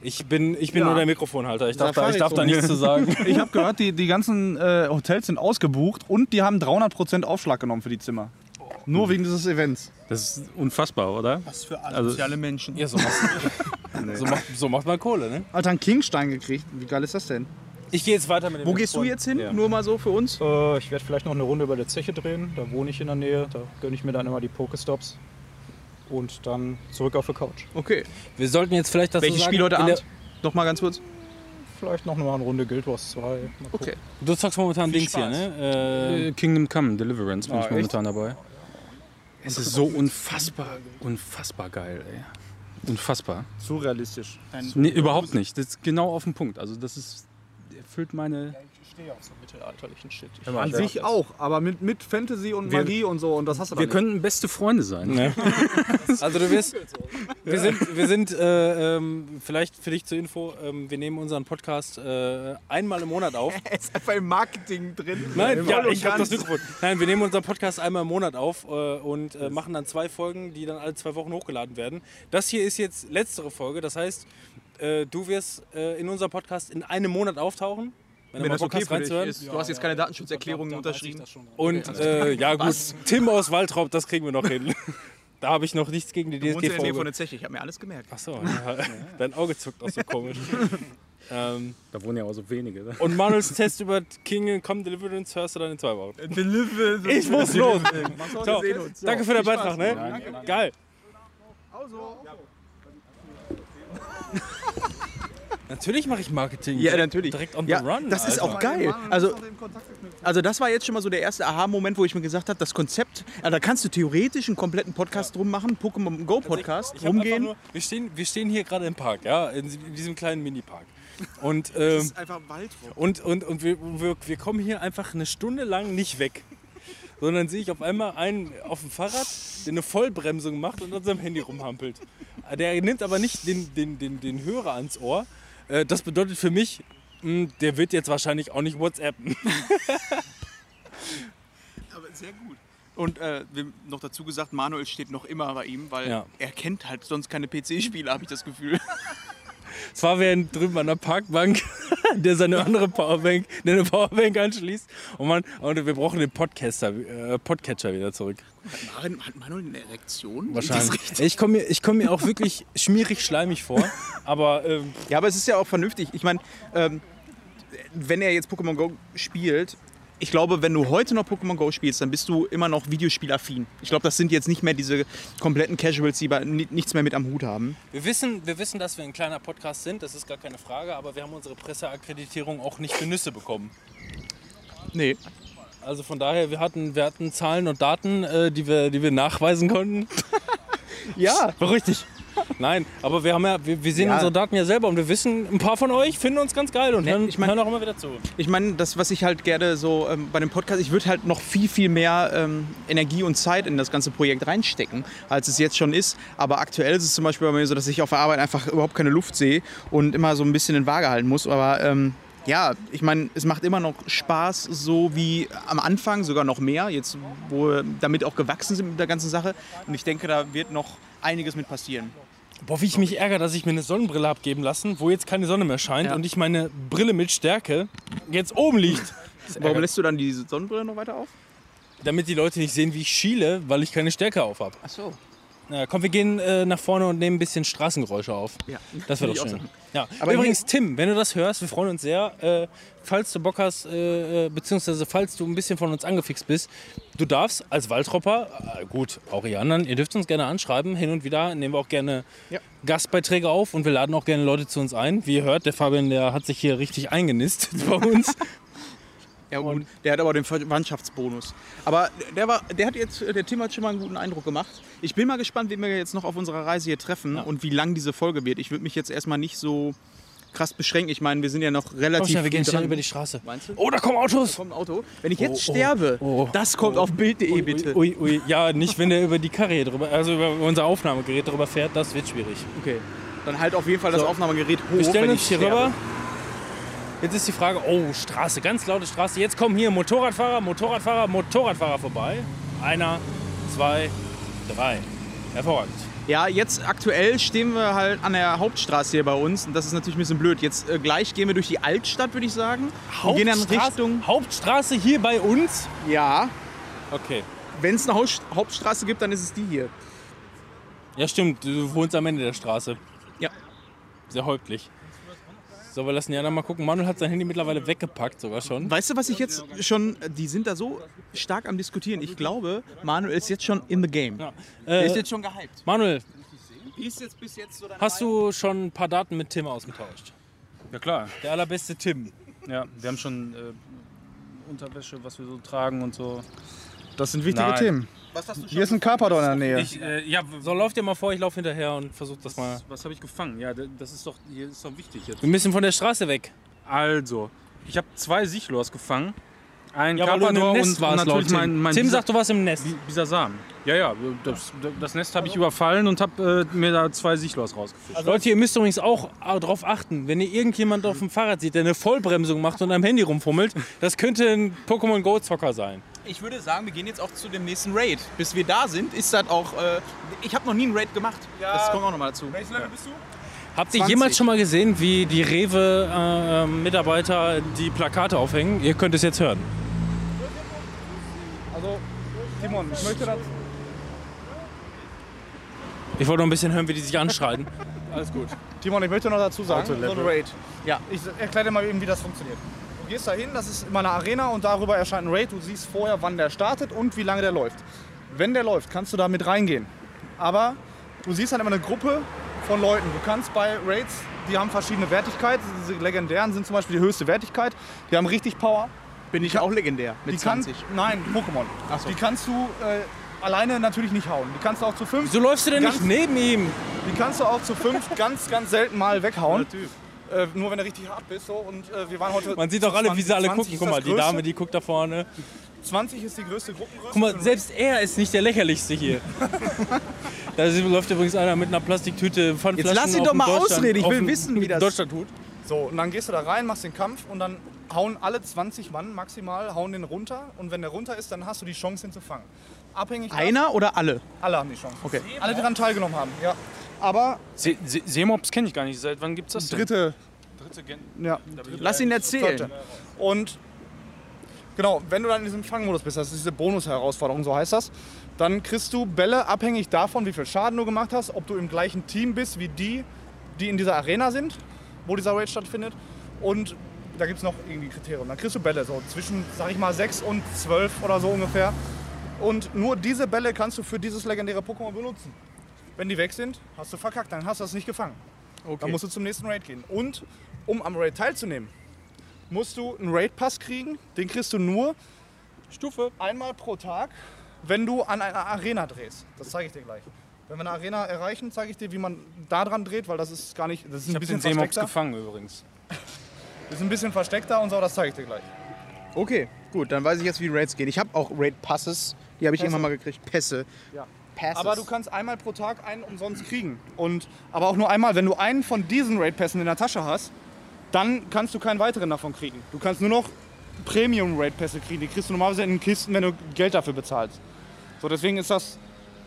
Speaker 1: Ich bin, ich bin nur der Mikrofonhalter. Ich darf, da, ich darf da
Speaker 4: Safari-Zone.
Speaker 1: nichts zu sagen.
Speaker 4: Ich habe gehört, die, die ganzen äh, Hotels sind ausgebucht und die haben 300% Aufschlag genommen für die Zimmer. Nur wegen dieses Events.
Speaker 2: Das ist unfassbar, oder?
Speaker 3: Was für
Speaker 2: asoziale
Speaker 3: asoziale Menschen.
Speaker 1: Ja, so macht, so macht, so macht man Kohle, ne?
Speaker 4: Alter, einen Kingstein gekriegt. Wie geil ist das denn?
Speaker 1: Ich gehe jetzt weiter mit dem
Speaker 3: Wo gehst du jetzt hin? Nur mal so für uns.
Speaker 9: Äh, ich werde vielleicht noch eine Runde über der Zeche drehen. Da wohne ich in der Nähe. Da gönne ich mir dann immer die Pokestops. Und dann zurück auf die Couch.
Speaker 3: Okay.
Speaker 1: Wir sollten jetzt vielleicht das
Speaker 3: Welches
Speaker 1: so sagen,
Speaker 3: Spiel heute
Speaker 1: in der-
Speaker 3: Abend? Noch mal ganz kurz.
Speaker 9: Vielleicht noch mal eine Runde Guild Wars 2. Mal gucken.
Speaker 3: Okay.
Speaker 1: Du zockst momentan Dings hier, ne? Äh,
Speaker 2: Äh, Kingdom Come Deliverance bin ich momentan dabei. Es ist so unfassbar, unfassbar geil, ey. Unfassbar.
Speaker 4: Zu realistisch.
Speaker 2: Nee, überhaupt nicht. Das ist genau auf den Punkt. Also das ist erfüllt meine
Speaker 9: Ich stehe auf so mittelalterlichen Shit. Ich
Speaker 4: An sich auch, aber mit, mit Fantasy und Magie und so. Und das hast du
Speaker 2: Wir
Speaker 4: dann
Speaker 2: könnten beste Freunde sein.
Speaker 1: Also du wirst, wir sind, wir sind äh, ähm, vielleicht für dich zur Info, ähm, wir nehmen unseren Podcast äh, einmal im Monat auf.
Speaker 3: Ist einfach im Marketing drin.
Speaker 1: Nein, ja, ich hab das Mikrofon. Nein, wir nehmen unseren Podcast einmal im Monat auf äh, und äh, machen dann zwei Folgen, die dann alle zwei Wochen hochgeladen werden. Das hier ist jetzt letztere Folge, das heißt, äh, du wirst äh, in unserem Podcast in einem Monat auftauchen. Wenn, du mal
Speaker 3: Wenn das
Speaker 1: Bock
Speaker 3: okay
Speaker 1: hast,
Speaker 3: für dich
Speaker 1: reinzuhören.
Speaker 3: ist. Du hast jetzt keine Datenschutzerklärung unterschrieben.
Speaker 1: Und äh, ja gut, Tim aus Waltrop, das kriegen wir noch hin. da habe ich noch nichts gegen die
Speaker 3: Wohnst in der Nähe von
Speaker 1: DSGVO.
Speaker 3: der Zeche. Ich habe mir alles gemerkt.
Speaker 1: Ach so, ja. dein Auge zuckt auch so komisch. ähm,
Speaker 2: Da wohnen ja auch so wenige. ne?
Speaker 1: und Manuels Test über King Come Deliverance hörst du dann in zwei Wochen.
Speaker 3: Äh, Deliver.
Speaker 1: Ich muss los. Ciao.
Speaker 3: sehen uns.
Speaker 1: Danke für den Beitrag, ne? Geil. Natürlich mache ich Marketing.
Speaker 3: Ja, natürlich.
Speaker 1: Direkt on
Speaker 3: ja,
Speaker 1: the run.
Speaker 3: Das ist
Speaker 1: Alter.
Speaker 3: auch geil. Also, also das war jetzt schon mal so der erste Aha-Moment, wo ich mir gesagt habe, das Konzept, ja, da kannst du theoretisch einen kompletten Podcast drum machen, Pokémon Go Podcast,
Speaker 1: Ich hab einfach
Speaker 3: rumgehen.
Speaker 1: Nur, wir, stehen, wir stehen hier gerade im Park, ja, in, in diesem kleinen Minipark. Und, ähm,
Speaker 3: einfach Waldrop.
Speaker 1: und, und, und wir, wir, wir kommen hier einfach eine Stunde lang nicht weg. Sondern sehe ich auf einmal einen auf dem Fahrrad, der eine Vollbremsung macht und an seinem Handy rumhampelt. Der nimmt aber nicht den, den, den, den Hörer ans Ohr. Äh, Das bedeutet für mich, mh, der wird jetzt wahrscheinlich auch nicht WhatsAppen.
Speaker 3: Aber sehr gut. Und äh, wir haben noch dazu gesagt, Manuel steht noch immer bei ihm, weil
Speaker 1: Ja.
Speaker 3: er kennt halt sonst keine PC-Spiele, habe ich das Gefühl.
Speaker 1: Es war wer drüben an der Parkbank, der seine andere Powerbank, der eine Powerbank anschließt. Und, man, und wir brauchen den Podcaster, äh, Podcatcher wieder zurück.
Speaker 3: Maren- Hat Manuel eine Erektion?
Speaker 1: Wahrscheinlich. Ich komme mir, ich komm mir auch wirklich schmierig, schleimig vor. Aber ähm,
Speaker 3: Ja, aber es ist ja auch vernünftig. Ich meine, ähm, wenn er jetzt Pokémon Go spielt, ich glaube, wenn du heute noch Pokémon Go spielst, dann bist du immer noch Videospielaffin. Ich glaube, das sind jetzt nicht mehr diese kompletten Casuals, die bei, ni- nichts mehr mit am Hut haben.
Speaker 1: wir, wissen, wir wissen, dass wir ein kleiner Podcast sind, das ist gar keine Frage. Aber wir haben unsere Presseakkreditierung auch nicht für Nüsse bekommen.
Speaker 3: Nee.
Speaker 1: Also von daher, wir hatten, wir hatten Zahlen und Daten, äh, die, wir, die wir nachweisen konnten.
Speaker 3: Ja.
Speaker 1: War richtig. Nein, aber wir, haben ja, wir, wir sehen
Speaker 3: Ja.
Speaker 1: unsere Daten ja selber und wir wissen, ein paar von euch finden uns ganz geil und hören,
Speaker 3: ich mein-
Speaker 1: hören auch immer wieder zu.
Speaker 3: Ich meine, das, was ich halt gerne so ähm, bei dem Podcast, ich würde halt noch viel, viel mehr ähm, Energie und Zeit in das ganze Projekt reinstecken, als es jetzt schon ist. Aber aktuell ist es zum Beispiel bei mir so, dass ich auf der Arbeit einfach überhaupt keine Luft sehe und immer so ein bisschen in Waage halten muss. Aber ähm, ja, ich meine, es macht immer noch Spaß, so wie am Anfang, sogar noch mehr, jetzt wo wir damit auch gewachsen sind mit der ganzen Sache. Und ich denke, da wird noch einiges mit passieren.
Speaker 1: Boah, wie ich mich ärgere, dass ich mir eine Sonnenbrille habe geben lassen, wo jetzt keine Sonne mehr scheint
Speaker 3: Ja.
Speaker 1: und ich meine Brille mit Stärke jetzt oben liegt.
Speaker 3: Warum lässt du dann die Sonnenbrille noch weiter auf?
Speaker 1: Damit die Leute nicht sehen, wie ich schiele, weil ich keine Stärke auf habe.
Speaker 3: Ach so.
Speaker 1: Na, komm, wir gehen äh, nach vorne und nehmen ein bisschen Straßengeräusche auf.
Speaker 3: Ja.
Speaker 1: Das wäre
Speaker 3: Würde
Speaker 1: doch
Speaker 3: ich auch
Speaker 1: schön. Ja.
Speaker 3: Aber
Speaker 1: Übrigens, Tim, wenn du das hörst, wir freuen uns sehr. Äh, falls du Bock hast, äh, äh, beziehungsweise falls du ein bisschen von uns angefixt bist, du darfst als Waldropper, äh, gut, auch ihr anderen, ihr dürft uns gerne anschreiben. Hin und wieder nehmen wir auch gerne
Speaker 3: Ja.
Speaker 1: Gastbeiträge auf und wir laden auch gerne Leute zu uns ein. Wie ihr hört, der Fabian, der hat sich hier richtig eingenistet bei uns.
Speaker 3: Ja, gut. Der hat aber den Verwandtschaftsbonus. Aber der, war, der, hat jetzt, der Tim hat schon mal einen guten Eindruck gemacht. Ich bin mal gespannt, wen wir jetzt noch auf unserer Reise hier treffen und wie lang diese Folge wird. Ich würde mich jetzt erstmal nicht so krass beschränken. Ich meine, wir sind ja noch
Speaker 1: Komm
Speaker 3: relativ.
Speaker 1: schnell, wir gehen
Speaker 3: gut
Speaker 1: schnell
Speaker 3: dran.
Speaker 1: über die Straße.
Speaker 3: Meinst du?
Speaker 1: Oh, da kommen Autos!
Speaker 3: Kommt ein Auto. Wenn ich jetzt
Speaker 1: Oh, oh,
Speaker 3: sterbe,
Speaker 1: oh.
Speaker 3: das kommt auf Bild.de bitte.
Speaker 1: Ui, ui, ja, nicht wenn er über die Karre hier drüber, also über unser Aufnahmegerät drüber fährt, das wird schwierig.
Speaker 3: Okay. Dann halt auf jeden Fall das Aufnahmegerät hoch.
Speaker 1: Wir stellen
Speaker 3: wenn
Speaker 1: uns
Speaker 3: ich
Speaker 1: hier
Speaker 3: sterbe.
Speaker 1: rüber. Jetzt ist die Frage, oh, Straße, ganz laute Straße. Jetzt kommen hier Motorradfahrer, Motorradfahrer, Motorradfahrer vorbei. Einer, zwei, drei. Hervorragend.
Speaker 3: Ja, jetzt aktuell stehen wir halt an der Hauptstraße hier bei uns und das ist natürlich ein bisschen blöd. Jetzt äh, gleich gehen wir durch die Altstadt, würde ich sagen. und gehen dann
Speaker 1: Hauptstra-
Speaker 3: Richtung.
Speaker 1: Hauptstraße hier bei uns?
Speaker 3: Ja,
Speaker 1: Okay.
Speaker 3: wenn es eine Haus- Hauptstraße gibt, dann ist es die hier.
Speaker 1: Ja, stimmt. Du wohnst am Ende der Straße.
Speaker 3: Ja.
Speaker 1: Sehr häuptlich. So, wir lassen Jana mal gucken. Manuel hat sein Handy mittlerweile weggepackt sogar schon.
Speaker 3: Weißt du, was ich jetzt schon. Die sind da so stark am Diskutieren. Ich glaube, Manuel ist jetzt schon in the game.
Speaker 1: Ja.
Speaker 3: Er
Speaker 1: Äh,
Speaker 3: ist jetzt schon gehypt.
Speaker 1: Manuel,
Speaker 3: Ist jetzt bis jetzt so dein
Speaker 1: hast du schon ein paar Daten mit Tim ausgetauscht?
Speaker 2: Ja klar,
Speaker 1: Der allerbeste Tim.
Speaker 2: ja, wir haben schon äh, Unterwäsche, was wir so tragen und so.
Speaker 10: Das sind wichtige
Speaker 2: Nein.
Speaker 10: Themen. Hier ist ein Carpador in der Nähe.
Speaker 2: Ich, äh, ja, w-
Speaker 1: So, lauf dir mal vor, ich laufe hinterher und versuch das mal.
Speaker 2: was, was habe ich gefangen? Ja, d- das ist doch, hier ist doch wichtig jetzt.
Speaker 1: Wir müssen von der Straße weg.
Speaker 2: Also, ich habe zwei Sichlors gefangen. Ein
Speaker 1: Ja, weil du in
Speaker 2: Carpador
Speaker 1: dem
Speaker 2: und,
Speaker 1: Nest
Speaker 2: und
Speaker 1: warst, laut
Speaker 2: natürlich
Speaker 1: Tim.
Speaker 2: mein, mein
Speaker 1: Tim
Speaker 2: Bisa-
Speaker 1: sagt, du warst im Nest.
Speaker 2: Bi- Bisasam. Ja, ja, das, das Nest habe ich überfallen und habe äh, mir da zwei Sichlors rausgefischt.
Speaker 1: Leute, ihr müsst übrigens auch darauf achten, wenn ihr irgendjemand auf dem Fahrrad seht, der eine Vollbremsung macht und am Handy rumfummelt, das könnte ein Pokémon Go-Zocker sein.
Speaker 3: Ich würde sagen, wir gehen jetzt auch zu dem nächsten Raid. Bis wir da sind, ist das auch. Äh, ich habe noch nie einen Raid gemacht. Das kommt auch nochmal dazu.
Speaker 4: Welches Level bist du?
Speaker 1: Habt ihr
Speaker 3: 20.
Speaker 1: jemals schon mal gesehen, wie die Rewe-Mitarbeiter die Plakate aufhängen? Ihr könnt es jetzt hören.
Speaker 10: Also, Timon, ich möchte das.
Speaker 1: Ich wollte noch ein bisschen hören, wie die sich anschreien.
Speaker 10: Timon, ich möchte noch dazu sagen.
Speaker 4: So ein Raid.
Speaker 3: Ja.
Speaker 4: Ich erkläre dir mal eben, wie das funktioniert. Du gehst da hin, das ist immer eine Arena und darüber erscheint ein Raid. Du siehst vorher, wann der startet und wie lange der läuft. Wenn der läuft, kannst du da mit reingehen. Aber du siehst halt immer eine Gruppe von Leuten. Du kannst bei Raids, die haben verschiedene Wertigkeiten. Diese legendären sind zum Beispiel die höchste Wertigkeit. Die haben richtig Power.
Speaker 3: Bin ich auch legendär mit
Speaker 4: die kann- nein, Pokémon.
Speaker 3: Ach so.
Speaker 4: Die kannst du äh, alleine natürlich nicht hauen. Die kannst du auch zu fünf.
Speaker 1: Wieso läufst du denn
Speaker 4: Ganz-
Speaker 1: nicht neben ihm?
Speaker 4: Die kannst du auch zu fünf ganz, ganz selten mal weghauen. Äh, nur wenn du richtig hart bist. So. Und äh, wir waren heute.
Speaker 1: Man sieht doch alle, wie sie alle
Speaker 4: 20
Speaker 1: gucken.
Speaker 4: ist
Speaker 1: Guck
Speaker 4: das
Speaker 1: mal, die
Speaker 4: größte.
Speaker 1: Dame, die guckt da vorne.
Speaker 4: 20 ist die größte Gruppengröße.
Speaker 1: Guck
Speaker 4: für
Speaker 1: mal,
Speaker 4: den
Speaker 1: selbst er ist nicht der lächerlichste hier. da läuft übrigens einer mit einer Plastiktüte Pfandflaschen
Speaker 3: Jetzt lass ihn
Speaker 1: auf
Speaker 3: doch
Speaker 1: dem
Speaker 3: mal
Speaker 1: Deutschland-
Speaker 3: ausreden. Ich
Speaker 1: auf
Speaker 3: will
Speaker 1: dem
Speaker 3: wissen, wie das.
Speaker 1: Deutschland tut.
Speaker 4: Raid. So, und dann gehst du da rein, machst den Kampf und dann hauen alle 20 Mann maximal, hauen den runter. Und wenn der runter ist, dann hast du die Chance, ihn zu fangen. Abhängig
Speaker 3: Einer oder alle?
Speaker 4: Alle haben die Chance. Okay. Alle, die daran teilgenommen haben, ja. Aber
Speaker 2: Se Se Seemobs kenne ich gar nicht. Seit wann gibt's das denn?
Speaker 4: dritte,
Speaker 2: Dritte
Speaker 4: ja,
Speaker 3: Lass ihn erzählen.
Speaker 4: Leute. Und genau, wenn du dann in diesem Fangmodus bist, das ist diese Bonus-Herausforderung, so heißt das, dann kriegst du Bälle abhängig davon, wie viel Schaden du gemacht hast, ob du im gleichen Team bist wie die, die in dieser Arena sind, wo dieser Raid stattfindet. Und da gibt es noch irgendwie Kriterien. Dann kriegst du Bälle, so zwischen, sag ich mal, 6 und 12 oder so ungefähr. Und nur diese Bälle kannst du für dieses legendäre Pokémon benutzen. Wenn die weg sind, hast du verkackt, dann hast du das nicht gefangen. Dann musst du zum nächsten Raid gehen. Und um am Raid teilzunehmen, musst du einen Raid-Pass kriegen. Den kriegst du nur
Speaker 1: Stufe.
Speaker 4: einmal pro Tag, wenn du an einer Arena drehst. Das zeige ich dir gleich. Wenn wir eine Arena erreichen, zeige ich dir, wie man da dran dreht, weil das ist gar nicht. Das ist ein
Speaker 2: Ich habe
Speaker 4: bisschen
Speaker 2: den Seemobs
Speaker 4: versteckter.
Speaker 2: gefangen übrigens.
Speaker 4: Das ist ein bisschen versteckter und so, das zeige ich dir gleich.
Speaker 3: Okay, gut, dann weiß ich jetzt, wie Raids gehen. Ich habe auch Raid-Passes. Die habe ich irgendwann mal gekriegt. Pässe.
Speaker 4: Ja.
Speaker 3: Passes.
Speaker 4: Aber du kannst einmal pro Tag einen umsonst kriegen. Und, aber auch nur einmal. Wenn du einen von diesen Raid-Pässen in der Tasche hast, dann kannst du keinen weiteren davon kriegen. Du kannst nur noch Premium-Raid-Pässe kriegen. Die kriegst du normalerweise in Kisten, wenn du Geld dafür bezahlst. So, deswegen ist das,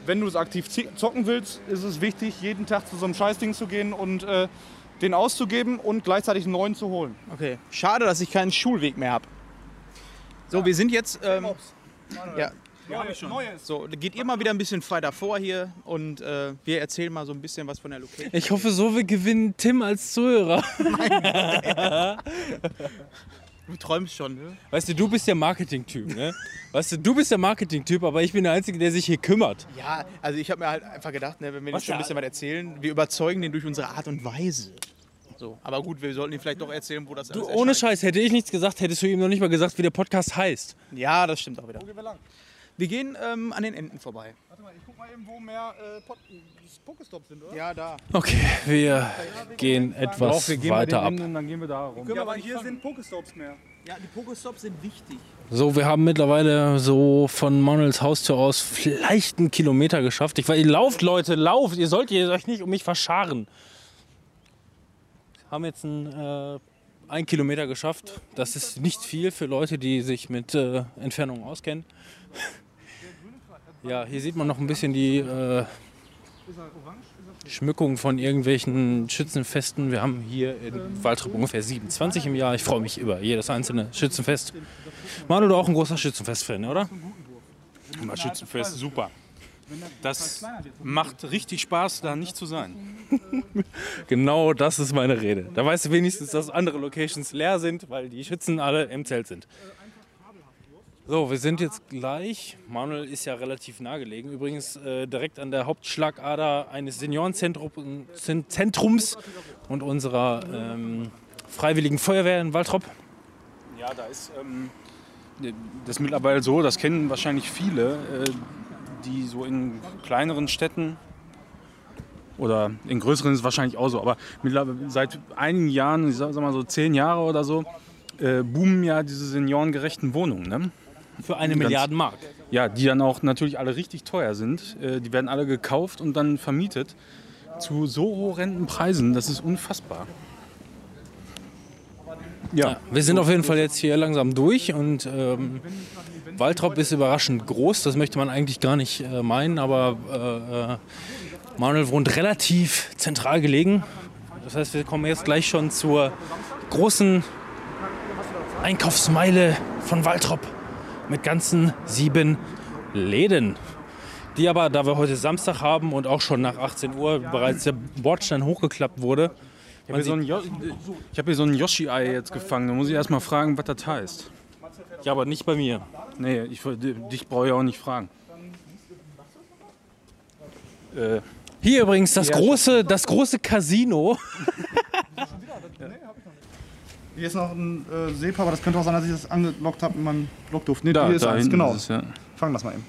Speaker 4: wenn du es aktiv zie- zocken willst, ist es wichtig, jeden Tag zu so einem Scheißding zu gehen und äh, den auszugeben und gleichzeitig einen neuen zu holen.
Speaker 3: Okay. Schade, dass ich keinen Schulweg mehr habe. So, wir sind jetzt. Ähm, ja.
Speaker 4: Neue, Neues.
Speaker 3: So, geht ihr mal wieder ein bisschen weiter vor hier und äh, wir erzählen mal so ein bisschen was von der Location.
Speaker 1: Ich hoffe so, wir gewinnen Tim als Zuhörer.
Speaker 3: Du träumst schon, ne?
Speaker 1: Weißt du, du bist der Marketing-Typ, ne? Weißt du, du bist der Marketing-Typ, aber ich bin der Einzige, der sich hier kümmert.
Speaker 3: Ja, also ich habe mir halt einfach gedacht, ne, wenn wir
Speaker 1: Was
Speaker 3: was schon ein
Speaker 1: da-
Speaker 3: bisschen was erzählen, wir überzeugen den durch unsere Art und Weise. So, aber gut, wir sollten ihm vielleicht doch erzählen, wo das
Speaker 1: Du,
Speaker 3: alles
Speaker 1: ohne
Speaker 3: erscheint.
Speaker 1: Scheiß, hätte ich nichts gesagt, hättest du ihm noch nicht mal gesagt, wie der Podcast heißt.
Speaker 3: Ja, das stimmt auch wieder.
Speaker 4: gehen wir lang?
Speaker 3: Wir gehen ähm, an den Enten vorbei.
Speaker 4: Warte mal, ich guck mal eben, wo mehr äh, Pod- Pokestops sind, oder?
Speaker 3: Ja, da.
Speaker 1: Okay, wir gehen etwas weiter ab.
Speaker 2: Und dann gehen wir da rum.
Speaker 4: Ja, aber hier sind Pokestops mehr.
Speaker 3: Ja, die Pokestops sind wichtig.
Speaker 1: So, wir haben mittlerweile so von Manuels Haustür aus vielleicht einen Kilometer geschafft. Ich weiß, ihr lauft, Leute, lauft. Ihr sollt ihr euch nicht um mich verscharen. Haben jetzt einen äh, ein Kilometer geschafft. Das ist nicht viel für Leute, die sich mit äh, Entfernungen auskennen. Ja, hier sieht man noch ein bisschen die äh, Schmückung von irgendwelchen Schützenfesten. Wir haben hier in Waltrip ungefähr 27 im Jahr. Ich freue mich über jedes einzelne Schützenfest. Manu, du auch ein großer Schützenfest-Fan, oder?
Speaker 2: Immer Schützenfest, super. Das macht richtig Spaß, da nicht zu sein.
Speaker 1: Genau das ist meine Rede. Da weißt du wenigstens, dass andere Locations leer sind, weil die Schützen alle im Zelt sind. So, wir sind jetzt gleich. Manuel ist ja relativ nah gelegen. Übrigens äh, direkt an der Hauptschlagader eines Seniorenzentrums und unserer ähm, Freiwilligen Feuerwehr in Waltrop.
Speaker 2: Ja, da ist ähm, das ist mittlerweile so, das kennen wahrscheinlich viele, äh, die so in kleineren Städten oder in größeren ist es wahrscheinlich auch so, aber mittlerweile seit einigen Jahren, ich sag sag mal so zehn Jahre oder so, äh, boomen ja diese seniorengerechten Wohnungen. Ne?
Speaker 1: Für eine Milliarde Mark.
Speaker 2: Ja, die dann auch natürlich alle richtig teuer sind. Äh, die werden alle gekauft und dann vermietet zu so horrenden Preisen. Das ist unfassbar.
Speaker 1: Ja, wir sind auf jeden Fall jetzt hier langsam durch und ähm, Waltrop ist überraschend groß. Das möchte man eigentlich gar nicht äh, meinen, aber äh, äh, Manuel wohnt relativ zentral gelegen. Das heißt, wir kommen jetzt gleich schon zur großen Einkaufsmeile von Waltrop mit ganzen sieben Läden. Die aber, da wir heute Samstag haben und auch schon nach 18 Uhr bereits der Bordstein hochgeklappt wurde,
Speaker 2: Ich habe hier, so einen Jo- ich hab hier so ein Yoshi-Ei jetzt gefangen. Da muss ich erst mal fragen, was das heißt.
Speaker 1: ja, aber nicht bei mir.
Speaker 2: Nee, ich, dich brauche ich auch nicht fragen. Äh,
Speaker 1: Hier übrigens das große, das große Casino.
Speaker 4: Hier ist noch ein äh, Sepa, aber das könnte auch sein, dass ich das angelockt habe mit meinem Lockduft. Ne,
Speaker 2: da,
Speaker 4: hier ist
Speaker 2: da
Speaker 4: eins,
Speaker 2: hinten
Speaker 4: genau.
Speaker 2: ist es, ja.
Speaker 4: Fangen wir das mal eben.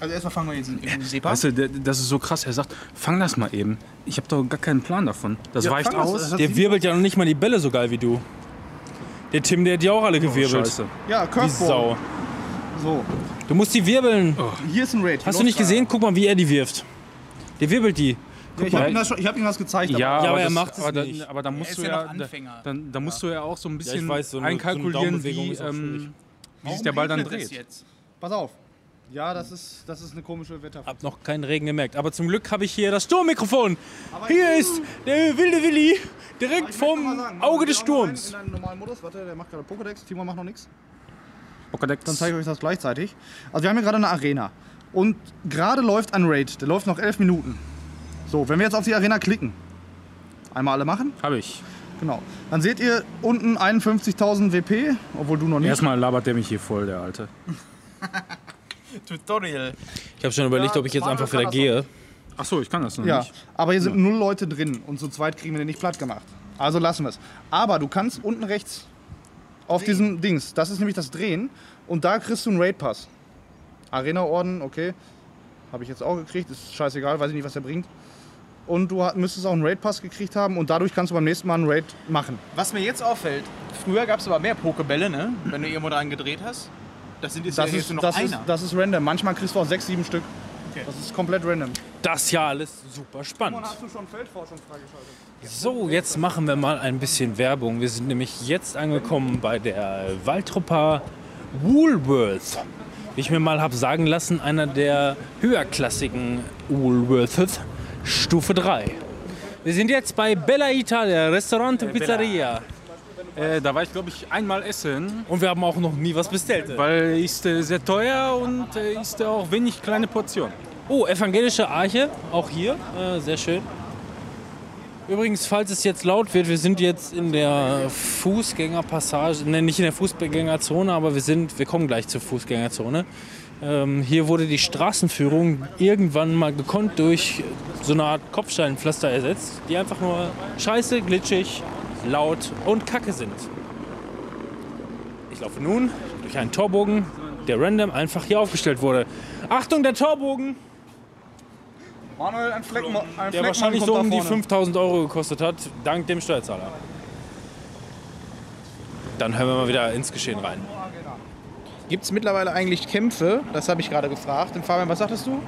Speaker 3: Also erstmal fangen wir jetzt in Sepa.
Speaker 2: Weißt du, der- das ist so krass. Er sagt, fang das mal eben. Ich habe doch gar keinen Plan davon. Das weicht
Speaker 4: fang das,
Speaker 2: aus.
Speaker 4: das-
Speaker 1: Der wirbelt ja noch nicht mal die Bälle so geil wie du. Der Tim, der hat die auch alle gewirbelt.
Speaker 2: Oh, Scheiße.
Speaker 4: Ja,
Speaker 1: die
Speaker 4: Curveball.
Speaker 1: Sau.
Speaker 4: So,
Speaker 1: Du musst die wirbeln.
Speaker 4: hier ist ein Raid.
Speaker 1: Hast du nicht gesehen? Guck mal, wie er die wirft. Der wirbelt die.
Speaker 4: Ja, ich habe ihm, das schon- ich hab ihm das gezeigt.
Speaker 2: Ja,
Speaker 1: aber
Speaker 2: aber
Speaker 1: er
Speaker 2: das-
Speaker 1: macht es
Speaker 2: aber da-
Speaker 1: nicht.
Speaker 2: Aber da musst
Speaker 3: ist
Speaker 2: du
Speaker 3: ja
Speaker 2: ja,
Speaker 3: noch Anfänger.
Speaker 2: da, dann, da musst du ja auch so ein bisschen
Speaker 1: weiß, so eine- so eine
Speaker 2: einkalkulieren,
Speaker 1: Daumenbewegung
Speaker 2: wie,
Speaker 1: ist auch schwierig.
Speaker 2: ähm, wie sich der Ball dann dreht.
Speaker 4: Pass auf. Ja, das ist, das ist eine komische Wetter.
Speaker 1: Hab noch keinen Regen gemerkt. Aber zum Glück habe ich hier das Sturmmikrofon. Hier ist der wilde Willi. Direkt vom Auge des Sturms.
Speaker 4: In einem normalen Modus. Warte, der macht gerade Pokédex. Timo macht noch nichts. Dann
Speaker 2: Pokédex.
Speaker 4: zeige ich euch das gleichzeitig. Also wir haben hier gerade eine Arena. Und gerade läuft ein Raid. Der läuft noch elf Minuten. So, wenn wir jetzt auf die Arena klicken. Einmal alle machen.
Speaker 2: Habe ich.
Speaker 4: Genau. Dann seht ihr unten 51.000 WP. Obwohl du noch nicht.
Speaker 2: Erstmal labert der mich hier voll, der Alte.
Speaker 3: Tutorial.
Speaker 1: Ich habe schon überlegt, ob ich jetzt einfach wieder gehe.
Speaker 2: Achso, ich kann das noch
Speaker 4: Ja,
Speaker 2: nicht.
Speaker 4: aber hier sind null Leute drin und zu zweit kriegen wir den nicht platt gemacht. Also lassen wir es. Aber du kannst unten rechts auf diesem Dings, das ist nämlich das Drehen und da kriegst du einen Raid Pass. Arena Orden, okay. Habe ich jetzt auch gekriegt, ist scheißegal, weiß ich nicht, was er bringt. Und du ha- müsstest auch einen Raid Pass gekriegt haben und dadurch kannst du beim nächsten Mal einen Raid machen.
Speaker 3: Was mir jetzt auffällt, früher gab es aber mehr Pokebälle, ne? Wenn du irgendwo dran gedreht hast. Das sind jetzt
Speaker 4: Das,
Speaker 3: hier
Speaker 4: ist,
Speaker 3: nur noch
Speaker 4: das, ist,
Speaker 3: einer.
Speaker 4: das ist random. Manchmal kriegst du auch sechs, sieben Stück. Das ist komplett random.
Speaker 1: Das ja alles super spannend.
Speaker 4: du schon Feldforschung freigeschaltet?
Speaker 1: So, jetzt machen wir mal ein bisschen Werbung. Wir sind nämlich jetzt angekommen bei der Waltrupper Woolworth. Wie ich mir mal habe sagen lassen, einer der höherklassigen Woolworths, Stufe 3. Wir sind jetzt bei Bella Italia, Restaurant und Pizzeria.
Speaker 2: Äh, da war ich, glaube ich, einmal essen,
Speaker 1: Und wir haben auch noch nie was bestellt.
Speaker 2: weil ist äh, sehr teuer und äh, ist äh, auch wenig kleine Portion.
Speaker 1: Oh, evangelische Arche, auch hier, äh, sehr schön. Übrigens, falls es jetzt laut wird, wir sind jetzt in der Fußgängerpassage, ne, nicht in der Fußgängerzone, aber wir sind, wir kommen gleich zur Fußgängerzone. Ähm, hier wurde die Straßenführung irgendwann mal gekonnt durch so eine Art Kopfsteinpflaster ersetzt, die einfach nur scheiße, glitschig, laut und kacke sind. Ich laufe nun durch einen Torbogen, der random einfach hier aufgestellt wurde. Achtung, der Torbogen!
Speaker 4: Manuel, ein Flecken. Ein
Speaker 1: Der wahrscheinlich so um die 5000 Euro gekostet hat, dank dem Steuerzahler. Dann hören wir mal wieder ins Geschehen rein.
Speaker 3: Gibt es mittlerweile eigentlich Kämpfe? Das habe ich gerade gefragt. Und Fabian, was sagtest du?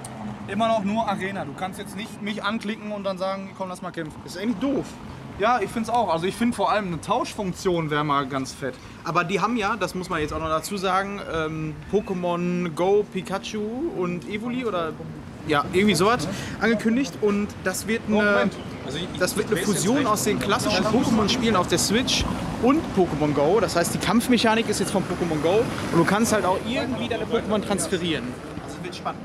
Speaker 4: Immer noch nur Arena. Du kannst jetzt nicht mich anklicken und dann sagen, komm, lass mal kämpfen.
Speaker 3: Das ist eigentlich doof.
Speaker 4: Ja, ich finde es auch. Also ich finde vor allem eine Tauschfunktion wäre mal ganz fett.
Speaker 3: Aber die haben ja, das muss man jetzt auch noch dazu sagen, ähm, Pokémon Go, Pikachu und Evoli oder ja, irgendwie sowas angekündigt und das wird eine,
Speaker 2: Also
Speaker 3: das wird eine Fusion aus den klassischen Pokémon-Spielen auf der Switch und Pokémon Go. Das heißt, die Kampfmechanik ist jetzt von Pokémon Go und du kannst halt auch irgendwie deine Pokémon transferieren. Das wird spannend.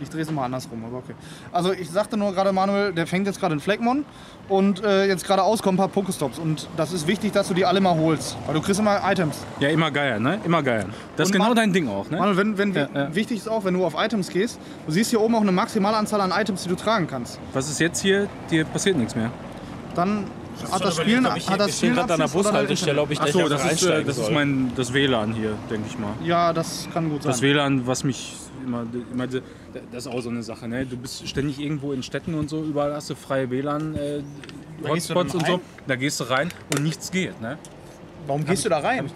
Speaker 4: Ich drehe es mal andersrum, aber okay. Also ich sagte nur gerade, Manuel, der fängt jetzt gerade in Fleckmon und äh, jetzt geradeaus kommen ein paar Pokestops. Und das ist wichtig, dass du die alle mal holst, weil du kriegst immer Items.
Speaker 2: Ja, immer geil, ne? Immer geil. Das ist
Speaker 4: Und
Speaker 2: genau
Speaker 4: man-
Speaker 2: dein Ding auch, ne?
Speaker 4: Manuel, wenn, wenn wichtig ist auch, wenn du auf Items gehst, du siehst hier oben auch eine maximale Anzahl an Items, die du tragen kannst.
Speaker 2: Was ist jetzt hier? Dir passiert nichts mehr.
Speaker 4: Dann hat das Spiel,
Speaker 1: überlegt, ob ich hier-
Speaker 4: hat das
Speaker 1: ich stehe
Speaker 4: Spiel
Speaker 1: gerade an der
Speaker 4: Absicht oder
Speaker 1: Bushaltestelle, ob ich gleich
Speaker 2: Achso,
Speaker 1: einfach
Speaker 2: das, ist, äh,
Speaker 1: einsteigen
Speaker 2: das ist
Speaker 1: soll.
Speaker 2: mein das WLAN hier, denke ich mal.
Speaker 4: Ja, das kann gut sein.
Speaker 2: Das WLAN, was mich immer, immer diese- das ist auch so eine Sache, ne? Du bist ständig irgendwo in Städten und so, überall hast du freie WLAN, äh,
Speaker 3: gehst du dann
Speaker 2: Hotspots und so.
Speaker 3: rein?
Speaker 2: Da gehst du rein und nichts geht, ne?
Speaker 3: Warum gehst du da rein?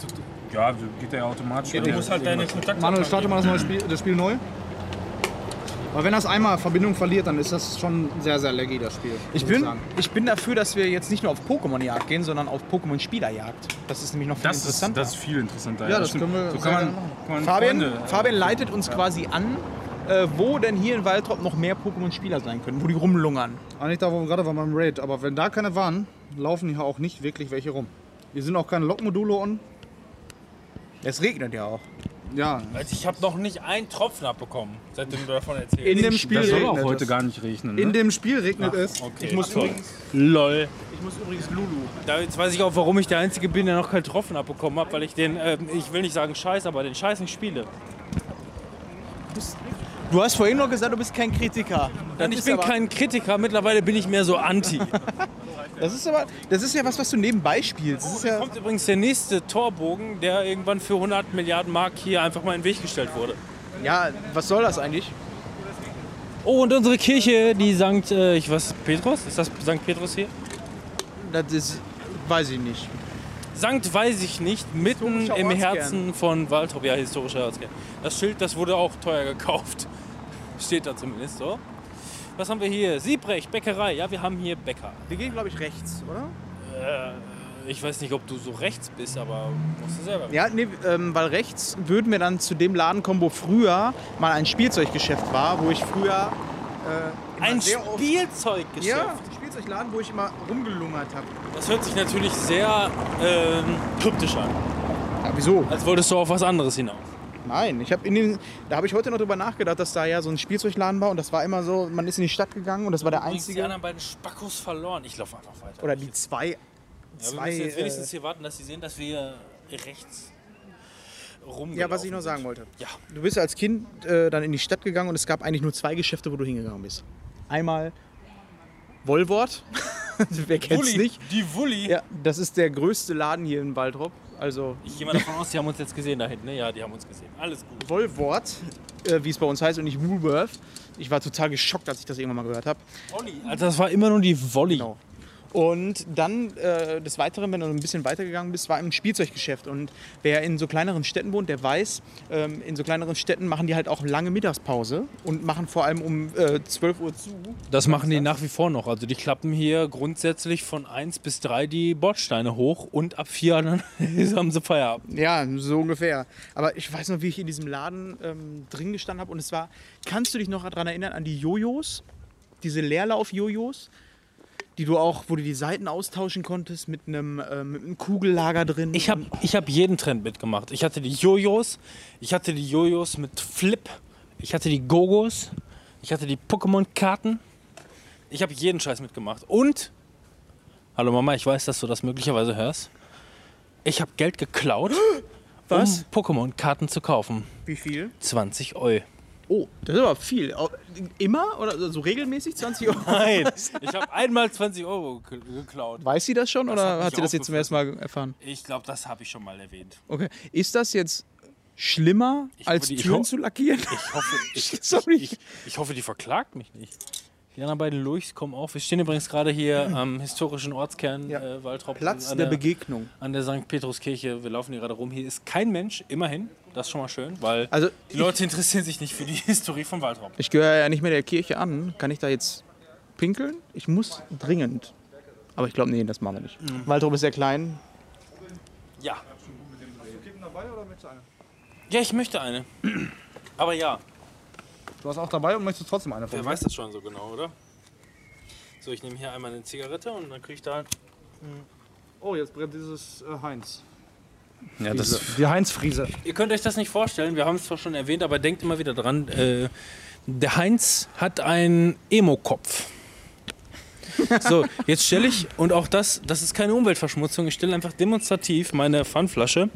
Speaker 2: Ja, also geht ja automatisch.
Speaker 1: Du musst halt deine Kontakte.
Speaker 4: Manuel, starte mal das, neue Spiel, das Spiel neu. Weil wenn das einmal Verbindung verliert, dann ist das schon sehr, sehr laggy, das Spiel.
Speaker 3: Ich
Speaker 4: muss
Speaker 3: bin,
Speaker 4: sagen.
Speaker 3: ich bin dafür, dass wir jetzt nicht nur auf Pokémon-Jagd gehen, sondern auf Pokémon-Spielerjagd. Das ist nämlich noch viel
Speaker 2: das ist,
Speaker 3: interessanter.
Speaker 2: das ist viel interessanter.
Speaker 4: Ja, das
Speaker 2: stimmt.
Speaker 4: können wir
Speaker 2: so
Speaker 4: sehr
Speaker 2: kann man,
Speaker 4: gerne machen.
Speaker 2: kann man
Speaker 3: Fabian,
Speaker 2: Freunde,
Speaker 3: Fabian leitet uns quasi an, äh, wo denn hier in Waldrop noch mehr Pokémon-Spieler sein können, wo die rumlungern.
Speaker 4: Ah, nicht da, wo wir gerade waren beim Raid. Aber wenn da keine waren, laufen hier auch nicht wirklich welche rum. Hier sind auch keine Lokmodule und.
Speaker 3: Es regnet ja auch.
Speaker 4: Ja.
Speaker 1: Also ich habe noch nicht einen Tropfen abbekommen, seitdem du davon erzählst.
Speaker 4: In dem
Speaker 2: Das soll auch
Speaker 4: regnet
Speaker 2: heute
Speaker 4: es.
Speaker 2: gar nicht regnen.
Speaker 4: In
Speaker 2: ne?
Speaker 4: dem Spiel regnet es.
Speaker 1: okay.
Speaker 4: Ich muss übrigens.
Speaker 1: LOL. Ich muss übrigens Lulu. Da, jetzt weiß ich auch, warum ich der Einzige bin, der noch keinen Tropfen abbekommen hat, weil ich den, ähm, ich will nicht sagen Scheiß, aber den Scheiß nicht spiele.
Speaker 3: Du hast vorhin noch gesagt, du bist kein Kritiker.
Speaker 1: Denn ich bin
Speaker 3: aber,
Speaker 1: kein Kritiker, mittlerweile bin ich mehr so anti.
Speaker 3: Das ist aber, das ist ja was, was du nebenbei spielst. Das ist ja,
Speaker 1: kommt übrigens der nächste Torbogen, der irgendwann für 100 Milliarden Mark hier einfach mal in den Weg gestellt wurde.
Speaker 3: ja, was soll das eigentlich?
Speaker 1: Oh, und unsere Kirche, die Sankt, äh, ich weiß, Petrus? Ist das Sankt Petrus hier?
Speaker 3: Das ist, weiß ich nicht.
Speaker 1: Sankt weiß ich nicht, mitten
Speaker 3: Historischer
Speaker 1: im
Speaker 3: Ortskern.
Speaker 1: Herzen von Waldrop, ja, historischer Ortskern. Das Schild, das wurde auch teuer gekauft. Steht da zumindest so. Was haben wir hier? Siebrecht, Bäckerei. Ja, wir haben hier Bäcker. Äh,
Speaker 3: Wir gehen, glaube ich, rechts, oder?
Speaker 1: Ich weiß nicht, ob du so rechts bist, aber musst du selber.
Speaker 3: Ja, nee, ähm, weil rechts würden wir dann zu dem Laden kommen, wo früher mal ein Spielzeuggeschäft war, wo ich früher äh, immer
Speaker 1: Ein
Speaker 3: sehr oft-
Speaker 1: Spielzeuggeschäft.
Speaker 3: Ja, Spielzeugladen, wo ich immer rumgelungert habe.
Speaker 1: Das hört sich natürlich sehr ähm, kryptisch an.
Speaker 3: Ja, wieso?
Speaker 1: Als wolltest du auf was anderes hinaus.
Speaker 3: Nein, ich habe in den, da habe ich heute noch drüber nachgedacht, dass da ja so ein Spielzeugladen war und das war immer so, man ist in die Stadt gegangen und das war der
Speaker 1: Übrigens, Die
Speaker 3: einzige
Speaker 1: anderen beiden Spackos verloren. Ich laufe einfach weiter.
Speaker 3: oder die zwei,
Speaker 1: ja, wir
Speaker 3: zwei.
Speaker 1: müssen jetzt wenigstens
Speaker 3: Äh,
Speaker 1: hier warten, dass sie sehen, dass wir rechts rum.
Speaker 3: ja, was ich noch sagen wollte.
Speaker 1: Ja.
Speaker 3: Du bist als Kind äh, dann in die Stadt gegangen und es gab eigentlich nur zwei Geschäfte, wo du hingegangen bist. Einmal Wollwort. Wer kennt's
Speaker 1: Wulli,
Speaker 3: nicht?
Speaker 1: Die Wulli.
Speaker 3: Ja, das ist der größte Laden hier in Waldrop. Also
Speaker 1: Ich gehe mal davon aus, die haben uns jetzt gesehen da hinten. Ne? Ja, die haben uns gesehen. Alles gut.
Speaker 3: Wollwort, äh, wie es bei uns heißt, und nicht Woolworth. Ich war total geschockt, als ich das irgendwann mal gehört habe.
Speaker 1: Also das war immer nur die Wolli.
Speaker 3: Genau. Und dann äh, des Weiteren, wenn du ein bisschen weitergegangen bist, war im Spielzeuggeschäft. Und wer in so kleineren Städten wohnt, der weiß, ähm, in so kleineren Städten machen die halt auch lange Mittagspause und machen vor allem um äh, 12 Uhr zu.
Speaker 1: Das machen die nach wie vor noch. Also die klappen hier grundsätzlich von 1 bis 3 die Bordsteine hoch und ab 4 dann haben sie Feierabend.
Speaker 3: Ja, so ungefähr. Aber ich weiß noch, wie ich in diesem Laden ähm, drin gestanden habe. Und es war, kannst du dich noch daran erinnern, an die Jojos? Diese Leerlauf-Jojos, die du auch, wo du die Seiten austauschen konntest mit einem, äh, mit einem Kugellager drin.
Speaker 1: Ich habe ich hab jeden Trend mitgemacht. Ich hatte die Jojos, ich hatte die Jojos mit Flip, ich hatte die Gogos, ich hatte die Pokémon-Karten. Ich habe jeden Scheiß mitgemacht. Und, hallo Mama, ich weiß, dass du das möglicherweise hörst. Ich habe Geld geklaut,
Speaker 3: Was?
Speaker 1: um Pokémon-Karten zu kaufen.
Speaker 3: Wie viel?
Speaker 1: 20 Euro.
Speaker 3: Oh, das ist aber viel. Au- Immer oder so regelmäßig 20 Euro?
Speaker 1: Nein, ich habe einmal 20 Euro ge- geklaut.
Speaker 3: Weiß sie das schon
Speaker 1: hat
Speaker 3: oder
Speaker 1: mich
Speaker 3: hat sie das jetzt zum ersten Mal erfahren?
Speaker 1: Ich glaube, das habe ich schon mal erwähnt.
Speaker 3: Okay. Ist das jetzt schlimmer,
Speaker 1: Ich
Speaker 3: als
Speaker 1: hoffe, die-
Speaker 3: Türen
Speaker 1: ich
Speaker 3: zu lackieren?
Speaker 1: Ich hoffe, ich,
Speaker 3: Sorry.
Speaker 1: ich, ich, ich hoffe die verklagt mich nicht. Die anderen beiden Lurchs kommen auf. Wir stehen übrigens gerade hier am historischen Ortskern äh, Waltrop. an
Speaker 3: Begegnung.
Speaker 1: an der St. Petrus-Kirche. Wir laufen hier gerade rum. Hier ist kein Mensch, immerhin. Das ist schon mal schön, weil
Speaker 3: Also
Speaker 1: die Leute interessieren sich nicht für die Historie von Waltrop.
Speaker 3: ich gehöre ja nicht mehr der Kirche an. Kann ich da jetzt pinkeln? Ich muss dringend. Aber ich glaube, nee, das machen wir nicht. Mhm. Waldrop ist sehr klein.
Speaker 1: Ja. Ja, ich möchte eine. Aber ja,
Speaker 4: Du hast auch dabei und möchtest trotzdem eine
Speaker 1: wer
Speaker 4: von
Speaker 1: weiß das schon so genau, oder? So, ich nehme hier einmal eine Zigarette und dann kriege ich da. halt
Speaker 11: Oh, jetzt brennt dieses äh, Heinz.
Speaker 4: ja, das Die Heinz-Friese.
Speaker 1: Ihr könnt euch das nicht vorstellen, wir haben es zwar schon erwähnt, aber denkt immer wieder dran, äh, der Heinz hat einen Emo-Kopf. So, jetzt stelle ich, und auch das, das ist keine Umweltverschmutzung, ich stelle einfach demonstrativ meine Pfandflasche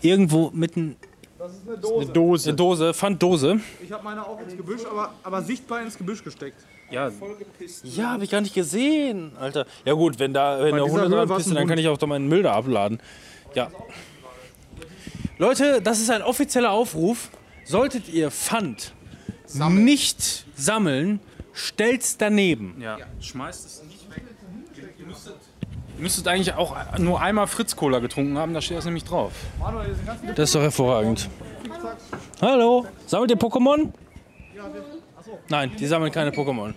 Speaker 1: irgendwo mitten
Speaker 11: Das ist eine Dose.
Speaker 1: Dose, Dose Pfanddose.
Speaker 11: Ich habe meine auch ins Gebüsch, aber, aber sichtbar ins Gebüsch gesteckt.
Speaker 1: Ja, ja habe ich gar nicht gesehen, Alter. Ja gut, wenn da wenn der
Speaker 11: dieser
Speaker 1: Hunde
Speaker 11: Müll
Speaker 1: dran
Speaker 11: war's
Speaker 1: pissen,
Speaker 11: ein
Speaker 1: dann kann ich auch doch meinen Müll da abladen. Ja. Leute, das ist ein offizieller Aufruf. Solltet ihr Pfand nicht sammeln, stellt's daneben.
Speaker 2: Ja. Schmeißt es nicht weg. Ihr müsstet, ihr müsstet eigentlich auch nur einmal Fritz-Cola getrunken haben, da steht das nämlich drauf.
Speaker 1: Das ist doch hervorragend. Hallo, sammelt ihr Pokémon? Nein, die sammeln keine Pokémon.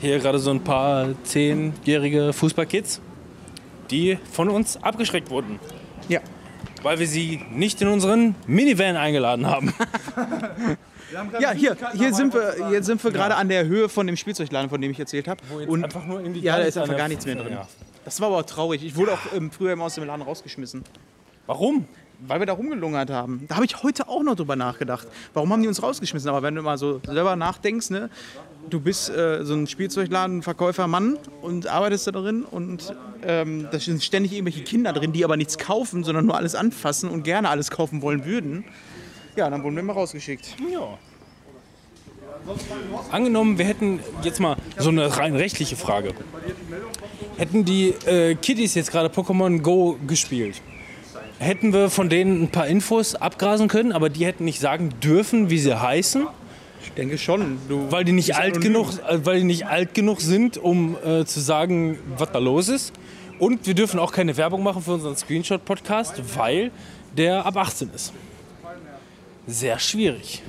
Speaker 1: Hier gerade so ein paar zehnjährige Fußballkids, die von uns abgeschreckt wurden.
Speaker 3: Ja.
Speaker 1: Weil wir sie nicht in unseren Minivan eingeladen haben.
Speaker 3: Ja, hier, hier sind wir, jetzt sind wir gerade an der Höhe von dem Spielzeugladen, von dem ich erzählt habe. Und
Speaker 1: einfach nur irgendwie
Speaker 3: ja, da ist einfach gar nichts mehr drin. Das war aber auch traurig. Ich wurde auch ähm, früher immer aus dem Laden rausgeschmissen,
Speaker 1: Warum?
Speaker 3: weil wir da rumgelungert haben. Da habe ich heute auch noch drüber nachgedacht. Warum haben die uns rausgeschmissen? Aber wenn du mal so selber nachdenkst, ne, du bist äh, so ein Spielzeugladenverkäufer Mann und arbeitest da drin und ähm, da sind ständig irgendwelche Kinder drin, die aber nichts kaufen, sondern nur alles anfassen und gerne alles kaufen wollen würden. Ja, dann wurden wir mal rausgeschickt.
Speaker 1: Ja. Angenommen, wir hätten jetzt mal so eine rein rechtliche Frage. Hätten die äh, Kiddies jetzt gerade Pokémon Go gespielt, hätten wir von denen ein paar Infos abgrasen können, aber die hätten nicht sagen dürfen, wie sie heißen,
Speaker 3: Ich denke schon. Du
Speaker 1: weil die nicht alt genug, äh, weil die nicht alt genug sind, um äh, zu sagen, was da los ist. Und wir dürfen auch keine Werbung machen für unseren Screenshot-Podcast, weil der ab 18 ist. Sehr schwierig.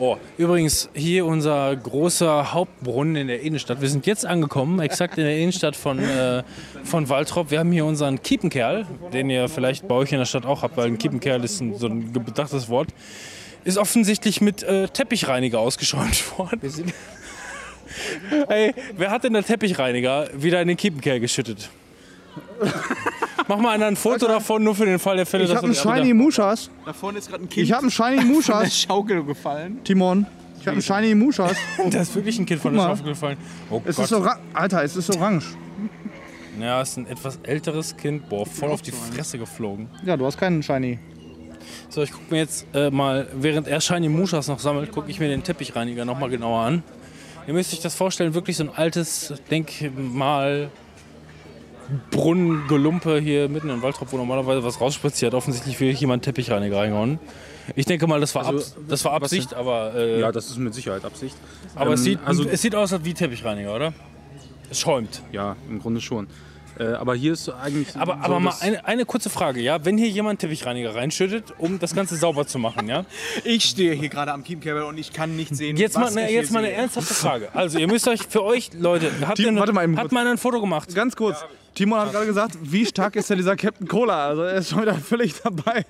Speaker 1: Oh, übrigens, hier unser großer Hauptbrunnen in der Innenstadt. Wir sind jetzt angekommen, exakt in der Innenstadt von, äh, von Waltrop. Wir haben hier unseren Kiepenkerl, den ihr vielleicht bei euch in der Stadt auch habt, weil ein Kiepenkerl ist ein, so ein bedachtes Wort. Ist offensichtlich mit äh, Teppichreiniger ausgeschäumt worden. Ey, wer hat denn der Teppichreiniger wieder in den Kiepenkerl geschüttet? Mach mal einer ein Foto davon, nur für den Fall der Fälle,
Speaker 4: Ich habe einen
Speaker 1: uns wieder-
Speaker 4: Shiny Mushas.
Speaker 3: da vorne ist gerade ein Kind
Speaker 4: Ich habe einen Shiny Mushas,
Speaker 3: Schaukel gefallen.
Speaker 4: Timon. Oh Ich habe einen Shiny Mushas.
Speaker 1: Da ist wirklich ein Kind von
Speaker 4: Guck
Speaker 1: der
Speaker 4: mal.
Speaker 1: Schaufel gefallen. Oh
Speaker 4: Es
Speaker 1: Gott.
Speaker 4: ist orange. Alter, es ist orange.
Speaker 1: Ja, ist ein etwas älteres Kind. Boah, voll auf die Fresse geflogen.
Speaker 4: Ja, du hast keinen Shiny.
Speaker 1: So, ich guck mir jetzt äh, mal, während er Shiny Mushas noch sammelt, gucke ich mir den Teppichreiniger nochmal genauer an. Ihr müsst euch das vorstellen, wirklich so ein altes Denkmal. Brunnengelumpe hier mitten in Waldrop, wo normalerweise was rausspritzt. Hier hat offensichtlich wirklich jemand Teppichreiniger reingehauen. Ich denke mal, das war, Abs- das war Absicht, aber, äh,
Speaker 2: Also, Ja, das ist mit Sicherheit Absicht.
Speaker 1: aber es,
Speaker 2: ähm,
Speaker 1: sieht,
Speaker 2: also-
Speaker 1: es sieht aus wie Teppichreiniger, oder? Es schäumt.
Speaker 2: Ja, im Grunde schon. Äh, aber hier ist eigentlich.
Speaker 1: Aber,
Speaker 2: so
Speaker 1: aber mal
Speaker 2: das-
Speaker 1: eine, eine kurze Frage, ja? Wenn hier jemand Teppichreiniger reinschüttet, um das Ganze sauber zu machen, ja?
Speaker 3: Ich stehe hier gerade am Kiepenkabel und ich kann nicht sehen,
Speaker 1: Jetzt mal,
Speaker 3: was
Speaker 1: ne,
Speaker 3: ich
Speaker 1: jetzt
Speaker 3: hier
Speaker 1: mal eine
Speaker 3: sehe.
Speaker 1: ernsthafte Frage. Also, ihr müsst euch für euch, Leute, habt,
Speaker 4: Tim,
Speaker 1: ihr,
Speaker 4: warte mal eben
Speaker 1: habt
Speaker 4: kurz.
Speaker 1: mal ein Foto gemacht?
Speaker 4: Ganz kurz. Timon hat gerade gesagt, wie stark ist denn dieser Captain Cola? Also er ist schon wieder völlig dabei.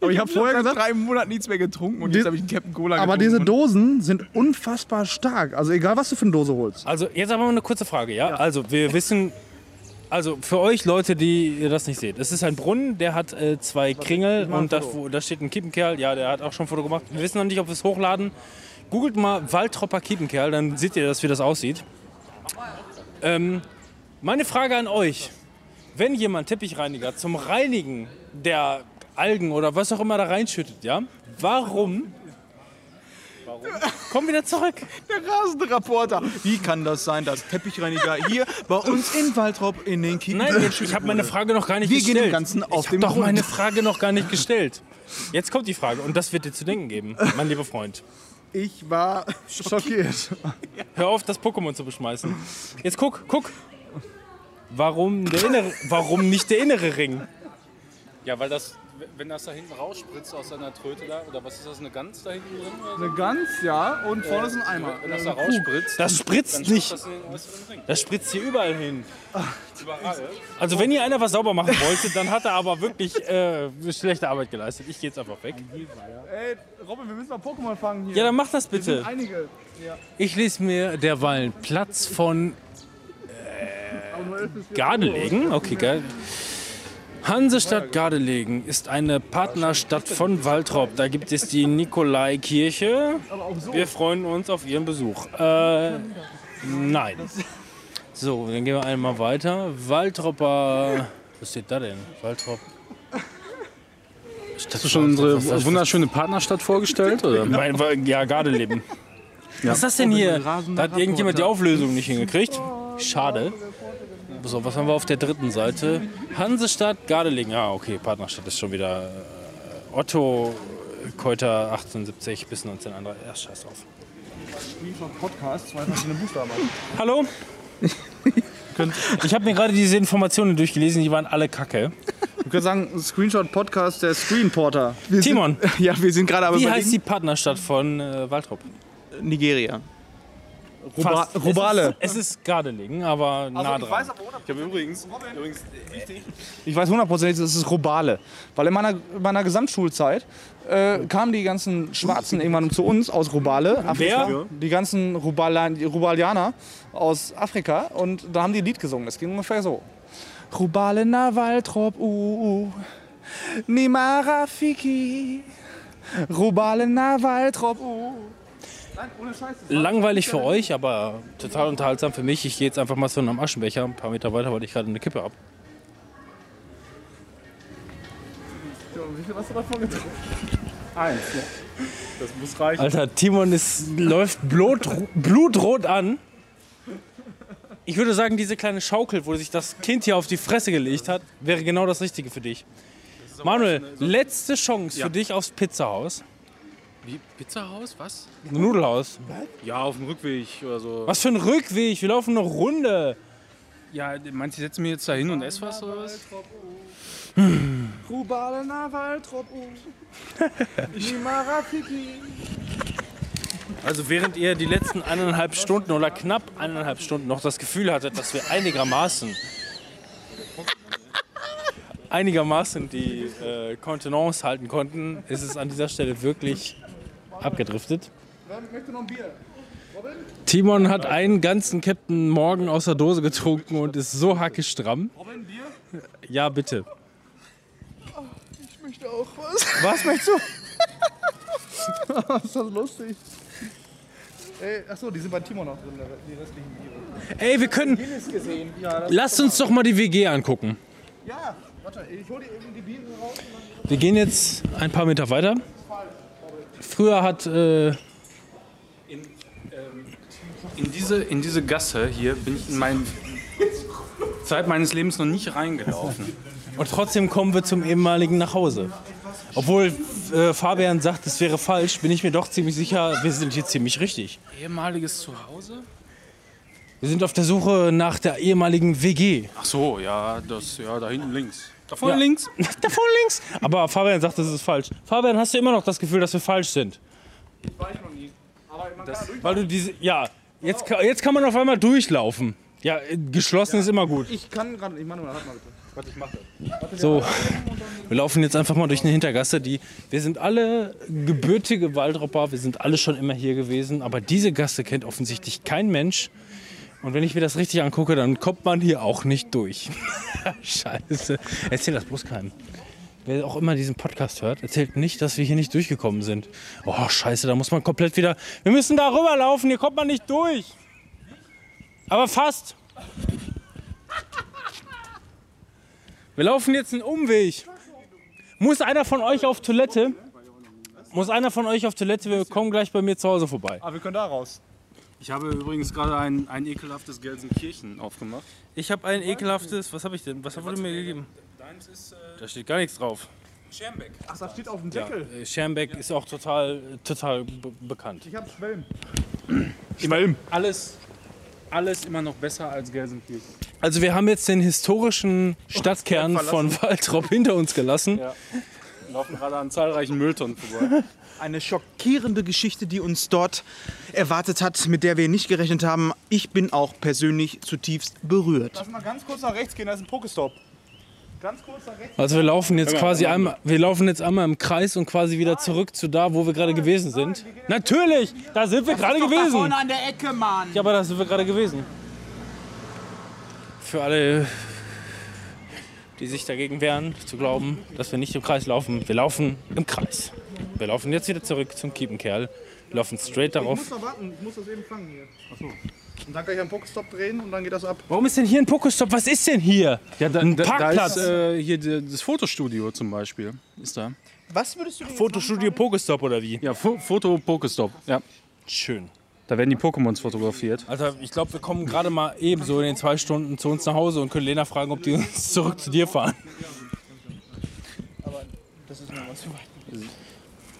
Speaker 4: Aber ich habe vorher
Speaker 3: Ich habe
Speaker 4: gesagt,
Speaker 3: drei Monaten nichts mehr getrunken und
Speaker 4: Die-
Speaker 3: jetzt habe ich einen Captain Cola
Speaker 4: aber diese
Speaker 3: getrunken.
Speaker 4: Dosen sind unfassbar stark. Also egal, was du für eine Dose holst.
Speaker 1: Also, jetzt aber mal eine kurze Frage, ja? Also, wir wissen, also für euch Leute, die ihr das nicht seht, es ist ein Brunnen, der hat äh, zwei Kringel und da, wo- da steht ein Kippenkerl, ja, der hat auch schon ein Foto gemacht. Wir wissen noch nicht, ob wir es hochladen. Googelt mal Waldtropper Kippenkerl, dann seht ihr das, wie das aussieht. Ähm, meine Frage an euch. Wenn jemand Teppichreiniger zum Reinigen der Algen oder was auch immer da reinschüttet, ja, warum? Warum? Komm wieder zurück.
Speaker 3: Der rasende Reporter. Wie kann das sein, dass Teppichreiniger hier bei uns in Waldrop in den Kiepen...
Speaker 1: Nein, jetzt, ich habe meine Frage noch gar nicht
Speaker 3: Wir gehen
Speaker 1: gestellt.
Speaker 3: dem Ganzen auf
Speaker 1: ich
Speaker 3: den
Speaker 1: habe doch
Speaker 3: Grund.
Speaker 1: meine Frage noch gar nicht gestellt. Jetzt kommt die Frage und das wird dir zu denken geben, mein lieber Freund.
Speaker 4: Ich war schockiert.
Speaker 1: Hör auf, das Pokémon zu beschmeißen. Jetzt guck, guck. Warum, der innere, warum nicht der innere Ring? Ja, weil das
Speaker 2: wenn das da hinten rausspritzt aus seiner Tröte da, oder was ist das, eine Gans da hinten drin? Oder so?
Speaker 4: Eine Gans, ja, und vorne ist ein Eimer.
Speaker 2: Wenn das da rausspritzt,
Speaker 1: Das spritzt
Speaker 2: spritzt
Speaker 1: nicht.
Speaker 2: das in den äußeren Ring.
Speaker 1: Das spritzt hier überall hin.
Speaker 2: Überall.
Speaker 1: Also wenn hier einer was sauber machen wollte, dann hat er aber wirklich äh, schlechte Arbeit geleistet. Ich gehe jetzt einfach weg.
Speaker 4: Ey, Robin, wir müssen mal Pokémon fangen hier.
Speaker 1: Ja, dann mach das bitte.
Speaker 4: Einige.
Speaker 1: Ich lese mir derweilen Platz von äh, Gardelegen. Okay, geil. Hansestadt Gardelegen ist eine Partnerstadt von Waltrop. Da gibt es die Nikolaikirche. Wir freuen uns auf Ihren Besuch. Äh, nein. So, dann gehen wir einmal weiter. Waltropper. Was steht da denn? Waltrop.
Speaker 2: Hast du schon unsere wunderschöne Partnerstadt vorgestellt? Oder?
Speaker 1: Mein, ja, Gardeleben. Was ist das denn hier? Da hat irgendjemand die Auflösung nicht hingekriegt. Schade. So, was haben wir auf der dritten Seite? Hansestadt, Gardelegen. Ah, okay, Partnerstadt ist schon wieder äh, Otto äh, Keuter 1870 bis 1931. Ja, scheiß auf.
Speaker 4: Podcast, zwei verschiedene Buchstaben.
Speaker 1: Hallo? Könnt- Ich habe mir gerade diese Informationen durchgelesen, die waren alle kacke.
Speaker 4: Du kannst sagen, Screenshot Podcast der Screenporter.
Speaker 1: Timon,
Speaker 3: Ja, wir sind gerade aber
Speaker 1: wie heißt die Partnerstadt von äh, Waltrop?
Speaker 3: Nigeria.
Speaker 1: Ruba
Speaker 4: Ah, Rubale.
Speaker 1: Es ist, es ist Gardelegen, Also, aber nah dran.
Speaker 2: Ich habe übrigens, übrigens
Speaker 4: Ich weiß hundertprozentig, das ist Robale. Weil in meiner, in meiner Gesamtschulzeit äh, kamen die ganzen Schwarzen irgendwann zu uns aus Robale. Afrika.
Speaker 1: Wer?
Speaker 4: Die ganzen Rubalan, die Rubalianer aus Afrika. Und da haben die ein Lied gesungen. Das ging ungefähr so. Rubale na Waltrop, uh, uh. Nimara Fiki. Rubale na Waltrop, uh. Nein, ohne Scheiß.
Speaker 1: Langweilig für euch, aber total unterhaltsam für mich. Ich gehe jetzt einfach mal zu einem Aschenbecher, ein paar Meter weiter, weil ich gerade eine Kippe habe.
Speaker 2: Das muss reichen.
Speaker 1: Alter, Timon ist, läuft blut, blutrot an. Ich würde sagen, diese kleine Schaukel, wo sich das Kind hier auf die Fresse gelegt hat, wäre genau das Richtige für dich. Manuel, letzte Chance für dich aufs Pizzahaus.
Speaker 2: Wie, Pizzahaus? Was?
Speaker 1: Nudelhaus.
Speaker 2: Ja, auf dem Rückweg oder so.
Speaker 1: Was für ein Rückweg, wir laufen eine Runde.
Speaker 2: Ja, meinst du, ich setze mich jetzt da hin und esse was oder was?
Speaker 3: Ah,
Speaker 4: Rubale na Waltrop, uh. Nimara Fiki.
Speaker 1: Also während ihr die letzten eineinhalb Stunden oder knapp eineinhalb Stunden noch das Gefühl hattet, dass wir einigermaßen einigermaßen die äh, Kontenance halten konnten, ist es an dieser Stelle wirklich abgedriftet. Timon hat einen ganzen Captain Morgan aus der Dose getrunken und ist so hackestramm. Ja, bitte.
Speaker 4: Was möchtest du? das ist das lustig. Ey, achso, die sind bei Timo noch drin, die restlichen Biere.
Speaker 1: Ey, wir können. Lasst uns doch mal die WG angucken.
Speaker 4: Ja, warte, ich hol dir eben die Biere raus.
Speaker 1: Wir gehen jetzt ein paar Meter weiter. Früher hat. Äh,
Speaker 2: In diese, in diese Gasse hier bin ich in meinem Zeit meines Lebens noch nicht reingelaufen.
Speaker 1: und trotzdem kommen wir zum ehemaligen nach Hause. Obwohl äh, Fabian sagt, es wäre falsch, bin ich mir doch ziemlich sicher, wir sind hier ziemlich richtig.
Speaker 2: Ehemaliges Zuhause?
Speaker 1: Wir sind auf der Suche nach der ehemaligen WG.
Speaker 2: Ach so, ja, das ja da hinten links. Da vorne
Speaker 1: Ja.
Speaker 2: links?
Speaker 1: da vorne links. Aber Fabian sagt, das ist falsch. Fabian, hast du immer noch das Gefühl, dass wir falsch sind? Ich weiß noch nie. Aber man kann weil du diese, ja, jetzt, ka- jetzt kann man auf einmal durchlaufen. Ja, äh, geschlossen ist immer gut.
Speaker 4: Ich kann gerade, ich mach nur, halt mal bitte.
Speaker 1: So, wir laufen jetzt einfach mal durch eine Hintergasse. Die, wir sind alle gebürtige Waldropper, wir sind alle schon immer hier gewesen, aber diese Gasse kennt offensichtlich kein Mensch. Und wenn ich mir das richtig angucke, dann kommt man hier auch nicht durch. Scheiße. Erzähl das bloß keinem. Wer auch immer diesen Podcast hört, erzählt nicht, dass wir hier nicht durchgekommen sind. Oh, scheiße, da muss man komplett wieder. Wir müssen da rüberlaufen, hier kommt man nicht durch. Aber fast. Wir laufen jetzt einen Umweg. Muss einer von euch auf Toilette? Muss einer von euch auf Toilette? Wir kommen gleich bei mir zu Hause vorbei.
Speaker 4: Aber wir können da raus.
Speaker 2: Ich habe übrigens gerade ein, ein ekelhaftes Gelsenkirchen aufgemacht.
Speaker 1: Ich habe ein ekelhaftes. Was habe ich denn? Was wurde mir gegeben?
Speaker 2: Deins ist äh,
Speaker 1: Da steht gar nichts drauf.
Speaker 2: Schermbeck.
Speaker 4: Ach, das steht auf dem Deckel.
Speaker 1: Äh, Schermbeck ist auch total, total be bekannt.
Speaker 4: Ich hab's Schwelm.
Speaker 2: Alles, alles immer noch besser als Gelsenkirchen.
Speaker 1: Oh, Also wir haben jetzt den historischen Stadtkern von Waltrop hinter uns gelassen.
Speaker 2: laufen gerade an zahlreichen Mülltonnen vorbei.
Speaker 3: Eine schockierende Geschichte, die uns dort erwartet hat, mit der wir nicht gerechnet haben. Ich bin auch persönlich zutiefst berührt.
Speaker 12: Lass mal ganz kurz nach rechts gehen, da ist ein Pokestop. Ganz kurz nach rechts.
Speaker 1: Also wir laufen jetzt quasi einmal, wir laufen jetzt einmal im Kreis und quasi wieder zurück zu da, wo wir gerade gewesen sind. Natürlich, da sind wir gerade gewesen.
Speaker 13: an der Ecke, Mann.
Speaker 1: Ja, aber da sind wir gerade gewesen. Für alle, die sich dagegen wehren, zu glauben, dass wir nicht im Kreis laufen. Wir laufen im Kreis. Wir laufen jetzt wieder zurück zum Kiepenkerl. Wir laufen straight
Speaker 12: Ich muss
Speaker 1: darauf.
Speaker 12: noch warten, ich muss das eben fangen hier. Achso. Und dann kann ich am Pokestop drehen und dann geht das ab.
Speaker 1: Warum ist denn hier ein Pokestop? Was ist denn hier?
Speaker 2: Ja, da,
Speaker 1: Ein
Speaker 2: da, da
Speaker 1: Parkplatz.
Speaker 2: ist äh, hier die, das Fotostudio zum Beispiel. Ist da.
Speaker 3: Was würdest du denn
Speaker 1: Fotostudio Pokestop oder wie?
Speaker 2: Ja, Fo Foto Pokestop. Ja.
Speaker 1: Schön.
Speaker 2: Da werden die Pokémons fotografiert.
Speaker 1: Alter, ich glaube, wir kommen gerade mal ebenso in den zwei Stunden zu uns nach Hause und können Lena fragen, ob die uns zurück zu dir fahren.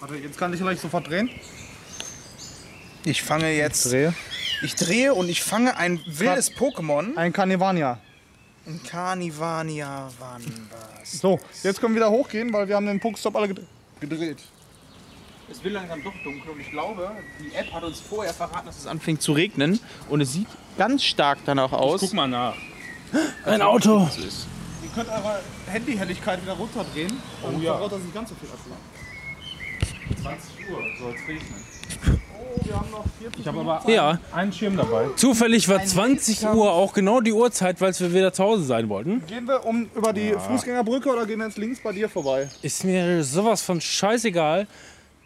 Speaker 12: Warte, jetzt kann ich gleich sofort drehen.
Speaker 3: Ich fange jetzt.
Speaker 4: Drehe.
Speaker 3: Ich drehe und ich fange ein wildes Pokémon.
Speaker 4: Ein Carnivania.
Speaker 3: Ein Carnivania Wanbas.
Speaker 4: So, jetzt können wir wieder hochgehen, weil wir haben den Pokestop alle gedreht.
Speaker 3: Es wird langsam doch dunkel und ich glaube, die App hat uns vorher verraten, dass es anfängt zu regnen. Und es sieht ganz stark danach aus.
Speaker 2: Guck mal nach.
Speaker 1: Ein Auto.
Speaker 12: Ihr könnt eure Handyhelligkeit wieder runterdrehen. Oh ja. Verraut das nicht ganz so viel Abstand.
Speaker 2: 20 Uhr soll es regnen.
Speaker 12: Oh, wir haben noch 40
Speaker 2: Ich habe aber
Speaker 1: Ja,
Speaker 2: einen Schirm dabei.
Speaker 1: zufällig war 20 Uhr auch genau die Uhrzeit, weil wir wieder zu Hause sein wollten.
Speaker 12: Gehen wir um über die Fußgängerbrücke oder gehen wir jetzt links bei dir vorbei?
Speaker 1: Ist mir sowas von scheißegal.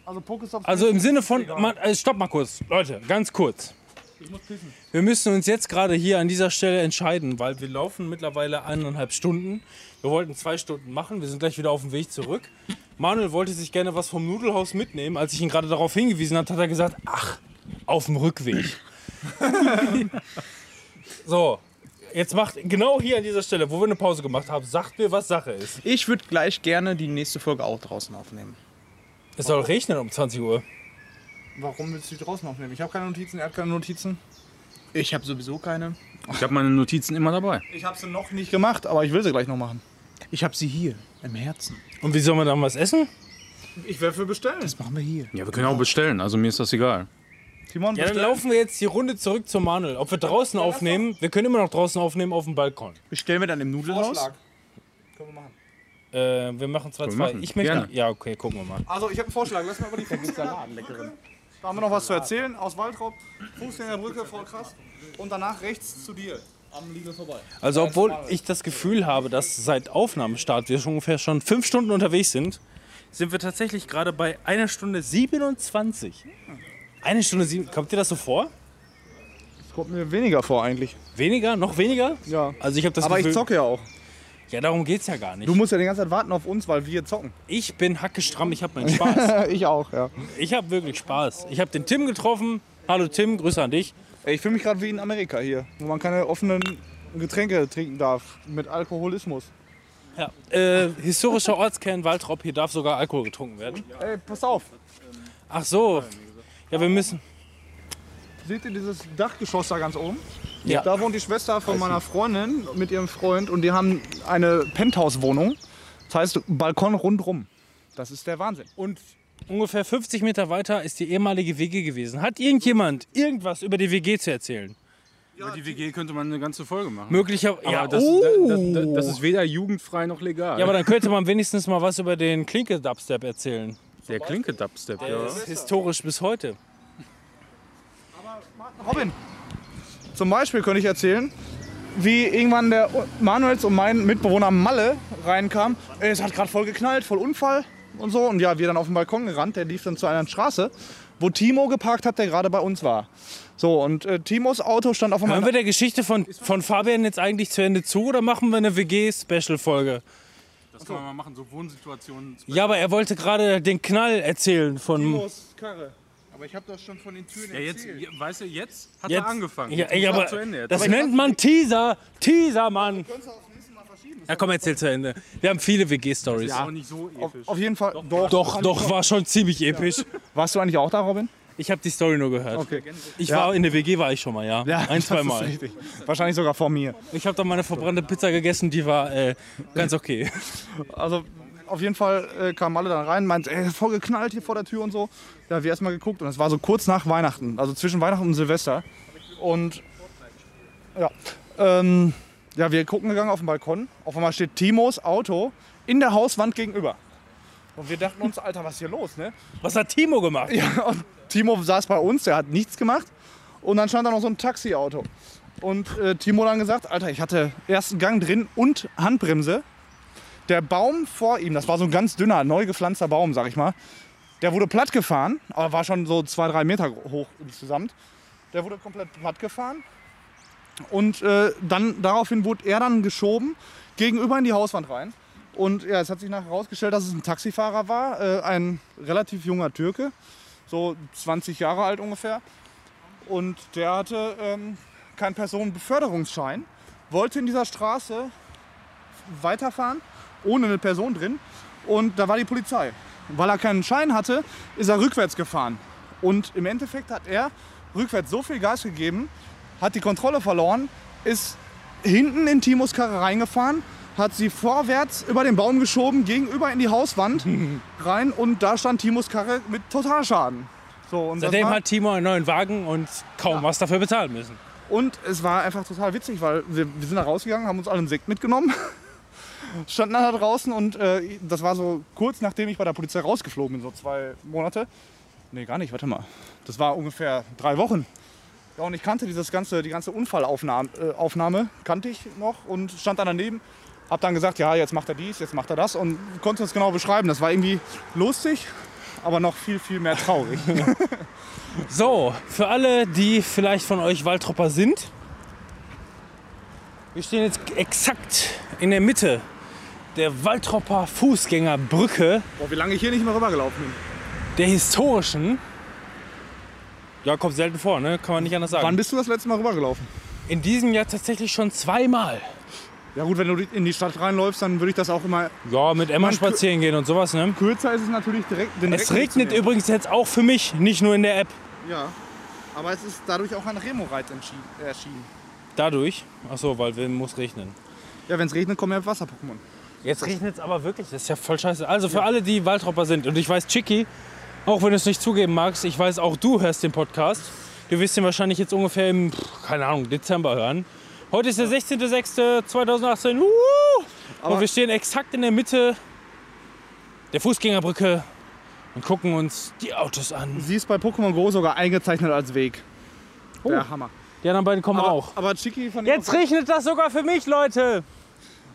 Speaker 12: Also Pokestops.
Speaker 1: Also im Sinne von, man, äh, stopp mal kurz, Leute, ganz kurz. Wir müssen uns jetzt gerade hier an dieser Stelle entscheiden, weil wir laufen mittlerweile eineinhalb Stunden. Wir wollten zwei Stunden machen, wir sind gleich wieder auf dem Weg zurück. Manuel wollte sich gerne was vom Nudelhaus mitnehmen. Als ich ihn gerade darauf hingewiesen habe, hat er gesagt, ach, auf dem Rückweg. so, jetzt macht genau hier an dieser Stelle, wo wir eine Pause gemacht haben, sagt mir, was Sache ist.
Speaker 3: Ich würde gleich gerne die nächste Folge auch draußen aufnehmen.
Speaker 1: Es soll regnen um 20 Uhr.
Speaker 12: Warum willst du die draußen aufnehmen? Ich habe keine Notizen, er hat keine Notizen.
Speaker 3: Ich habe sowieso keine.
Speaker 2: Ich habe meine Notizen immer dabei.
Speaker 12: Ich habe sie noch nicht gemacht, aber ich will sie gleich noch machen.
Speaker 3: Ich habe sie hier im Herzen.
Speaker 1: Und wie sollen wir dann was essen?
Speaker 12: Ich werde für bestellen.
Speaker 3: Das machen wir hier.
Speaker 2: Ja, wir können auch bestellen. Also mir ist das egal.
Speaker 12: Timon,
Speaker 1: Ja, dann laufen wir jetzt die Runde zurück zum Manuel. Ob wir draußen aufnehmen, wir können immer noch draußen aufnehmen auf dem Balkon.
Speaker 3: Bestellen wir dann im Nudelhaus?
Speaker 12: Vorschlag.
Speaker 1: Äh, wir machen zwar
Speaker 2: wir
Speaker 1: zwei.
Speaker 2: machen.
Speaker 1: Ich möchte.
Speaker 2: Gerne.
Speaker 1: Ja, okay, gucken wir mal.
Speaker 12: Also ich habe einen Vorschlag, lass mal über die Fußgängerbrücke. Da haben wir noch was zu erzählen. Aus Waltrop, Fußgängerbrücke, voll krass. Und danach rechts zu dir. Am Liebe vorbei.
Speaker 1: Also, obwohl ich das Gefühl habe, dass seit Aufnahmestart wir schon ungefähr schon fünf Stunden unterwegs sind, sind wir tatsächlich gerade bei einer Stunde 27. Eine Stunde sieben. Kommt dir das so vor?
Speaker 4: Das kommt mir weniger vor eigentlich.
Speaker 1: Weniger? Noch weniger?
Speaker 4: Ja.
Speaker 1: Also ich habe das
Speaker 4: Aber
Speaker 1: Gefühl.
Speaker 4: ich zocke ja auch.
Speaker 1: Ja, darum geht's ja gar nicht.
Speaker 4: Du musst ja die ganze Zeit warten auf uns, weil wir zocken.
Speaker 1: Ich bin hackestramm, ich habe meinen Spaß.
Speaker 4: ich auch, ja.
Speaker 1: ich habe wirklich Spaß. Ich habe den Tim getroffen. Hallo Tim, Grüße an dich.
Speaker 4: Ey, ich fühle mich gerade wie in Amerika hier, wo man keine offenen Getränke trinken darf mit Alkoholismus.
Speaker 1: Ja. Äh, historischer Ortskern Waltrop, hier darf sogar Alkohol getrunken werden.
Speaker 4: Ey, pass auf.
Speaker 1: Ach so. Ja, wir müssen.
Speaker 4: Seht ihr dieses Dachgeschoss da ganz oben?
Speaker 1: Ja.
Speaker 4: Da wohnt die Schwester von meiner Freundin mit ihrem Freund und die haben eine Penthouse-Wohnung. Das heißt, Balkon rundrum. Das ist der Wahnsinn.
Speaker 1: Und ungefähr 50 Meter weiter ist die ehemalige WG gewesen. Hat irgendjemand irgendwas über die WG zu erzählen?
Speaker 2: Über die WG könnte man eine ganze Folge machen.
Speaker 1: Möglicherweise. Ja,
Speaker 2: Aber das,
Speaker 1: oh.
Speaker 2: da, da, da, das ist weder jugendfrei noch legal.
Speaker 1: ja, aber dann könnte man wenigstens mal was über den Klinke-Dubstep erzählen.
Speaker 2: der klinke Dubstep, ja.
Speaker 1: Das ist historisch bis heute.
Speaker 4: Robin, zum Beispiel könnte ich erzählen, wie irgendwann der Manuels und mein Mitbewohner Malle reinkam. Ey, Es hat gerade voll geknallt, voll Unfall und so. Und ja, wir dann auf den Balkon gerannt. Der lief dann zu einer Straße, wo Timo geparkt hat, der gerade bei uns war. So, und äh, Timos Auto stand auf
Speaker 1: Hören
Speaker 4: einmal.
Speaker 1: wir der Geschichte von, von Fabian jetzt eigentlich zu Ende zu oder machen wir eine WG-Special-Folge?
Speaker 2: Das kann man mal machen, so Wohnsituationen.
Speaker 1: Ja, aber er wollte gerade den Knall erzählen von.
Speaker 3: Aber ich habe doch schon von den Türen
Speaker 2: Ja, jetzt, ja, weißt du, jetzt hat
Speaker 1: Jetzt-
Speaker 2: er angefangen.
Speaker 1: Ja,
Speaker 2: Jetzt
Speaker 1: ja,
Speaker 2: muss er
Speaker 1: aber
Speaker 2: zu Ende
Speaker 1: das
Speaker 2: erzählen.
Speaker 1: nennt man Teaser. Teaser, Mann. Ja, komm, erzähl zu Ende. Wir haben viele WG-Stories.
Speaker 2: auch nicht so episch.
Speaker 4: Auf jeden Fall. Doch,
Speaker 1: Doch, doch, war schon ziemlich episch.
Speaker 4: Warst du eigentlich auch da, Robin?
Speaker 1: Ich habe die Story nur gehört. Ich war in der WG, war ich schon mal, ja. Ein, zwei
Speaker 4: Das
Speaker 1: Mal.
Speaker 4: ist richtig. Wahrscheinlich sogar vor mir.
Speaker 1: Ich habe da meine verbrannte Pizza gegessen, die war äh, ganz okay.
Speaker 4: Also auf jeden Fall äh, kam alle dann rein, meint, ey, voll geknallt hier vor der Tür und so. Da haben wir erstmal geguckt und es war so kurz nach Weihnachten, also zwischen Weihnachten und Silvester. Und ja, ähm, ja, wir gucken gegangen auf den Balkon. Auf einmal steht Timos Auto in der Hauswand gegenüber. Und wir dachten uns, Alter, was ist hier los, ne?
Speaker 1: Was hat Timo gemacht? Also
Speaker 4: Ja, und Timo saß bei uns, der hat nichts gemacht. Und dann stand da noch so ein Taxiauto. Und äh, Timo dann gesagt, Alter, ich hatte ersten Gang drin und Handbremse. Der Baum vor ihm, das war so ein ganz dünner, neu gepflanzter Baum, sag ich mal. Der wurde platt gefahren, aber war schon so zwei, drei Meter hoch insgesamt. Der wurde komplett platt gefahren. Und äh, dann daraufhin wurde er dann geschoben, gegenüber in die Hauswand rein. Und ja, es hat sich nachher herausgestellt, dass es ein Taxifahrer war, äh, ein relativ junger Türke, so 20 Jahre alt ungefähr. Und der hatte ähm, keinen Personenbeförderungsschein, wollte in dieser Straße weiterfahren, ohne eine Person drin. Und da war die Polizei. Weil er keinen Schein hatte, ist er rückwärts gefahren. Und im Endeffekt hat er rückwärts so viel Gas gegeben, hat die Kontrolle verloren, ist hinten in Timos Karre reingefahren, hat sie vorwärts über den Baum geschoben, gegenüber in die Hauswand rein und da stand Timos Karre mit Totalschaden. So, und das
Speaker 1: Seitdem
Speaker 4: war-
Speaker 1: hat Timo einen neuen Wagen und kaum was dafür bezahlen müssen.
Speaker 4: Und es war einfach total witzig, weil wir, wir sind da rausgegangen, haben uns alle einen Sekt mitgenommen, standen dann da draußen und äh, das war so kurz nachdem ich bei der Polizei rausgeflogen bin, so zwei Monate. Nee, gar nicht, warte mal. Das war ungefähr drei Wochen. Ja, und ich kannte dieses ganze, die ganze Unfallaufnahme, äh, Aufnahme kannte ich noch und stand dann daneben, hab dann gesagt, ja, jetzt macht er dies, jetzt macht er das und konnte es genau beschreiben. Das war irgendwie lustig, aber noch viel, viel mehr traurig.
Speaker 1: So, für alle, die vielleicht von euch Waldtropper sind, wir stehen jetzt exakt in der Mitte der Waldtropper Fußgängerbrücke
Speaker 4: Boah, wie lange ich hier nicht mehr rübergelaufen bin.
Speaker 1: der historischen. Ja, kommt selten vor, ne? Kann man nicht anders sagen.
Speaker 4: Wann bist du das letzte Mal rübergelaufen?
Speaker 1: in diesem Jahr tatsächlich schon zweimal.
Speaker 4: Ja gut, wenn du in die Stadt reinläufst, dann würde ich das auch immer...
Speaker 1: Ja, mit Emma
Speaker 4: Man-
Speaker 1: spazieren gehen und sowas, ne?
Speaker 4: Kürzer ist es natürlich direkt... Den
Speaker 1: Es
Speaker 4: direkten Weg zu
Speaker 1: regnet
Speaker 4: nehmen.
Speaker 1: übrigens jetzt auch für mich, nicht nur in der App.
Speaker 4: Ja, aber es ist dadurch auch ein Remo-Reiz entschieden- erschienen.
Speaker 1: Dadurch. Achso, weil wir muss regnen.
Speaker 4: Ja, wenn es regnet, kommen ja Wasser-Pokémon.
Speaker 1: Jetzt regnet es aber wirklich, das ist ja voll scheiße. Also für alle, die Waldropper sind, und ich weiß, Chicky, auch wenn du es nicht zugeben magst, ich weiß, auch du hörst den Podcast. Du wirst ihn wahrscheinlich jetzt ungefähr im, pff, keine Ahnung, Dezember hören. Heute ist der 16.06.2018. Wuhu! Und wir stehen exakt in der Mitte der Fußgängerbrücke und gucken uns die Autos an.
Speaker 4: Sie ist bei Pokémon Go sogar eingezeichnet als Weg.
Speaker 1: Oh.
Speaker 4: Der Hammer.
Speaker 1: Die anderen beiden kommen auch.
Speaker 4: Aber Chicky fand
Speaker 1: Jetzt
Speaker 4: ich auch,
Speaker 1: regnet das sogar für mich, Leute.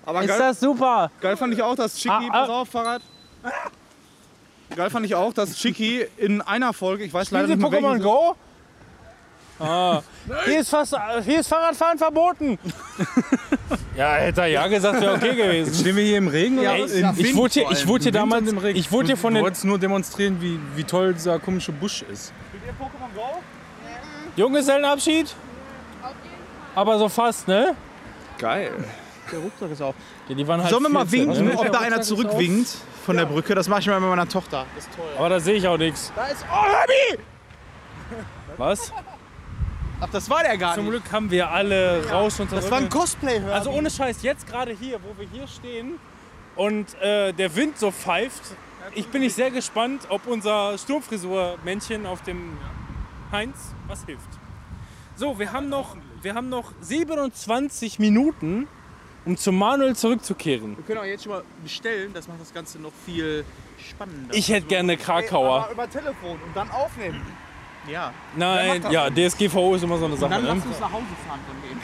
Speaker 4: aber
Speaker 1: Ist
Speaker 4: geil,
Speaker 1: das super?
Speaker 4: geil fand ich auch, dass Chicky...
Speaker 1: Ah, ah.
Speaker 4: Pass auf, Fahrrad. Geil fand ich auch, dass Chicky in einer Folge, ich weiß leider
Speaker 1: Diese
Speaker 4: nicht mehr
Speaker 1: Pokémon
Speaker 4: welche-
Speaker 1: Go? Ah, hier, ist fast, hier ist Fahrradfahren verboten. ja, hätte er ja gesagt, wäre okay gewesen.
Speaker 2: Stehen wir hier im Regen? oder?
Speaker 1: Ey,
Speaker 2: was?
Speaker 1: ich wurde hier, ich wurde hier damals, ich wurde hier von
Speaker 2: Du
Speaker 1: den,
Speaker 2: wolltest nur demonstrieren, wie, wie toll dieser komische Busch ist.
Speaker 1: Junggesellenabschied? Aber so fast, ne? Geil. Der Rucksack ist auf. Ja, die waren halt
Speaker 3: Sollen wir mal
Speaker 1: 14,
Speaker 3: winken,
Speaker 1: ne?
Speaker 3: ob da einer zurückwinkt von der Brücke? Das mache ich mal mit meiner Tochter.
Speaker 1: Aber da sehe ich auch nichts. Da ist. Oh, Hörbi! Was?
Speaker 3: Ach, das war der gar
Speaker 1: Zum
Speaker 3: nicht.
Speaker 1: Glück haben wir alle raus und
Speaker 3: Das war ein Cosplay, hör.
Speaker 1: Also ohne Scheiß, jetzt gerade hier, wo wir hier stehen und äh, der Wind so pfeift, ich bin nicht sehr gespannt, ob unser Sturmfrisur-Männchen auf dem Heinz was hilft. So, wir haben noch, wir haben noch 27 Minuten, um zu Manuel zurückzukehren.
Speaker 3: Wir können auch jetzt schon mal bestellen, das macht das Ganze noch viel spannender.
Speaker 1: Ich hätte gerne Krakauer.
Speaker 3: über Telefon und dann aufnehmen. Ja.
Speaker 1: Nein, ja, DSGVO ist immer so eine Sache.
Speaker 3: Dann
Speaker 1: Ne?
Speaker 3: lass uns nach Hause fahren von denen.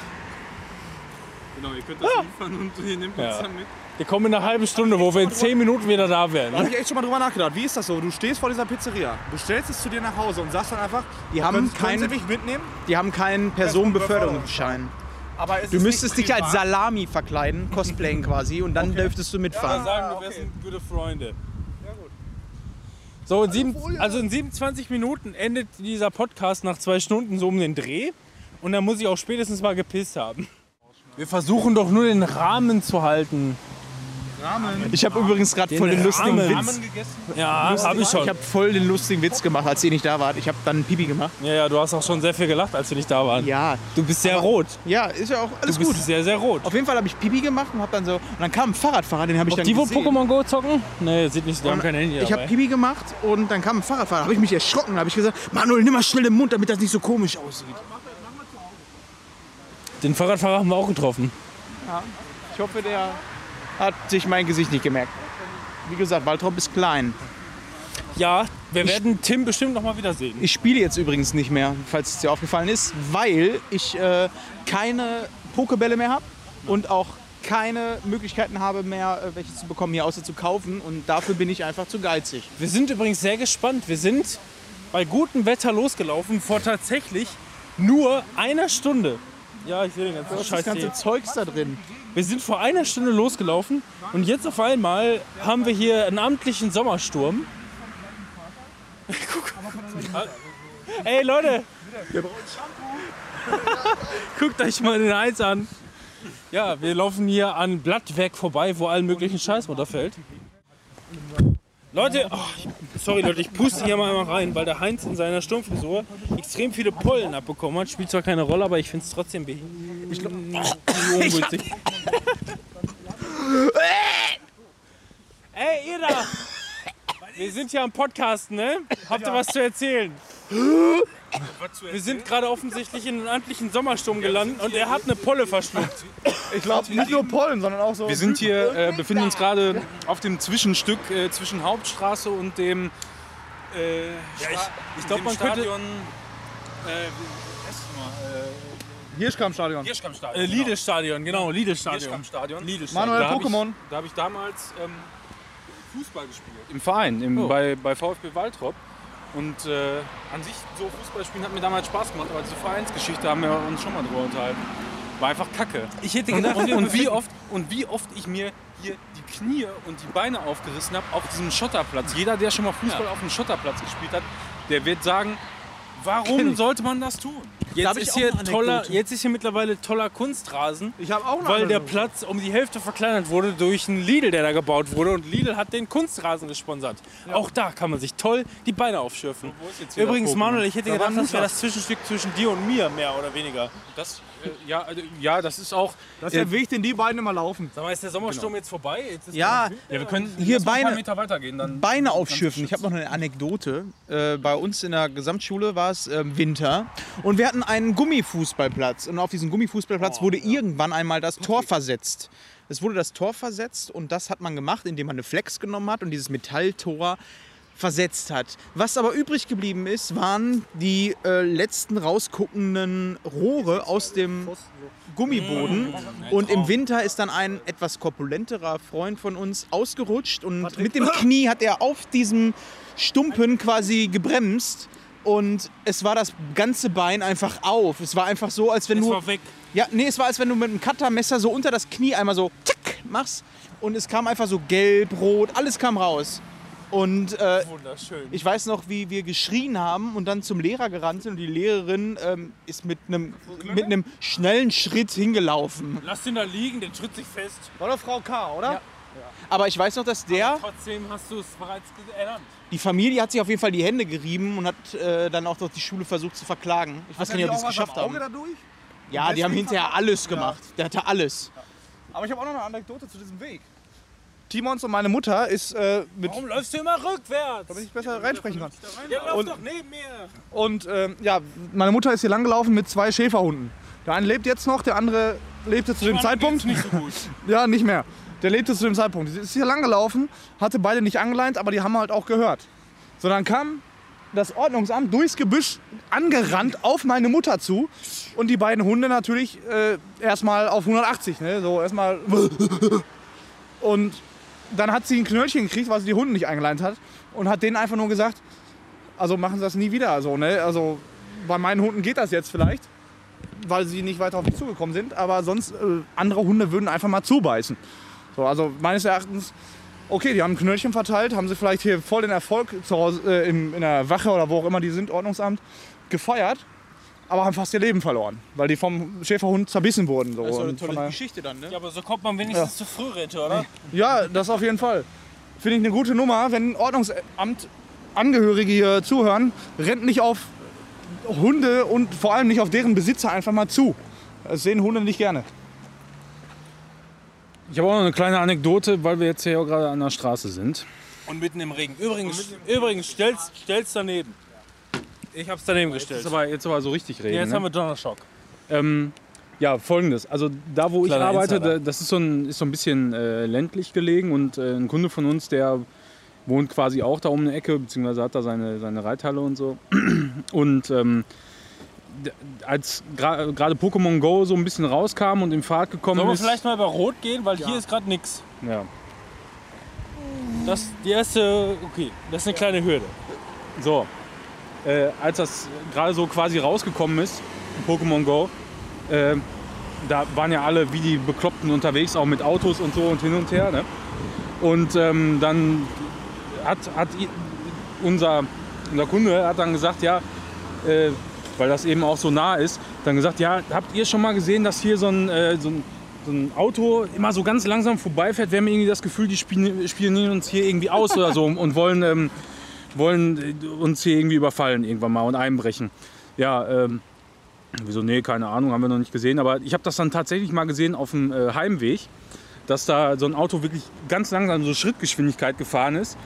Speaker 2: Genau, ihr könnt das
Speaker 1: Ah.
Speaker 2: liefern und ihr nehmt
Speaker 1: uns
Speaker 2: das
Speaker 1: dann
Speaker 2: mit.
Speaker 1: Wir kommen in einer halben Stunde, wo wir in 10 Minuten wieder da
Speaker 4: Da
Speaker 1: wären.
Speaker 4: habe ich echt schon mal drüber nachgedacht. Wie ist das so? Du stehst vor dieser Pizzeria, bestellst es zu dir nach Hause und sagst dann einfach,
Speaker 3: Die haben
Speaker 4: können, können Sie
Speaker 3: keinen,
Speaker 4: mich mitnehmen?
Speaker 3: die haben keinen Personenbeförderungsschein.
Speaker 4: Aber es
Speaker 3: Du
Speaker 4: ist
Speaker 3: müsstest
Speaker 4: nicht
Speaker 3: dich als
Speaker 4: privat.
Speaker 3: Salami verkleiden, cosplayen quasi, und dann dürftest du mitfahren.
Speaker 1: sagen, wir wären gute Freunde. Ah, Ja, gut. So, in sieben, also in 27 Minuten endet dieser Podcast nach zwei Stunden so um den Dreh. Und dann muss ich auch spätestens mal gepisst haben. Wir versuchen doch nur den Rahmen zu halten.
Speaker 3: Ich habe übrigens gerade voll den lustigen
Speaker 1: Rahmen.
Speaker 3: Witz.
Speaker 1: Ja, habe ich schon.
Speaker 3: Ich habe voll den lustigen Witz gemacht, als ihr nicht da wart. Ich habe dann Pipi gemacht.
Speaker 1: ja, ja, du hast auch schon sehr viel gelacht, als wir nicht da waren.
Speaker 3: Ja,
Speaker 1: Du bist sehr rot.
Speaker 3: ja, ist ja auch alles
Speaker 1: Du bist
Speaker 3: gut.
Speaker 1: sehr, sehr rot.
Speaker 3: Auf jeden Fall habe ich Pipi gemacht und habe dann so und dann kam ein Fahrradfahrer, den habe ich dann
Speaker 1: Die, wo
Speaker 3: gesehen.
Speaker 1: Pokémon Go zocken? Nee, sieht nicht, die haben kein Handy
Speaker 3: Ich habe
Speaker 1: dabei.
Speaker 3: Pipi gemacht und dann kam ein Fahrradfahrer. habe ich mich erschrocken. habe ich gesagt, Manuel, nimm mal schnell den Mund, damit das nicht so komisch aussieht.
Speaker 1: Den Fahrradfahrer haben wir auch getroffen.
Speaker 3: Ich hoffe, der hat sich mein Gesicht nicht gemerkt. Wie gesagt, Waltrop ist klein.
Speaker 1: Ja, wir werden Tim bestimmt noch mal wiedersehen.
Speaker 3: Ich spiele jetzt übrigens nicht mehr, falls es dir aufgefallen ist, weil ich äh, keine Pokebälle mehr habe und auch keine Möglichkeiten habe mehr, äh, welche zu bekommen, hier außer zu kaufen. Und dafür bin ich einfach zu geizig.
Speaker 1: Wir sind übrigens sehr gespannt. Wir sind bei gutem Wetter losgelaufen vor tatsächlich nur einer Stunde. Ja, ich sehe den ganzen
Speaker 3: Das
Speaker 1: Scheiß
Speaker 3: ganze
Speaker 1: hier.
Speaker 3: Zeugs da drin.
Speaker 1: Wir sind vor einer Stunde losgelaufen und jetzt auf einmal haben wir hier einen amtlichen Sommersturm. Guck. Ey Leute! Guckt euch mal den Eis an. Ja, wir laufen hier an Blattwerk vorbei, wo allen möglichen Scheiß runterfällt. Leute, oh, ich- sorry Leute, ich puste hier mal einmal rein, weil der Heinz in seiner Sturmfrisur extrem viele Pollen abbekommen hat. Spielt zwar keine Rolle, aber ich finde es trotzdem beh- ungünstig. Ey, ihr da! Wir sind hier am Podcast, ne? Habt ihr was zu erzählen? Wir sind gerade offensichtlich in einem amtlichen Sommersturm gelandet und er hat eine Polle verschluckt.
Speaker 4: Ich glaube, nicht nur Pollen, sondern auch so.
Speaker 2: Wir sind hier, äh, befinden uns gerade auf dem Zwischenstück äh, zwischen Hauptstraße und dem. Äh, Sta-
Speaker 1: ich glaub,
Speaker 2: dem
Speaker 1: man könnte-
Speaker 2: Stadion, äh,
Speaker 4: Hirschkampfstadion.
Speaker 1: Äh, Lidl-Stadion, genau, Lidl-Stadion.
Speaker 2: Stadion.
Speaker 4: Manuel
Speaker 2: Da hab ich-
Speaker 4: Pokémon.
Speaker 2: Da habe ich damals ähm, Fußball gespielt. Oh. Im Verein, im, bei, bei VfB Waltrop. Und äh, an sich, so Fußball spielen hat mir damals Spaß gemacht, aber diese Vereinsgeschichte haben wir uns schon mal drüber unterhalten. War einfach Kacke.
Speaker 1: Ich hätte gedacht,
Speaker 2: Und,
Speaker 1: wir
Speaker 2: und, wie
Speaker 1: befinden-
Speaker 2: oft, und wie oft ich mir hier die Knie und die Beine aufgerissen habe auf diesem Schotterplatz. Jeder, der schon mal Fußball auf dem Schotterplatz gespielt hat, der wird sagen, warum sollte man das tun?
Speaker 1: Jetzt ist, hier toller, jetzt ist hier mittlerweile toller Kunstrasen,
Speaker 4: Ich habe auch noch
Speaker 1: weil der Platz um die Hälfte verkleinert wurde durch einen Lidl, der da gebaut wurde. Und Lidl hat den Kunstrasen gesponsert. Auch da kann man sich toll die Beine aufschürfen. Übrigens, Manuel, ich hätte gedacht, das wäre das Zwischenstück zwischen dir und mir, mehr oder weniger.
Speaker 2: Das, äh, ja, äh, ja, das ist auch.
Speaker 4: Das ist der Weg, den die beiden immer laufen.
Speaker 1: Sag mal, ist der Sommersturm jetzt vorbei? Jetzt ist
Speaker 3: Ja,
Speaker 2: Ja, wir können
Speaker 3: Hier
Speaker 2: lass mal ein paar
Speaker 3: Beine-
Speaker 2: Meter weitergehen, dann
Speaker 3: Beine aufschürfen. Ich habe noch eine Anekdote. Äh, bei uns in der Gesamtschule war es ähm, Winter und wir hatten einen Gummifußballplatz. Und auf diesen Gummifußballplatz wurde irgendwann einmal das Tor versetzt. Es wurde das Tor versetzt und das hat man gemacht, indem man eine Flex genommen hat und dieses Metalltor versetzt hat. Was aber übrig geblieben ist, waren die äh, letzten rausguckenden Rohre aus dem Gummiboden. Und
Speaker 1: Oh.
Speaker 3: im Winter ist dann ein etwas korpulenterer Freund von uns ausgerutscht und mit dem Knie hat er auf diesem Stumpen quasi gebremst. Und es war das ganze Bein einfach auf. Es war einfach so, als wenn
Speaker 1: Es
Speaker 3: du.
Speaker 1: war weg.
Speaker 3: Ja, nee, es war, als wenn du mit einem Cuttermesser so unter das Knie einmal so tick machst. Und es kam einfach so gelb, rot, alles kam raus. Und äh,
Speaker 1: Wunderschön.
Speaker 3: ich weiß noch, wie wir geschrien haben und dann zum Lehrer gerannt sind und die Lehrerin ähm, ist mit einem mit einem schnellen Schritt hingelaufen.
Speaker 1: Lass den da liegen, der tritt sich fest.
Speaker 3: War doch Frau K, oder? Aber ich weiß noch, dass der,
Speaker 1: Trotzdem hast du es bereits geändert.
Speaker 3: die Familie hat sich auf jeden Fall die Hände gerieben und hat äh, dann auch noch die Schule versucht zu verklagen. Ich weiß gar nicht, ob die es geschafft haben.
Speaker 4: dadurch?
Speaker 3: Ja, die haben hinterher alles gemacht. Der hatte alles.
Speaker 4: Aber ich habe auch noch eine Anekdote zu diesem Weg. Timons und meine Mutter ist äh, mit.
Speaker 1: Warum läufst du immer rückwärts?
Speaker 4: Damit ich besser reinsprechen kann.
Speaker 1: Ja, lauf
Speaker 4: Und-
Speaker 1: doch neben mir.
Speaker 4: Und ähm, ja, meine Mutter ist hier langgelaufen mit zwei Schäferhunden. Der eine lebt jetzt noch, der andere lebte zu dem Zeitpunkt.
Speaker 1: Nicht so gut.
Speaker 4: Ja, nicht mehr. Der lebte zu dem Zeitpunkt. Sie ist hier lang gelaufen, hatte beide nicht angeleint, aber die haben halt auch gehört. So, dann kam das Ordnungsamt durchs Gebüsch angerannt auf meine Mutter zu und die beiden Hunde natürlich äh, erstmal auf 180, ne? So erstmal und dann hat sie ein Knöllchen gekriegt, weil sie die Hunde nicht angeleint hat und hat denen einfach nur gesagt, also machen Sie das nie wieder so, ne? Also bei meinen Hunden geht das jetzt vielleicht weil sie nicht weiter auf mich zugekommen sind, aber sonst äh, andere Hunde würden einfach mal zubeißen. So, also meines Erachtens, okay, die haben ein Knöllchen verteilt, haben sie vielleicht hier voll den Erfolg zu Hause, äh, in, in der Wache oder wo auch immer die sind, Ordnungsamt, gefeiert. aber haben fast ihr Leben verloren, weil die vom Schäferhund zerbissen wurden. So.
Speaker 3: Das ist doch eine
Speaker 4: Und von
Speaker 3: tolle
Speaker 4: daher-
Speaker 3: Geschichte dann, ne?
Speaker 1: Ja, aber so kommt man wenigstens zur Frührente, oder?
Speaker 4: Ja, das auf jeden Fall. Finde ich eine gute Nummer, wenn Ordnungsamt Angehörige hier zuhören, rennt nicht auf Hunde und vor allem nicht auf deren Besitzer einfach mal zu. Das sehen Hunde nicht gerne.
Speaker 2: Ich habe auch noch eine kleine Anekdote, weil wir jetzt hier auch gerade an der Straße sind.
Speaker 1: Und mitten im Regen. Übrigens, übrigens stell's, stell's daneben. Ich hab's daneben
Speaker 2: Jetzt
Speaker 1: gestellt.
Speaker 2: aber, jetzt aber so richtig reden.
Speaker 1: Ja, jetzt
Speaker 2: ne?
Speaker 1: haben wir Donnerschock.
Speaker 2: Ähm, ja, folgendes. Also da, wo
Speaker 1: Kleiner
Speaker 2: ich arbeite,
Speaker 1: Insider.
Speaker 2: da, das ist so ein, ist so ein bisschen äh, ländlich gelegen und äh, ein Kunde von uns, der wohnt quasi auch da um eine Ecke, beziehungsweise hat da seine, seine Reithalle und so. Und ähm, d- als gra- gerade Pokémon Go so ein bisschen rauskam und in Fahrt gekommen
Speaker 1: Sollen wir
Speaker 2: ist.
Speaker 1: vielleicht mal über Rot gehen, weil hier ist gerade nix.
Speaker 2: ja.
Speaker 1: Das, die erste, okay, das ist eine kleine Hürde.
Speaker 2: So, äh, als das gerade so quasi rausgekommen ist, Pokémon Go, äh, da waren ja alle wie die Bekloppten unterwegs, auch mit Autos und so und hin und her. Ne? Und ähm, dann hat, hat i- unser, unser Kunde hat dann gesagt, ja, äh, weil das eben auch so nah ist, dann gesagt, ja, habt ihr schon mal gesehen, dass hier so ein, äh, so ein, so ein Auto immer so ganz langsam vorbeifährt? Wir haben irgendwie das Gefühl, die spion- spionieren uns hier irgendwie aus oder so und wollen... Ähm, wollen äh, uns hier irgendwie überfallen irgendwann mal und einbrechen. Ja, ähm, wieso? Nee, keine Ahnung, haben wir noch nicht gesehen. Aber ich habe das dann tatsächlich mal gesehen auf dem äh, Heimweg, dass da so ein Auto wirklich ganz langsam so Schrittgeschwindigkeit gefahren ist,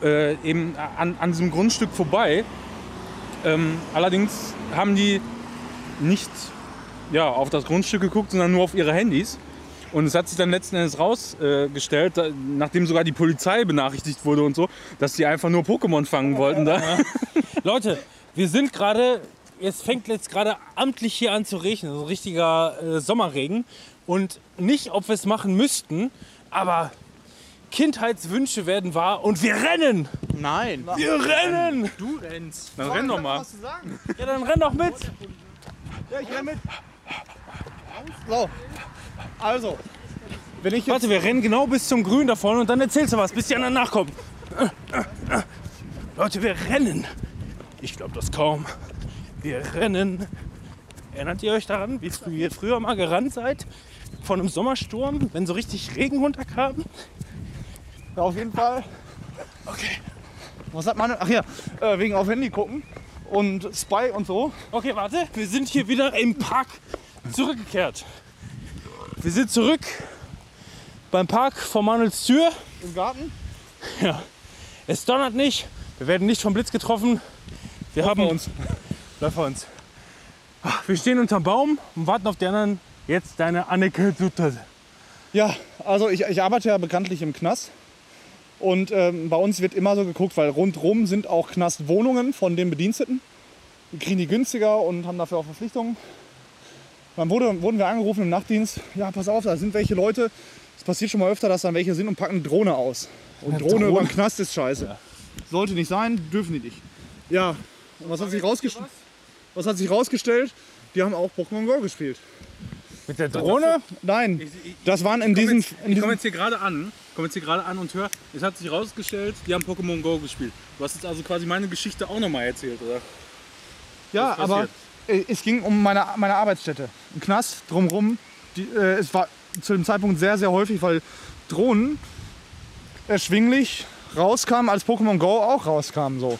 Speaker 2: äh, eben an, an diesem Grundstück vorbei. Ähm, allerdings haben die nicht ja, auf das Grundstück geguckt, sondern nur auf ihre Handys. Und es hat sich dann letzten Endes rausgestellt, da- nachdem sogar die Polizei benachrichtigt wurde und so, dass die einfach nur Pokémon fangen wollten da.
Speaker 1: Leute, wir sind gerade, jetzt fängt jetzt gerade amtlich hier an zu regnen, so ein richtiger äh, Sommerregen. Und nicht, ob wir es machen müssten, aber Kindheitswünsche werden wahr und wir rennen!
Speaker 3: Nein.
Speaker 1: Wir rennen!
Speaker 3: Du rennst.
Speaker 2: Dann renn doch mal.
Speaker 1: Ja, dann renn doch mit!
Speaker 4: Also, wenn ich
Speaker 1: Warte, wir rennen genau bis zum Grün da vorne und dann erzählst du was, bis die anderen nachkommen. Äh, äh, äh. Leute, wir rennen. Ich glaube das kaum. Wir rennen. Erinnert ihr euch daran, wie frü- ihr früher mal gerannt seid? Von einem Sommersturm, wenn so richtig Regen runterkam?
Speaker 4: Auf jeden Fall. Okay. Was hat man? Ach ja, äh, wegen auf Handy gucken und Spy und so.
Speaker 1: Okay, warte, wir sind hier wieder im Park zurückgekehrt. Wir sind zurück beim Park vor Manuels Tür.
Speaker 4: Im Garten.
Speaker 1: Es donnert nicht. Wir werden nicht vom Blitz getroffen. Wir haben
Speaker 2: uns.
Speaker 1: Läuft vor uns. Ach, Wir stehen unterm Baum und warten auf die anderen. Jetzt deine Anekdote.
Speaker 4: Ja, also ich, ich arbeite ja bekanntlich im Knast. Und ähm, bei uns wird immer so geguckt, weil rundrum sind auch Knastwohnungen von den Bediensteten. Die kriegen die günstiger und haben dafür auch Verpflichtungen. Dann wurde, wurden wir angerufen im Nachtdienst. Ja, pass auf, da sind welche Leute. Es passiert schon mal öfter, dass dann welche sind und packen eine Drohne aus. Und Drohne, über den Knast ist scheiße. Sollte nicht sein, dürfen die nicht. Ja, und was hat sich rausgestellt? Was hat sich rausgestellt? Die haben auch Pokémon Go gespielt.
Speaker 1: Mit der
Speaker 4: Drohne? Nein. Das waren in diesem. in
Speaker 2: Ich
Speaker 4: diesem
Speaker 2: komme jetzt hier gerade an, komme jetzt hier gerade an und höre, es hat sich rausgestellt, die haben Pokémon Go gespielt. Du hast jetzt also quasi meine Geschichte auch nochmal erzählt, oder?
Speaker 4: Ja,
Speaker 2: ist
Speaker 4: aber
Speaker 2: passiert?
Speaker 4: äh, es ging um meine, meine Arbeitsstätte. Ein Knast drumherum. Die, äh, es war zu dem Zeitpunkt sehr, sehr häufig, weil Drohnen erschwinglich rauskamen, als Pokémon Go auch rauskam. So.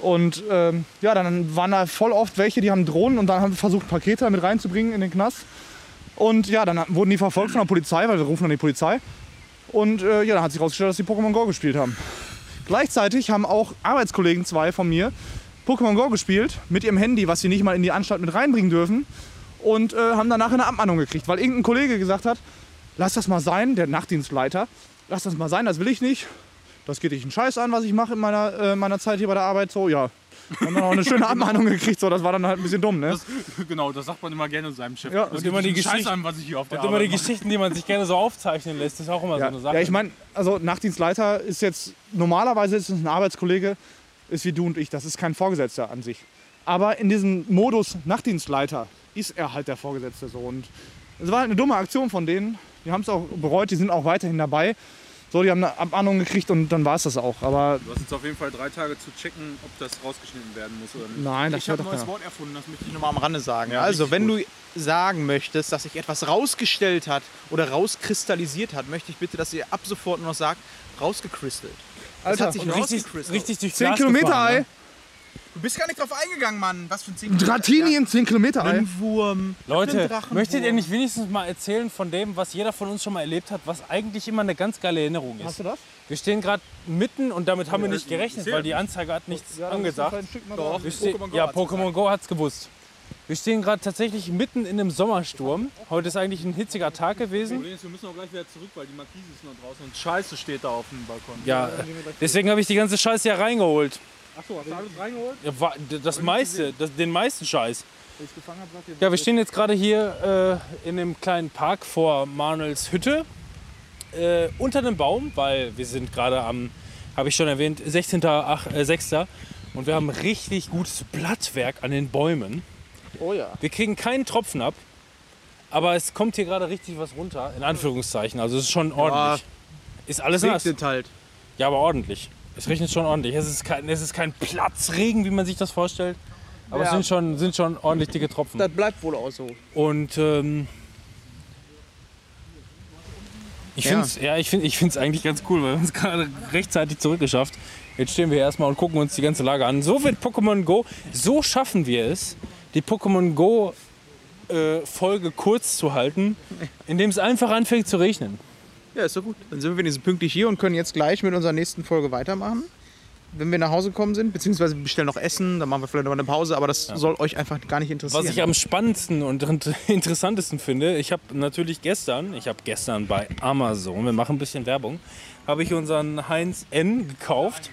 Speaker 4: Und ähm, ja, dann waren da voll oft welche, die haben Drohnen und dann haben wir versucht, Pakete mit reinzubringen in den Knast. Und ja, dann wurden die verfolgt von der Polizei, weil wir rufen dann die Polizei. Und äh, ja, dann hat sich herausgestellt, dass die Pokémon Go gespielt haben. Gleichzeitig haben auch Arbeitskollegen zwei von mir Pokémon Go gespielt mit ihrem Handy, was sie nicht mal in die Anstalt mit reinbringen dürfen. Und äh, haben danach eine Abmahnung gekriegt, weil irgendein Kollege gesagt hat, lass das mal sein, der Nachtdienstleiter, lass das mal sein, das will ich nicht. Das geht dich einen Scheiß an, was ich mache in meiner, äh, meiner Zeit hier bei der Arbeit. So, ja. Haben dann auch eine schöne Abmahnung gekriegt, so, das war dann halt ein bisschen dumm, ne?
Speaker 2: genau, das sagt man immer gerne seinem Chef.
Speaker 4: Ja,
Speaker 2: Das
Speaker 4: und
Speaker 2: geht
Speaker 1: immer die
Speaker 2: einen Scheiß
Speaker 1: Geschichte-
Speaker 2: an, was ich hier auf der
Speaker 1: Immer die
Speaker 2: Arbeit
Speaker 1: Geschichten, die man sich gerne so aufzeichnen lässt, ist auch immer so
Speaker 4: Ja,
Speaker 1: eine Sache.
Speaker 4: ja ich meine, also Nachtdienstleiter ist jetzt, normalerweise ist es ein Arbeitskollege, ist wie du und ich, das ist kein Vorgesetzter an sich. Aber in diesem Modus Nachtdienstleiter ist er halt der Vorgesetzte so. Und es war halt eine dumme Aktion von denen. Die haben es auch bereut, die sind auch weiterhin dabei. So, die haben eine Abmahnung gekriegt und dann war es das auch. Aber
Speaker 2: Du hast jetzt auf jeden Fall drei Tage zu checken, ob das rausgeschnitten werden muss oder nicht.
Speaker 4: nein, das
Speaker 3: Ich habe
Speaker 4: hört
Speaker 3: ein
Speaker 4: doch
Speaker 3: neues
Speaker 4: keiner.
Speaker 3: Wort erfunden, das möchte ich nochmal am Rande sagen.
Speaker 2: Ja,
Speaker 3: also,
Speaker 2: richtig
Speaker 3: wenn du sagen möchtest, dass sich etwas rausgestellt hat oder rauskristallisiert hat, möchte ich bitte, dass ihr ab sofort nur noch sagt, rausgekristelt. Das
Speaker 4: Alter,
Speaker 3: hat sich
Speaker 1: Und richtig,
Speaker 3: rausgekristelt.
Speaker 1: richtig durch
Speaker 4: 10
Speaker 1: Glas
Speaker 4: Kilometer
Speaker 1: gefahren,
Speaker 4: Ei.
Speaker 1: ne?
Speaker 3: Du bist gar nicht drauf eingegangen, Mann. Was für ein Zink.
Speaker 4: Dratini im 10 Kilometer Ei.
Speaker 3: Ein Wurm.
Speaker 1: Leute,
Speaker 3: Ein Drachenwurm.
Speaker 1: möchtet ihr nicht wenigstens mal erzählen von dem, was jeder von uns schon mal erlebt hat, was eigentlich immer eine ganz geile Erinnerung ist? Hast du das? Wir stehen gerade mitten und damit haben wir nicht gerechnet, weil die Anzeige hat nichts angesagt. Wir stehen- ja, Pokémon Go hat's gewusst. Wir stehen gerade tatsächlich mitten in einem Sommersturm. Heute ist eigentlich ein hitziger Tag gewesen.
Speaker 2: Problem ist, wir müssen auch gleich wieder zurück, weil die Markise ist noch draußen und Scheiße steht da auf dem Balkon.
Speaker 1: Ja, deswegen habe ich die ganze Scheiße ja reingeholt.
Speaker 2: Achso, hast du alles reingeholt?
Speaker 1: Ja, wa- d- Das meiste, das, den meisten Scheiß. Ja, wir stehen jetzt gerade hier äh, in dem kleinen Park vor Manuels Hütte. Äh, unter einem Baum, weil wir sind gerade am, habe ich schon erwähnt, 16. Ach, äh, 6. Und wir haben richtig gutes Blattwerk an den Bäumen.
Speaker 3: Oh ja.
Speaker 1: Wir kriegen keinen Tropfen ab, aber es kommt hier gerade richtig was runter, in Anführungszeichen. Also es ist schon ordentlich. Ist alles nass.
Speaker 3: Regnet halt.
Speaker 1: Ja, aber ordentlich. Es regnet schon ordentlich. Es ist kein, es ist kein Platzregen, wie man sich das vorstellt. Aber es sind schon, sind schon ordentlich dicke Tropfen.
Speaker 3: Das bleibt wohl auch so.
Speaker 1: Und ähm, ich finde es ja. ich find, ich find's eigentlich ganz cool, weil wir haben es gerade rechtzeitig zurückgeschafft. Jetzt stehen wir hier erstmal und gucken uns die ganze Lage an. So wird Pokémon Go, so schaffen wir es, die Pokémon Go äh, Folge kurz zu halten, indem es einfach anfängt zu regnen.
Speaker 3: Ja, ist doch gut. Dann sind wir wenigstens pünktlich hier und können jetzt gleich mit unserer nächsten Folge weitermachen. Wenn wir nach Hause gekommen sind, beziehungsweise wir bestellen noch Essen, dann machen wir vielleicht noch eine Pause, aber das soll euch einfach gar nicht interessieren.
Speaker 1: Was ich am spannendsten und int- interessantesten finde, ich habe natürlich gestern, ich habe gestern bei Amazon, wir machen ein bisschen Werbung, habe ich unseren Heinz N gekauft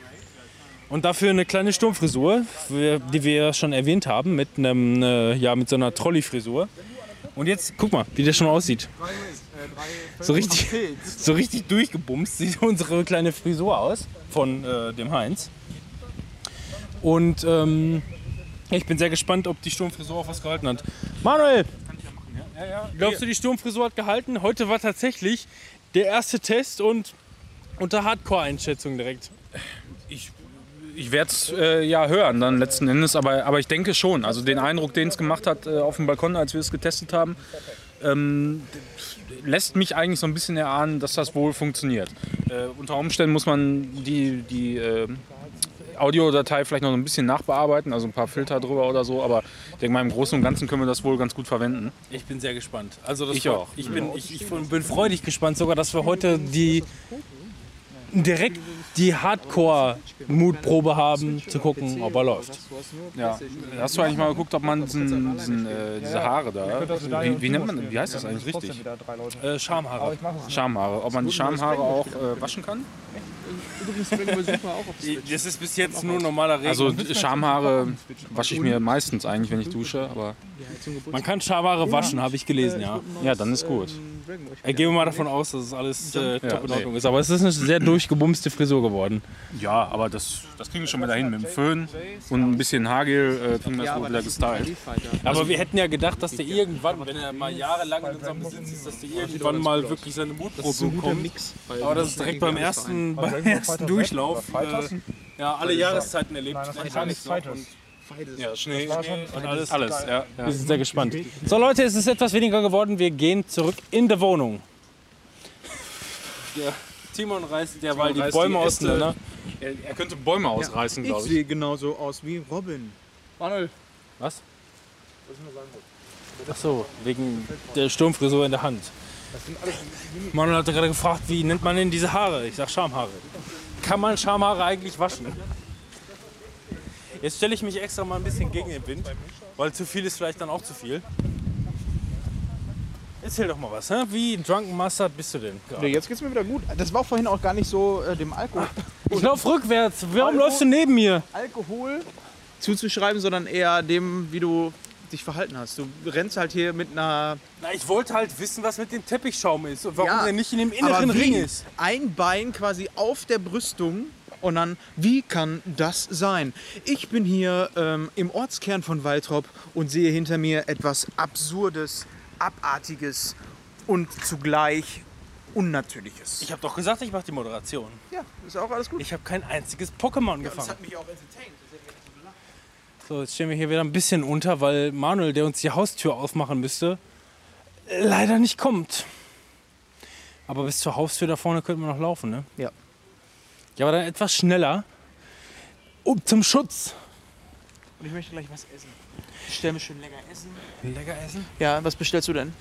Speaker 1: und dafür eine kleine Sturmfrisur, wir- die wir schon erwähnt haben, mit einem, äh, ja, mit so einer Trolley-Frisur. Und jetzt, guck mal, wie der schon aussieht. So richtig, so richtig durchgebumst sieht unsere kleine Frisur aus von äh, dem Heinz. Und ähm, ich bin sehr gespannt, ob die Sturmfrisur auch was gehalten hat. Manuel! Glaubst du, die Sturmfrisur hat gehalten? Heute war tatsächlich der erste Test und unter Hardcore-Einschätzung direkt.
Speaker 2: Ich werde es äh, ja hören dann letzten Endes, aber, aber ich denke schon. Also den Eindruck, den es gemacht hat äh, auf dem Balkon, als wir es getestet haben, ähm, d- lässt mich eigentlich so ein bisschen erahnen, dass das wohl funktioniert. Äh, unter Umständen muss man die, die äh, Audiodatei vielleicht noch ein bisschen nachbearbeiten, also ein paar Filter drüber oder so, aber ich denke mal, im Großen und Ganzen können wir das wohl ganz gut verwenden.
Speaker 1: Ich bin sehr gespannt. Also das
Speaker 2: Ich
Speaker 1: freut-
Speaker 2: auch.
Speaker 1: Ich bin, ich, ich bin freudig gespannt sogar, dass wir heute die direkt die Hardcore-Mutprobe haben, zu gucken, ob er läuft.
Speaker 2: Ja. Hast du eigentlich mal geguckt, ob man diesen, diesen, äh, diese Haare da, wie, wie nennt man, wie heißt das eigentlich richtig?
Speaker 1: Äh, Schamhaare.
Speaker 2: Schamhaare, ob man die Schamhaare auch äh, waschen kann?
Speaker 1: Das ist bis jetzt nur normaler Regen.
Speaker 2: Also Schamhaare wasche ich mir meistens eigentlich, wenn ich dusche, aber
Speaker 1: man kann Schamhaare waschen, habe ich gelesen, ja.
Speaker 2: ja, dann ist gut.
Speaker 1: Äh, gehen wir mal davon aus, dass es alles äh, top in
Speaker 2: nee.
Speaker 1: Ordnung ist. Aber es ist eine sehr durchgebumste Frisur geworden.
Speaker 2: Ja, aber das, das kriegen wir schon wieder hin mit dem Föhn und ein bisschen Haargel äh, kriegen wir das wohl wieder gestylt.
Speaker 1: Aber
Speaker 2: also
Speaker 1: wir hätten ja gedacht, dass der halt irgendwann, wenn er mal jahrelang in unserem Besitz ist, dass der irgendwann mal wirklich seine Mutprobe bekommt. Aber das ist direkt beim ersten, beim ersten Durchlauf. Äh, ja, alle Jahreszeiten erlebt.
Speaker 2: Ja, Schnee, und alles. Alles, ja.
Speaker 1: Wir sind sehr gespannt. So Leute, es ist etwas weniger geworden. Wir gehen zurück in die Wohnung. Timon reißt derweil die
Speaker 2: reißt
Speaker 1: Bäume
Speaker 2: die Äste.
Speaker 1: auseinander.
Speaker 2: Er, er könnte Bäume ausreißen,
Speaker 3: ich
Speaker 2: glaube ich.
Speaker 3: sehe genauso aus wie Robin.
Speaker 1: Ach so, wegen der Sturmfrisur in der Hand. Manuel hatte gerade gefragt, wie nennt man denn diese Haare? Ich sag Schamhaare. Kann man Schamhaare eigentlich waschen? Jetzt stelle ich mich extra mal ein bisschen gegen den Wind, weil zu viel ist vielleicht dann auch zu viel. Erzähl doch mal was, hä? wie Drunken Mustard bist du denn? gerade?
Speaker 3: Jetzt geht's mir wieder gut. Das war auch vorhin auch gar nicht so äh, dem Alkohol,
Speaker 1: Ich lauf rückwärts, warum läufst du neben mir?
Speaker 3: Alkohol zuzuschreiben, sondern eher dem, wie du dich verhalten hast. Du rennst halt hier mit einer
Speaker 1: Na, ich wollte halt wissen, was mit dem Teppichschaum ist und warum
Speaker 3: Ja,
Speaker 1: er nicht in dem inneren
Speaker 3: aber wie?
Speaker 1: Ring ist.
Speaker 3: Ein Bein quasi auf der Brüstung. Und dann, wie kann das sein? Ich bin hier ähm, im Ortskern von Waltrop und sehe hinter mir etwas Absurdes, Abartiges und zugleich Unnatürliches.
Speaker 1: Ich habe doch gesagt, ich mache die Moderation.
Speaker 3: Ja, ist auch alles gut.
Speaker 1: Ich habe kein einziges Pokémon gefangen.
Speaker 3: mich auch entertained.
Speaker 1: So, jetzt stehen wir hier wieder ein bisschen unter, weil Manuel, der uns die Haustür aufmachen müsste, leider nicht kommt. Aber bis zur Haustür da vorne könnten wir noch laufen, ne?
Speaker 3: Ja.
Speaker 1: Ja, aber dann etwas schneller. Um zum Schutz.
Speaker 3: Und ich möchte gleich was essen. Ich stelle mir schön lecker essen.
Speaker 1: Lecker essen?
Speaker 3: Ja, was bestellst du denn?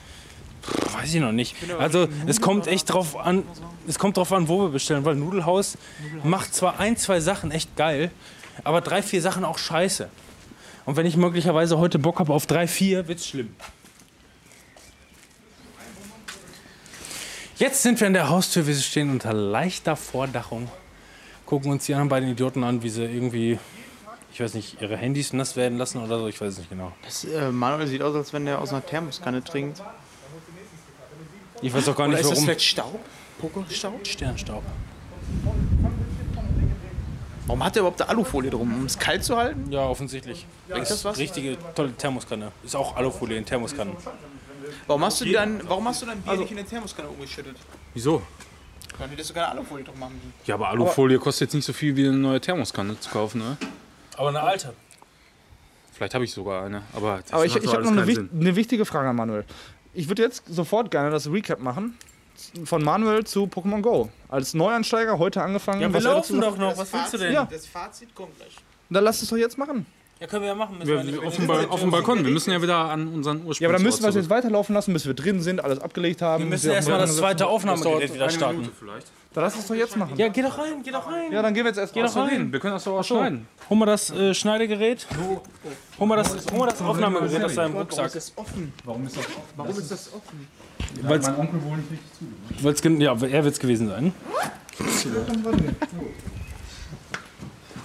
Speaker 1: Weiß ich noch nicht. Also es kommt echt drauf an, es kommt drauf an, wo wir bestellen, weil Nudelhaus macht zwar ein, zwei Sachen echt geil, aber drei, vier Sachen auch scheiße. Und wenn ich möglicherweise heute Bock habe auf drei, vier, wird's schlimm. Jetzt sind wir an der Haustür, wir stehen unter leichter Vordachung, gucken uns die anderen beiden Idioten an, wie sie irgendwie, ich weiß nicht, ihre Handys nass werden lassen oder so, ich weiß es nicht genau.
Speaker 3: Das, äh, Manuel sieht aus, als wenn der aus einer Thermoskanne trinkt.
Speaker 1: Ich weiß auch gar
Speaker 3: Oder
Speaker 1: nicht,
Speaker 3: ist das
Speaker 1: warum.
Speaker 3: vielleicht Staub? Pokerstaub?
Speaker 1: Sternstaub.
Speaker 3: Warum hat er überhaupt eine Alufolie drum? Um es kalt zu halten?
Speaker 1: Ja, offensichtlich. das ist
Speaker 3: das was?
Speaker 1: richtige tolle Thermoskanne. Ist auch Alufolie in Thermoskannen.
Speaker 3: Warum hast du dein, warum hast du dein Bier nicht in der Thermoskanne umgeschüttet?
Speaker 2: Wieso?
Speaker 3: Dann hättest du keine Alufolie drum machen müssen.
Speaker 2: Ja, aber Alufolie kostet jetzt nicht so viel wie eine neue Thermoskanne zu kaufen, ne?
Speaker 1: Aber eine alte.
Speaker 2: Vielleicht habe ich sogar eine, aber das
Speaker 4: Aber ich,
Speaker 2: macht
Speaker 4: ich
Speaker 2: doch
Speaker 4: habe
Speaker 2: alles
Speaker 4: noch eine,
Speaker 2: keinen Sinn.
Speaker 4: wich- eine wichtige Frage an Manuel. Ich würde jetzt sofort gerne das Recap machen. Von Manuel zu Pokémon Go. Als Neuansteiger heute angefangen.
Speaker 1: Ja, wir
Speaker 4: was hättest
Speaker 1: laufen
Speaker 4: du gesagt?
Speaker 1: doch noch. Was willst du denn?
Speaker 4: Ja.
Speaker 1: Ja,
Speaker 3: Das Fazit kommt gleich.
Speaker 4: Dann lass es doch jetzt machen.
Speaker 1: können wir ja machen. Müssen
Speaker 2: Wir, wir auf, dem Bal- auf dem Balkon, wir müssen ja wieder an unseren Ursprung.
Speaker 4: Ja, aber dann müssen wir es jetzt weiterlaufen lassen, bis wir drin sind, alles abgelegt haben.
Speaker 1: Wir müssen
Speaker 4: bis
Speaker 1: erstmal das
Speaker 4: auf-
Speaker 1: zweite Aufnahmegerät wieder starten.
Speaker 2: vielleicht.
Speaker 4: Dann lass es doch jetzt machen.
Speaker 1: Ja, geh doch rein, geh doch rein.
Speaker 4: Ja, dann gehen wir jetzt erst
Speaker 1: Geh doch rein.
Speaker 2: Wir können das doch auch schneiden.
Speaker 1: Hol mal das äh, Schneidegerät. Hol mal das, hol mal das Aufnahmegerät aus deinem Rucksack. Warum ist das offen? Warum ist das offen? Weil mein Onkel wohl nicht richtig zu. Ja, er wird's gewesen sein.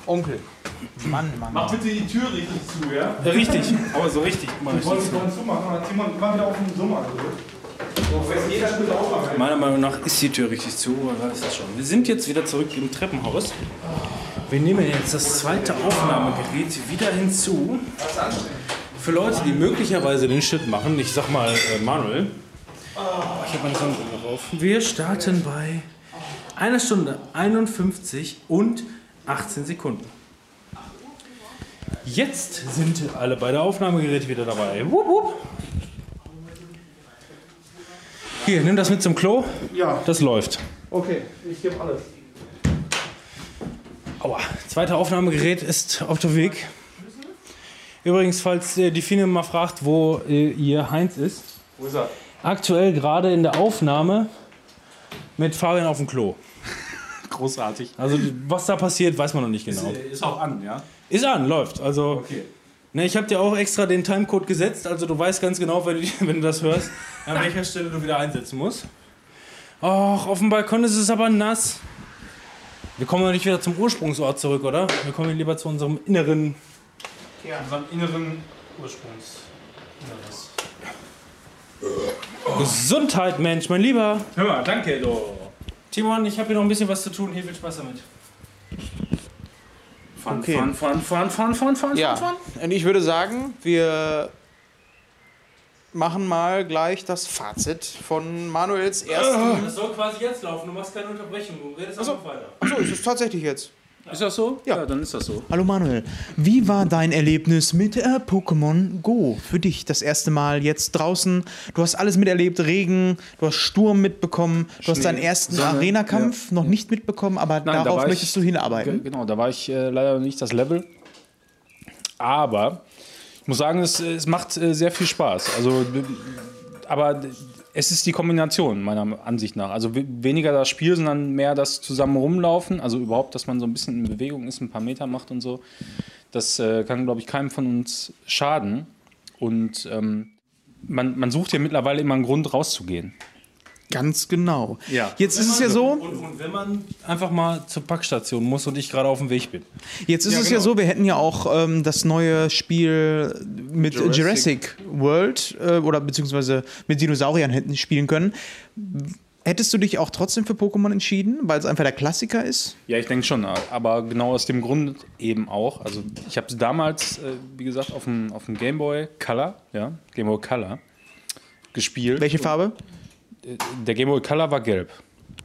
Speaker 3: Onkel. Mann, Mann. Mann.
Speaker 4: bitte die Tür richtig zu, ja?
Speaker 1: Ja, richtig. Aber so richtig. Mal
Speaker 4: Ich wollte es vorhin zumachen, aber Timon war wieder auf den Sommer gedrückt. So, wenn jeder Schritt aufmacht.
Speaker 1: Meiner Meinung nach ist die Tür richtig zu, oder ist das schon? Wir sind jetzt wieder zurück im Treppenhaus. Wir nehmen jetzt das zweite Aufnahmegerät wieder hinzu. Für Leute, die möglicherweise den Shit machen, ich sag mal äh, Manuel. Oh, ich habe meine Sonnenbrille drauf. Wir starten bei einer Stunde 51 und 18 Sekunden. Jetzt sind alle beide Aufnahmegeräte wieder dabei. Wupp, wupp. Hier, nimm das mit zum Klo.
Speaker 4: Ja.
Speaker 1: Das läuft.
Speaker 4: Okay, ich gebe alles.
Speaker 1: Aua, zweite Aufnahmegerät ist auf dem Weg. Übrigens, falls äh, die Fine mal fragt, wo äh, ihr Heinz ist.
Speaker 4: Wo ist er?
Speaker 1: Aktuell gerade in der Aufnahme mit Fabian auf dem Klo.
Speaker 2: Großartig.
Speaker 1: Also was da passiert, weiß man noch nicht
Speaker 4: äh,
Speaker 1: genau.
Speaker 2: Ist auch an, ja?
Speaker 1: Ist an, läuft. Also
Speaker 2: Okay.
Speaker 1: ne, ich habe dir auch extra den Timecode gesetzt, also du weißt ganz genau, wenn du, wenn du das hörst, an welcher Stelle du wieder einsetzen musst. Och, auf dem Balkon ist es aber nass. Wir kommen noch nicht wieder zum Ursprungsort zurück, oder? Wir kommen lieber zu unserem inneren
Speaker 2: Unseren inneren Ursprungs.
Speaker 1: Gesundheit, Mensch, mein Lieber.
Speaker 2: Oh. Hör mal, danke, du.
Speaker 1: Timon, ich habe hier noch ein bisschen was zu tun. Hier viel Spaß damit.
Speaker 2: Fun,
Speaker 3: Okay.
Speaker 2: fun, fun, fun, fun, fun, fun,
Speaker 3: Ja, und ich würde sagen, wir machen mal gleich das Fazit von Manuels ersten.
Speaker 1: Das soll quasi jetzt laufen. Du machst keine Unterbrechung. Du redest einfach weiter.
Speaker 3: Achso, ist es tatsächlich jetzt.
Speaker 2: Ist das so?
Speaker 3: Ja.
Speaker 2: dann ist das so.
Speaker 3: Hallo Manuel, wie war dein Erlebnis mit äh, Pokémon Go? Für dich das erste Mal jetzt draußen. Du hast alles miterlebt, Regen, du hast Sturm mitbekommen, du hast deinen ersten
Speaker 2: Sonne,
Speaker 3: Arena-Kampf noch nicht mitbekommen, aber
Speaker 2: da
Speaker 3: darauf
Speaker 2: war ich-
Speaker 3: möchtest du hinarbeiten.
Speaker 2: Ge- Genau, da war ich äh, leider noch nicht das Level. Aber ich muss sagen, es, es macht äh, sehr viel Spaß. Also, d- aber d- es ist die Kombination meiner Ansicht nach. Also we- weniger das Spiel, sondern mehr das zusammen rumlaufen. Also überhaupt, dass man so ein bisschen in Bewegung ist, ein paar Meter macht und so. Das äh, kann, glaube ich, keinem von uns schaden. Und ähm, man, man sucht ja mittlerweile immer einen Grund rauszugehen.
Speaker 3: Ganz genau.
Speaker 2: Ja.
Speaker 3: Jetzt ist es ja so,
Speaker 1: Also, Und, und wenn man einfach mal zur Packstation muss und ich gerade auf dem Weg bin.
Speaker 3: Jetzt ist es
Speaker 2: genau.
Speaker 3: ja so, wir hätten ja auch ähm, das neue Spiel mit Jurassic, World äh, oder beziehungsweise mit Dinosauriern hätten spielen können. Hättest du dich auch trotzdem für Pokémon entschieden, weil es einfach der Klassiker ist?
Speaker 2: Ja, ich denke schon, aber genau aus dem Grund eben auch. Also ich habe damals, äh, wie gesagt, auf dem, auf dem Game Boy Color, ja, Game Boy Color gespielt.
Speaker 3: Welche Farbe?
Speaker 2: Der Game Boy Color war gelb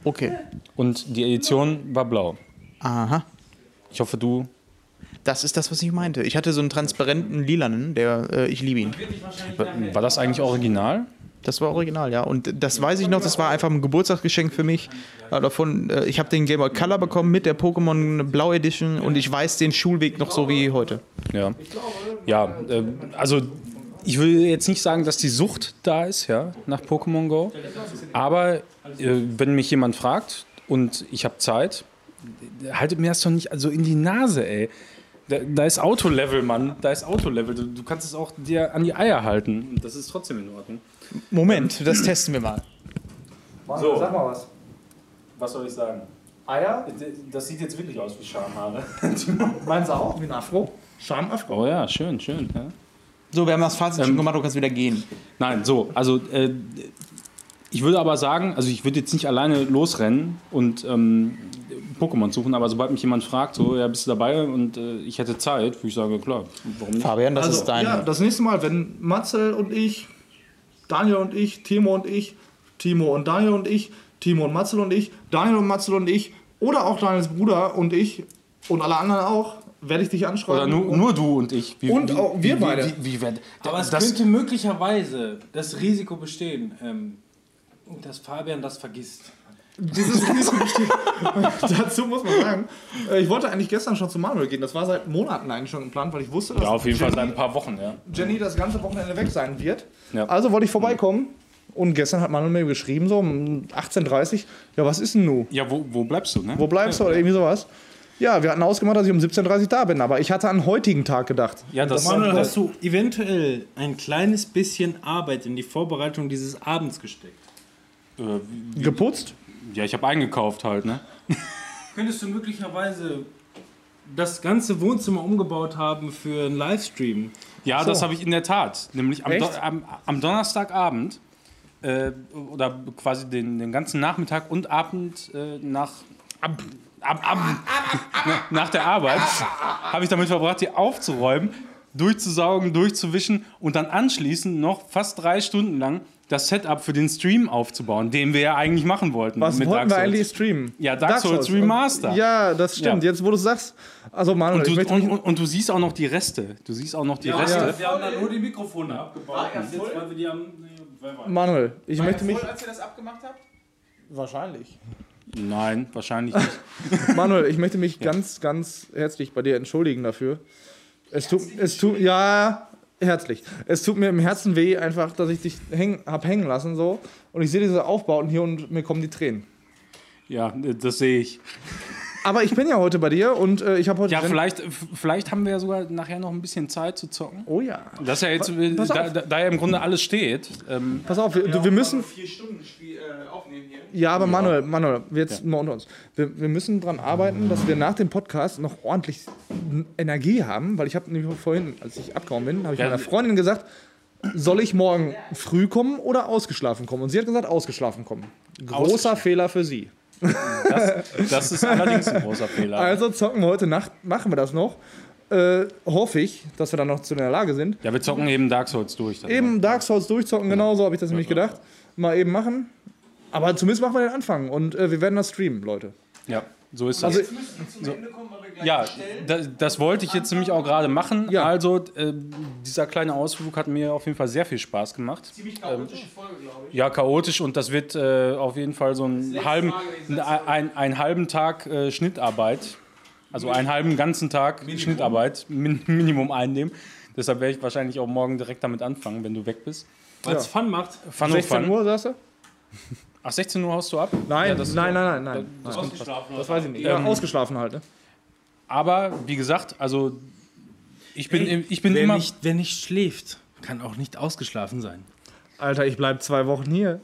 Speaker 3: Okay.
Speaker 2: und die Edition war blau.
Speaker 3: Aha.
Speaker 2: Ich hoffe, du.
Speaker 3: Das ist das, was ich meinte. Ich hatte so einen transparenten lilanen, der, äh, ich liebe ihn.
Speaker 2: War das eigentlich original?
Speaker 3: Das war original, ja. Und das weiß ich noch, das war einfach ein Geburtstagsgeschenk für mich. Äh, Davon, äh, ich habe den Game Boy Color bekommen mit der Pokémon Blau Edition und ich weiß den Schulweg noch so wie heute.
Speaker 2: Ja. Ja, ähm, also ich will jetzt nicht sagen, dass die Sucht da ist, ja, nach Pokémon Go. Aber äh, wenn mich jemand fragt und ich habe Zeit, haltet mir das doch nicht also in die Nase, ey. Da, da ist Autolevel, Mann. Da ist Autolevel. Du, du kannst es auch dir an die Eier halten. Das ist trotzdem in Ordnung.
Speaker 3: Moment, das testen wir mal.
Speaker 2: So. Sag mal was. Was soll ich sagen? Eier? Das sieht jetzt wirklich aus wie Schamhaare.
Speaker 3: Meins auch? Wie ein Afro?
Speaker 2: Oh ja, schön, schön. Ja.
Speaker 3: So, wir haben das Fazit
Speaker 4: Ähm,
Speaker 3: schon gemacht, du kannst wieder gehen.
Speaker 2: Nein, so, also äh, ich würde aber sagen, also ich würde jetzt nicht alleine losrennen und ähm, Pokémon suchen, aber sobald mich jemand fragt, so, ja, bist du dabei und äh, ich hätte Zeit, würde ich sagen, klar, warum nicht?
Speaker 3: Fabian, das
Speaker 4: Also,
Speaker 3: ist dein.
Speaker 4: Ja, das nächste Mal, wenn Matzel und ich, Daniel und ich, Timo und ich, Timo und Daniel und ich, Timo und Matzel und ich, Daniel und Matzel und ich oder auch Daniels Bruder und ich und alle anderen auch, werde ich dich anschreiben.
Speaker 2: Oder nur, nur du und ich. Wie,
Speaker 4: Und auch wir
Speaker 2: wie,
Speaker 4: beide.
Speaker 2: Wie, wie, wie, werd-
Speaker 1: Aber es
Speaker 2: das,
Speaker 1: könnte möglicherweise das Risiko bestehen, ähm, dass Fabian das vergisst.
Speaker 4: Dieses Risiko besteht. Dazu muss man sagen, äh, ich wollte eigentlich gestern schon zu Manuel gehen. Das war seit Monaten eigentlich schon geplant, weil ich wusste, dass
Speaker 2: ja, auf jeden Fall
Speaker 4: Jenny,
Speaker 2: seit ein paar Wochen, ja.
Speaker 4: Jenny das ganze Wochenende weg sein wird.
Speaker 2: Ja.
Speaker 4: Also wollte ich vorbeikommen. Und gestern hat Manuel mir geschrieben, so um 18.30 Uhr, ja, was ist denn nun?
Speaker 2: Ja, wo, wo bleibst du, ne?
Speaker 4: Wo bleibst du? Oder irgendwie sowas. Ja, wir hatten ausgemacht, dass ich um 17.30 Uhr da bin, aber ich hatte an heutigen Tag gedacht.
Speaker 2: Ja, das,
Speaker 1: Manuel,
Speaker 2: das,
Speaker 1: hast du eventuell ein kleines bisschen Arbeit in die Vorbereitung dieses Abends gesteckt?
Speaker 2: äh,
Speaker 4: Geputzt?
Speaker 2: ja, ich habe eingekauft halt, ne?
Speaker 1: Könntest du möglicherweise das ganze Wohnzimmer umgebaut haben für einen Livestream?
Speaker 2: Ja, das habe ich in der Tat. Nämlich am,
Speaker 4: Echt?
Speaker 2: Don- am, am Donnerstagabend äh, oder quasi den, den ganzen Nachmittag und Abend äh, nach, ab, ab, ab, nach der Arbeit habe ich damit verbracht, die aufzuräumen, durchzusaugen, durchzuwischen und dann anschließend noch fast drei Stunden lang das Setup für den Stream aufzubauen, den wir ja eigentlich machen wollten.
Speaker 4: Was wollten wir
Speaker 2: Souls.
Speaker 4: eigentlich streamen?
Speaker 2: Ja, Dark Souls Remaster.
Speaker 4: Ja, das stimmt.
Speaker 2: Ja.
Speaker 4: Jetzt, wo du es sagst. Also, Manuel,
Speaker 2: Und
Speaker 4: ich
Speaker 2: du,
Speaker 4: möchte
Speaker 2: und,
Speaker 4: mich.
Speaker 2: und, und du siehst auch noch die Reste. Du siehst auch noch die Reste.
Speaker 1: Wir haben dann nur die Mikrofone abgebaut. und jetzt, weil wir die haben, nee, wer weiß.
Speaker 4: Manuel, ich möchte mich.
Speaker 3: als ihr das abgemacht habt?
Speaker 4: Wahrscheinlich.
Speaker 2: Nein, wahrscheinlich nicht.
Speaker 4: Manuel, ich möchte mich ganz, ganz herzlich bei dir entschuldigen dafür. Es tut, es tut, ja, herzlich. Es tut mir im Herzen weh, einfach, dass ich dich häng, hab hängen lassen so. Und ich sehe diese Aufbauten hier und mir kommen die Tränen.
Speaker 2: Ja, das sehe ich.
Speaker 4: Aber ich bin ja heute bei dir und äh, ich habe heute.
Speaker 2: Ja,
Speaker 4: Jen-
Speaker 2: vielleicht, vielleicht haben wir ja sogar nachher noch ein bisschen Zeit zu zocken.
Speaker 4: Oh ja.
Speaker 2: Das ist ja jetzt,
Speaker 4: pass
Speaker 2: da,
Speaker 4: auf.
Speaker 2: da, da ja im Grunde alles steht. Ähm,
Speaker 4: Pass auf, wir, du, wir müssen.
Speaker 3: Vier Stunden aufnehmen hier.
Speaker 4: Ja, aber Manuel, Manuel, jetzt mal unter uns. Wir, wir müssen dran arbeiten, dass wir nach dem Podcast noch ordentlich Energie haben, weil ich habe nämlich vorhin, als ich abgehauen bin, habe ich
Speaker 2: Ja.
Speaker 4: meiner Freundin gesagt, soll ich morgen früh kommen oder ausgeschlafen kommen? Und sie hat gesagt, ausgeschlafen kommen. Großer Fehler für sie.
Speaker 2: das, das ist allerdings ein großer Fehler.
Speaker 4: Also zocken wir heute Nacht, machen wir das noch. Äh, hoffe ich, dass wir dann noch zu in der Lage sind.
Speaker 2: ja, wir zocken eben Dark Souls durch. dann.
Speaker 4: Eben Dark Souls durchzocken, genau so habe ich das nämlich gedacht. Mal eben machen. Aber zumindest machen wir den Anfang und äh, wir werden das streamen, Leute.
Speaker 2: Ja, so ist das.
Speaker 4: Also-
Speaker 2: ja, das, das wollte ich jetzt nämlich auch gerade machen.
Speaker 4: Ja.
Speaker 2: Also, äh, dieser kleine Ausflug hat mir auf jeden Fall sehr viel Spaß gemacht. Ziemlich chaotische Folge, glaube ich. Ja, chaotisch und das wird äh, auf jeden Fall so einen halben, ein, ein, einen halben Tag äh, Schnittarbeit, also einen halben ganzen Tag Schnittarbeit, min, Minimum einnehmen. Deshalb werde ich wahrscheinlich auch morgen direkt damit anfangen, wenn du weg bist.
Speaker 1: Weil es Fun macht.
Speaker 2: Fun oh
Speaker 4: 16
Speaker 2: Fun.
Speaker 4: Uhr, sagst du?
Speaker 2: Ach, 16 Uhr haust du ab?
Speaker 4: Nein,
Speaker 2: Ja, das ist
Speaker 4: nein,
Speaker 2: auch-
Speaker 4: nein, nein, nein.
Speaker 2: Das kommt fast.
Speaker 4: Das weiß ich nicht. Ja,
Speaker 2: Ähm,
Speaker 4: ausgeschlafen halt, ne?
Speaker 2: Aber wie gesagt, also ich bin, im- ich bin
Speaker 1: Wer
Speaker 2: immer.
Speaker 1: nicht, wer nicht schläft, kann auch nicht ausgeschlafen sein.
Speaker 4: Alter, ich bleib zwei Wochen hier.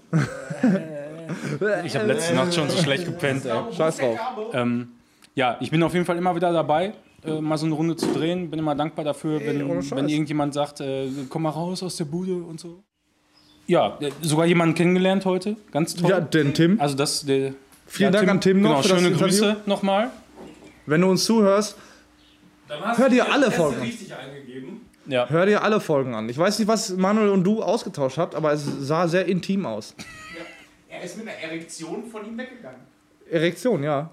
Speaker 2: Ich habe letzte Nacht schon so schlecht gepennt. Ey.
Speaker 4: Scheiß drauf.
Speaker 2: Ähm, ja, ich bin auf jeden Fall immer wieder dabei, äh, mal so eine Runde zu drehen. Bin immer dankbar dafür, wenn,
Speaker 4: ohne Scheiß.
Speaker 2: wenn irgendjemand sagt, äh, komm mal raus aus der Bude und so. Ja, äh, sogar jemanden kennengelernt heute. Ganz toll.
Speaker 4: Ja, denn Tim,
Speaker 2: also das, der,
Speaker 4: vielen Dank an Tim
Speaker 2: Genau,
Speaker 4: noch für
Speaker 2: schöne
Speaker 4: das Interview.
Speaker 2: Grüße nochmal.
Speaker 4: Wenn du uns zuhörst, hör dir alle Folgen an.
Speaker 1: Richtig eingegeben.
Speaker 2: Ja.
Speaker 4: Hör dir alle Folgen an. Ich weiß nicht, was Manuel und du ausgetauscht habt, aber es sah sehr intim aus.
Speaker 14: Er ist mit einer Erektion von ihm weggegangen.
Speaker 4: Erektion, ja.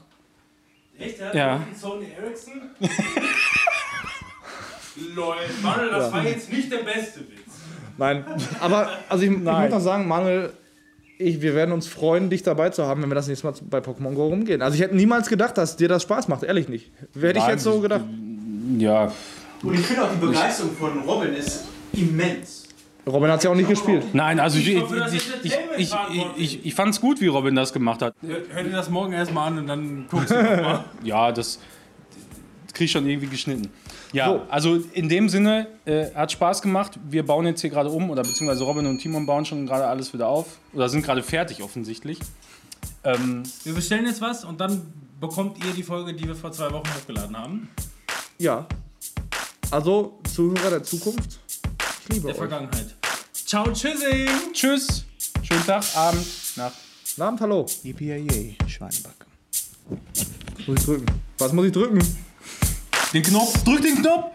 Speaker 1: Echt?
Speaker 9: Ja.
Speaker 1: Sony Ericsson? Lol, Manuel, das war jetzt nicht der beste Witz.
Speaker 4: Nein. Aber also ich, ich
Speaker 9: Nein.
Speaker 4: muss noch sagen, Manuel, ich, wir werden uns freuen, dich dabei zu haben, wenn wir das nächste Mal bei Pokémon Go rumgehen. Also ich hätte niemals gedacht, dass dir das Spaß macht, ehrlich nicht. Hätte ich
Speaker 2: Nein,
Speaker 4: jetzt so gedacht.
Speaker 2: Ja.
Speaker 3: Und ich finde auch die Begeisterung von Robin ist immens.
Speaker 4: Robin hat es ja auch nicht gespielt.
Speaker 2: Nein, also ich, ich,
Speaker 1: hoffe, das
Speaker 2: ich,
Speaker 1: ist
Speaker 2: ich,
Speaker 1: Entertainment
Speaker 2: ich,
Speaker 1: verantwortlich.
Speaker 2: ich, ich fand's gut, wie Robin das gemacht hat.
Speaker 1: Hör dir das morgen erstmal an und dann guckst du mal.
Speaker 2: Ja, das krieg ich schon irgendwie geschnitten. Ja,
Speaker 4: So.
Speaker 2: also in dem Sinne äh, hat Spaß gemacht. Wir bauen jetzt hier gerade um oder beziehungsweise Robin und Timon bauen schon gerade alles wieder auf oder sind gerade fertig offensichtlich. Ähm,
Speaker 1: Wir bestellen jetzt was und dann bekommt ihr die Folge, die wir vor zwei Wochen hochgeladen haben.
Speaker 4: Ja. Also, Zuhörer der Zukunft, ich liebe
Speaker 1: Der
Speaker 4: euch.
Speaker 1: Vergangenheit. Ciao, tschüssi!
Speaker 2: tschüss, schönen Tag, Abend, Nacht.
Speaker 4: Guten Abend, hallo.
Speaker 3: Yippie, Schweinebacke.
Speaker 4: Muss ich drücken? Was muss ich drücken?
Speaker 2: Den Knopf, drück den Knopf!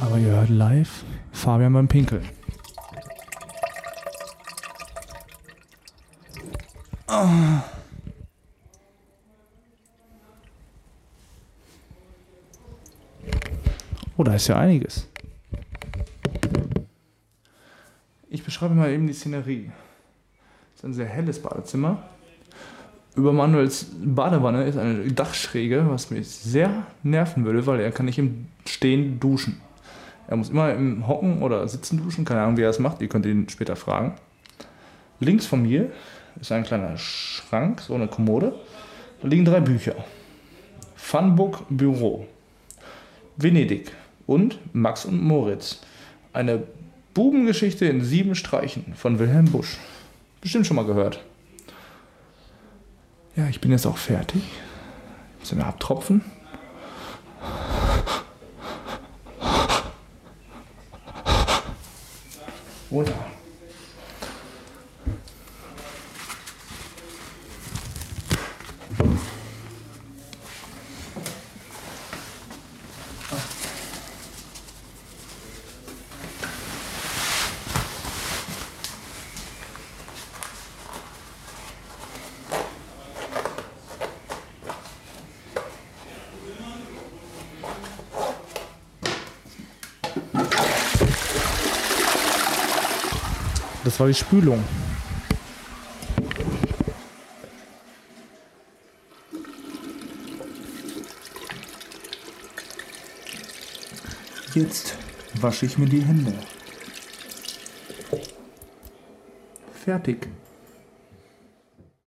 Speaker 4: Aber ihr hört live Fabian beim Pinkeln. Ah. Oh, da ist ja einiges. Ich beschreibe mal eben die Szenerie. Es ist ein sehr helles Badezimmer. Über Manuels Badewanne ist eine Dachschräge, was mich sehr nerven würde, weil er kann nicht im Stehen duschen. Er muss immer im Hocken oder Sitzen duschen. Keine Ahnung, wie er das macht. Ihr könnt ihn später fragen. Links von mir ist ein kleiner Schrank, so eine Kommode. Da liegen drei Bücher. Funbook Büro. Venedig und Max und Moritz. Eine Bubengeschichte in sieben Streichen von Wilhelm Busch. Bestimmt schon mal gehört. Ja, ich bin jetzt auch fertig. Müssen wir abtropfen. Runter. Das war die Spülung. Jetzt wasche ich mir die Hände. Fertig.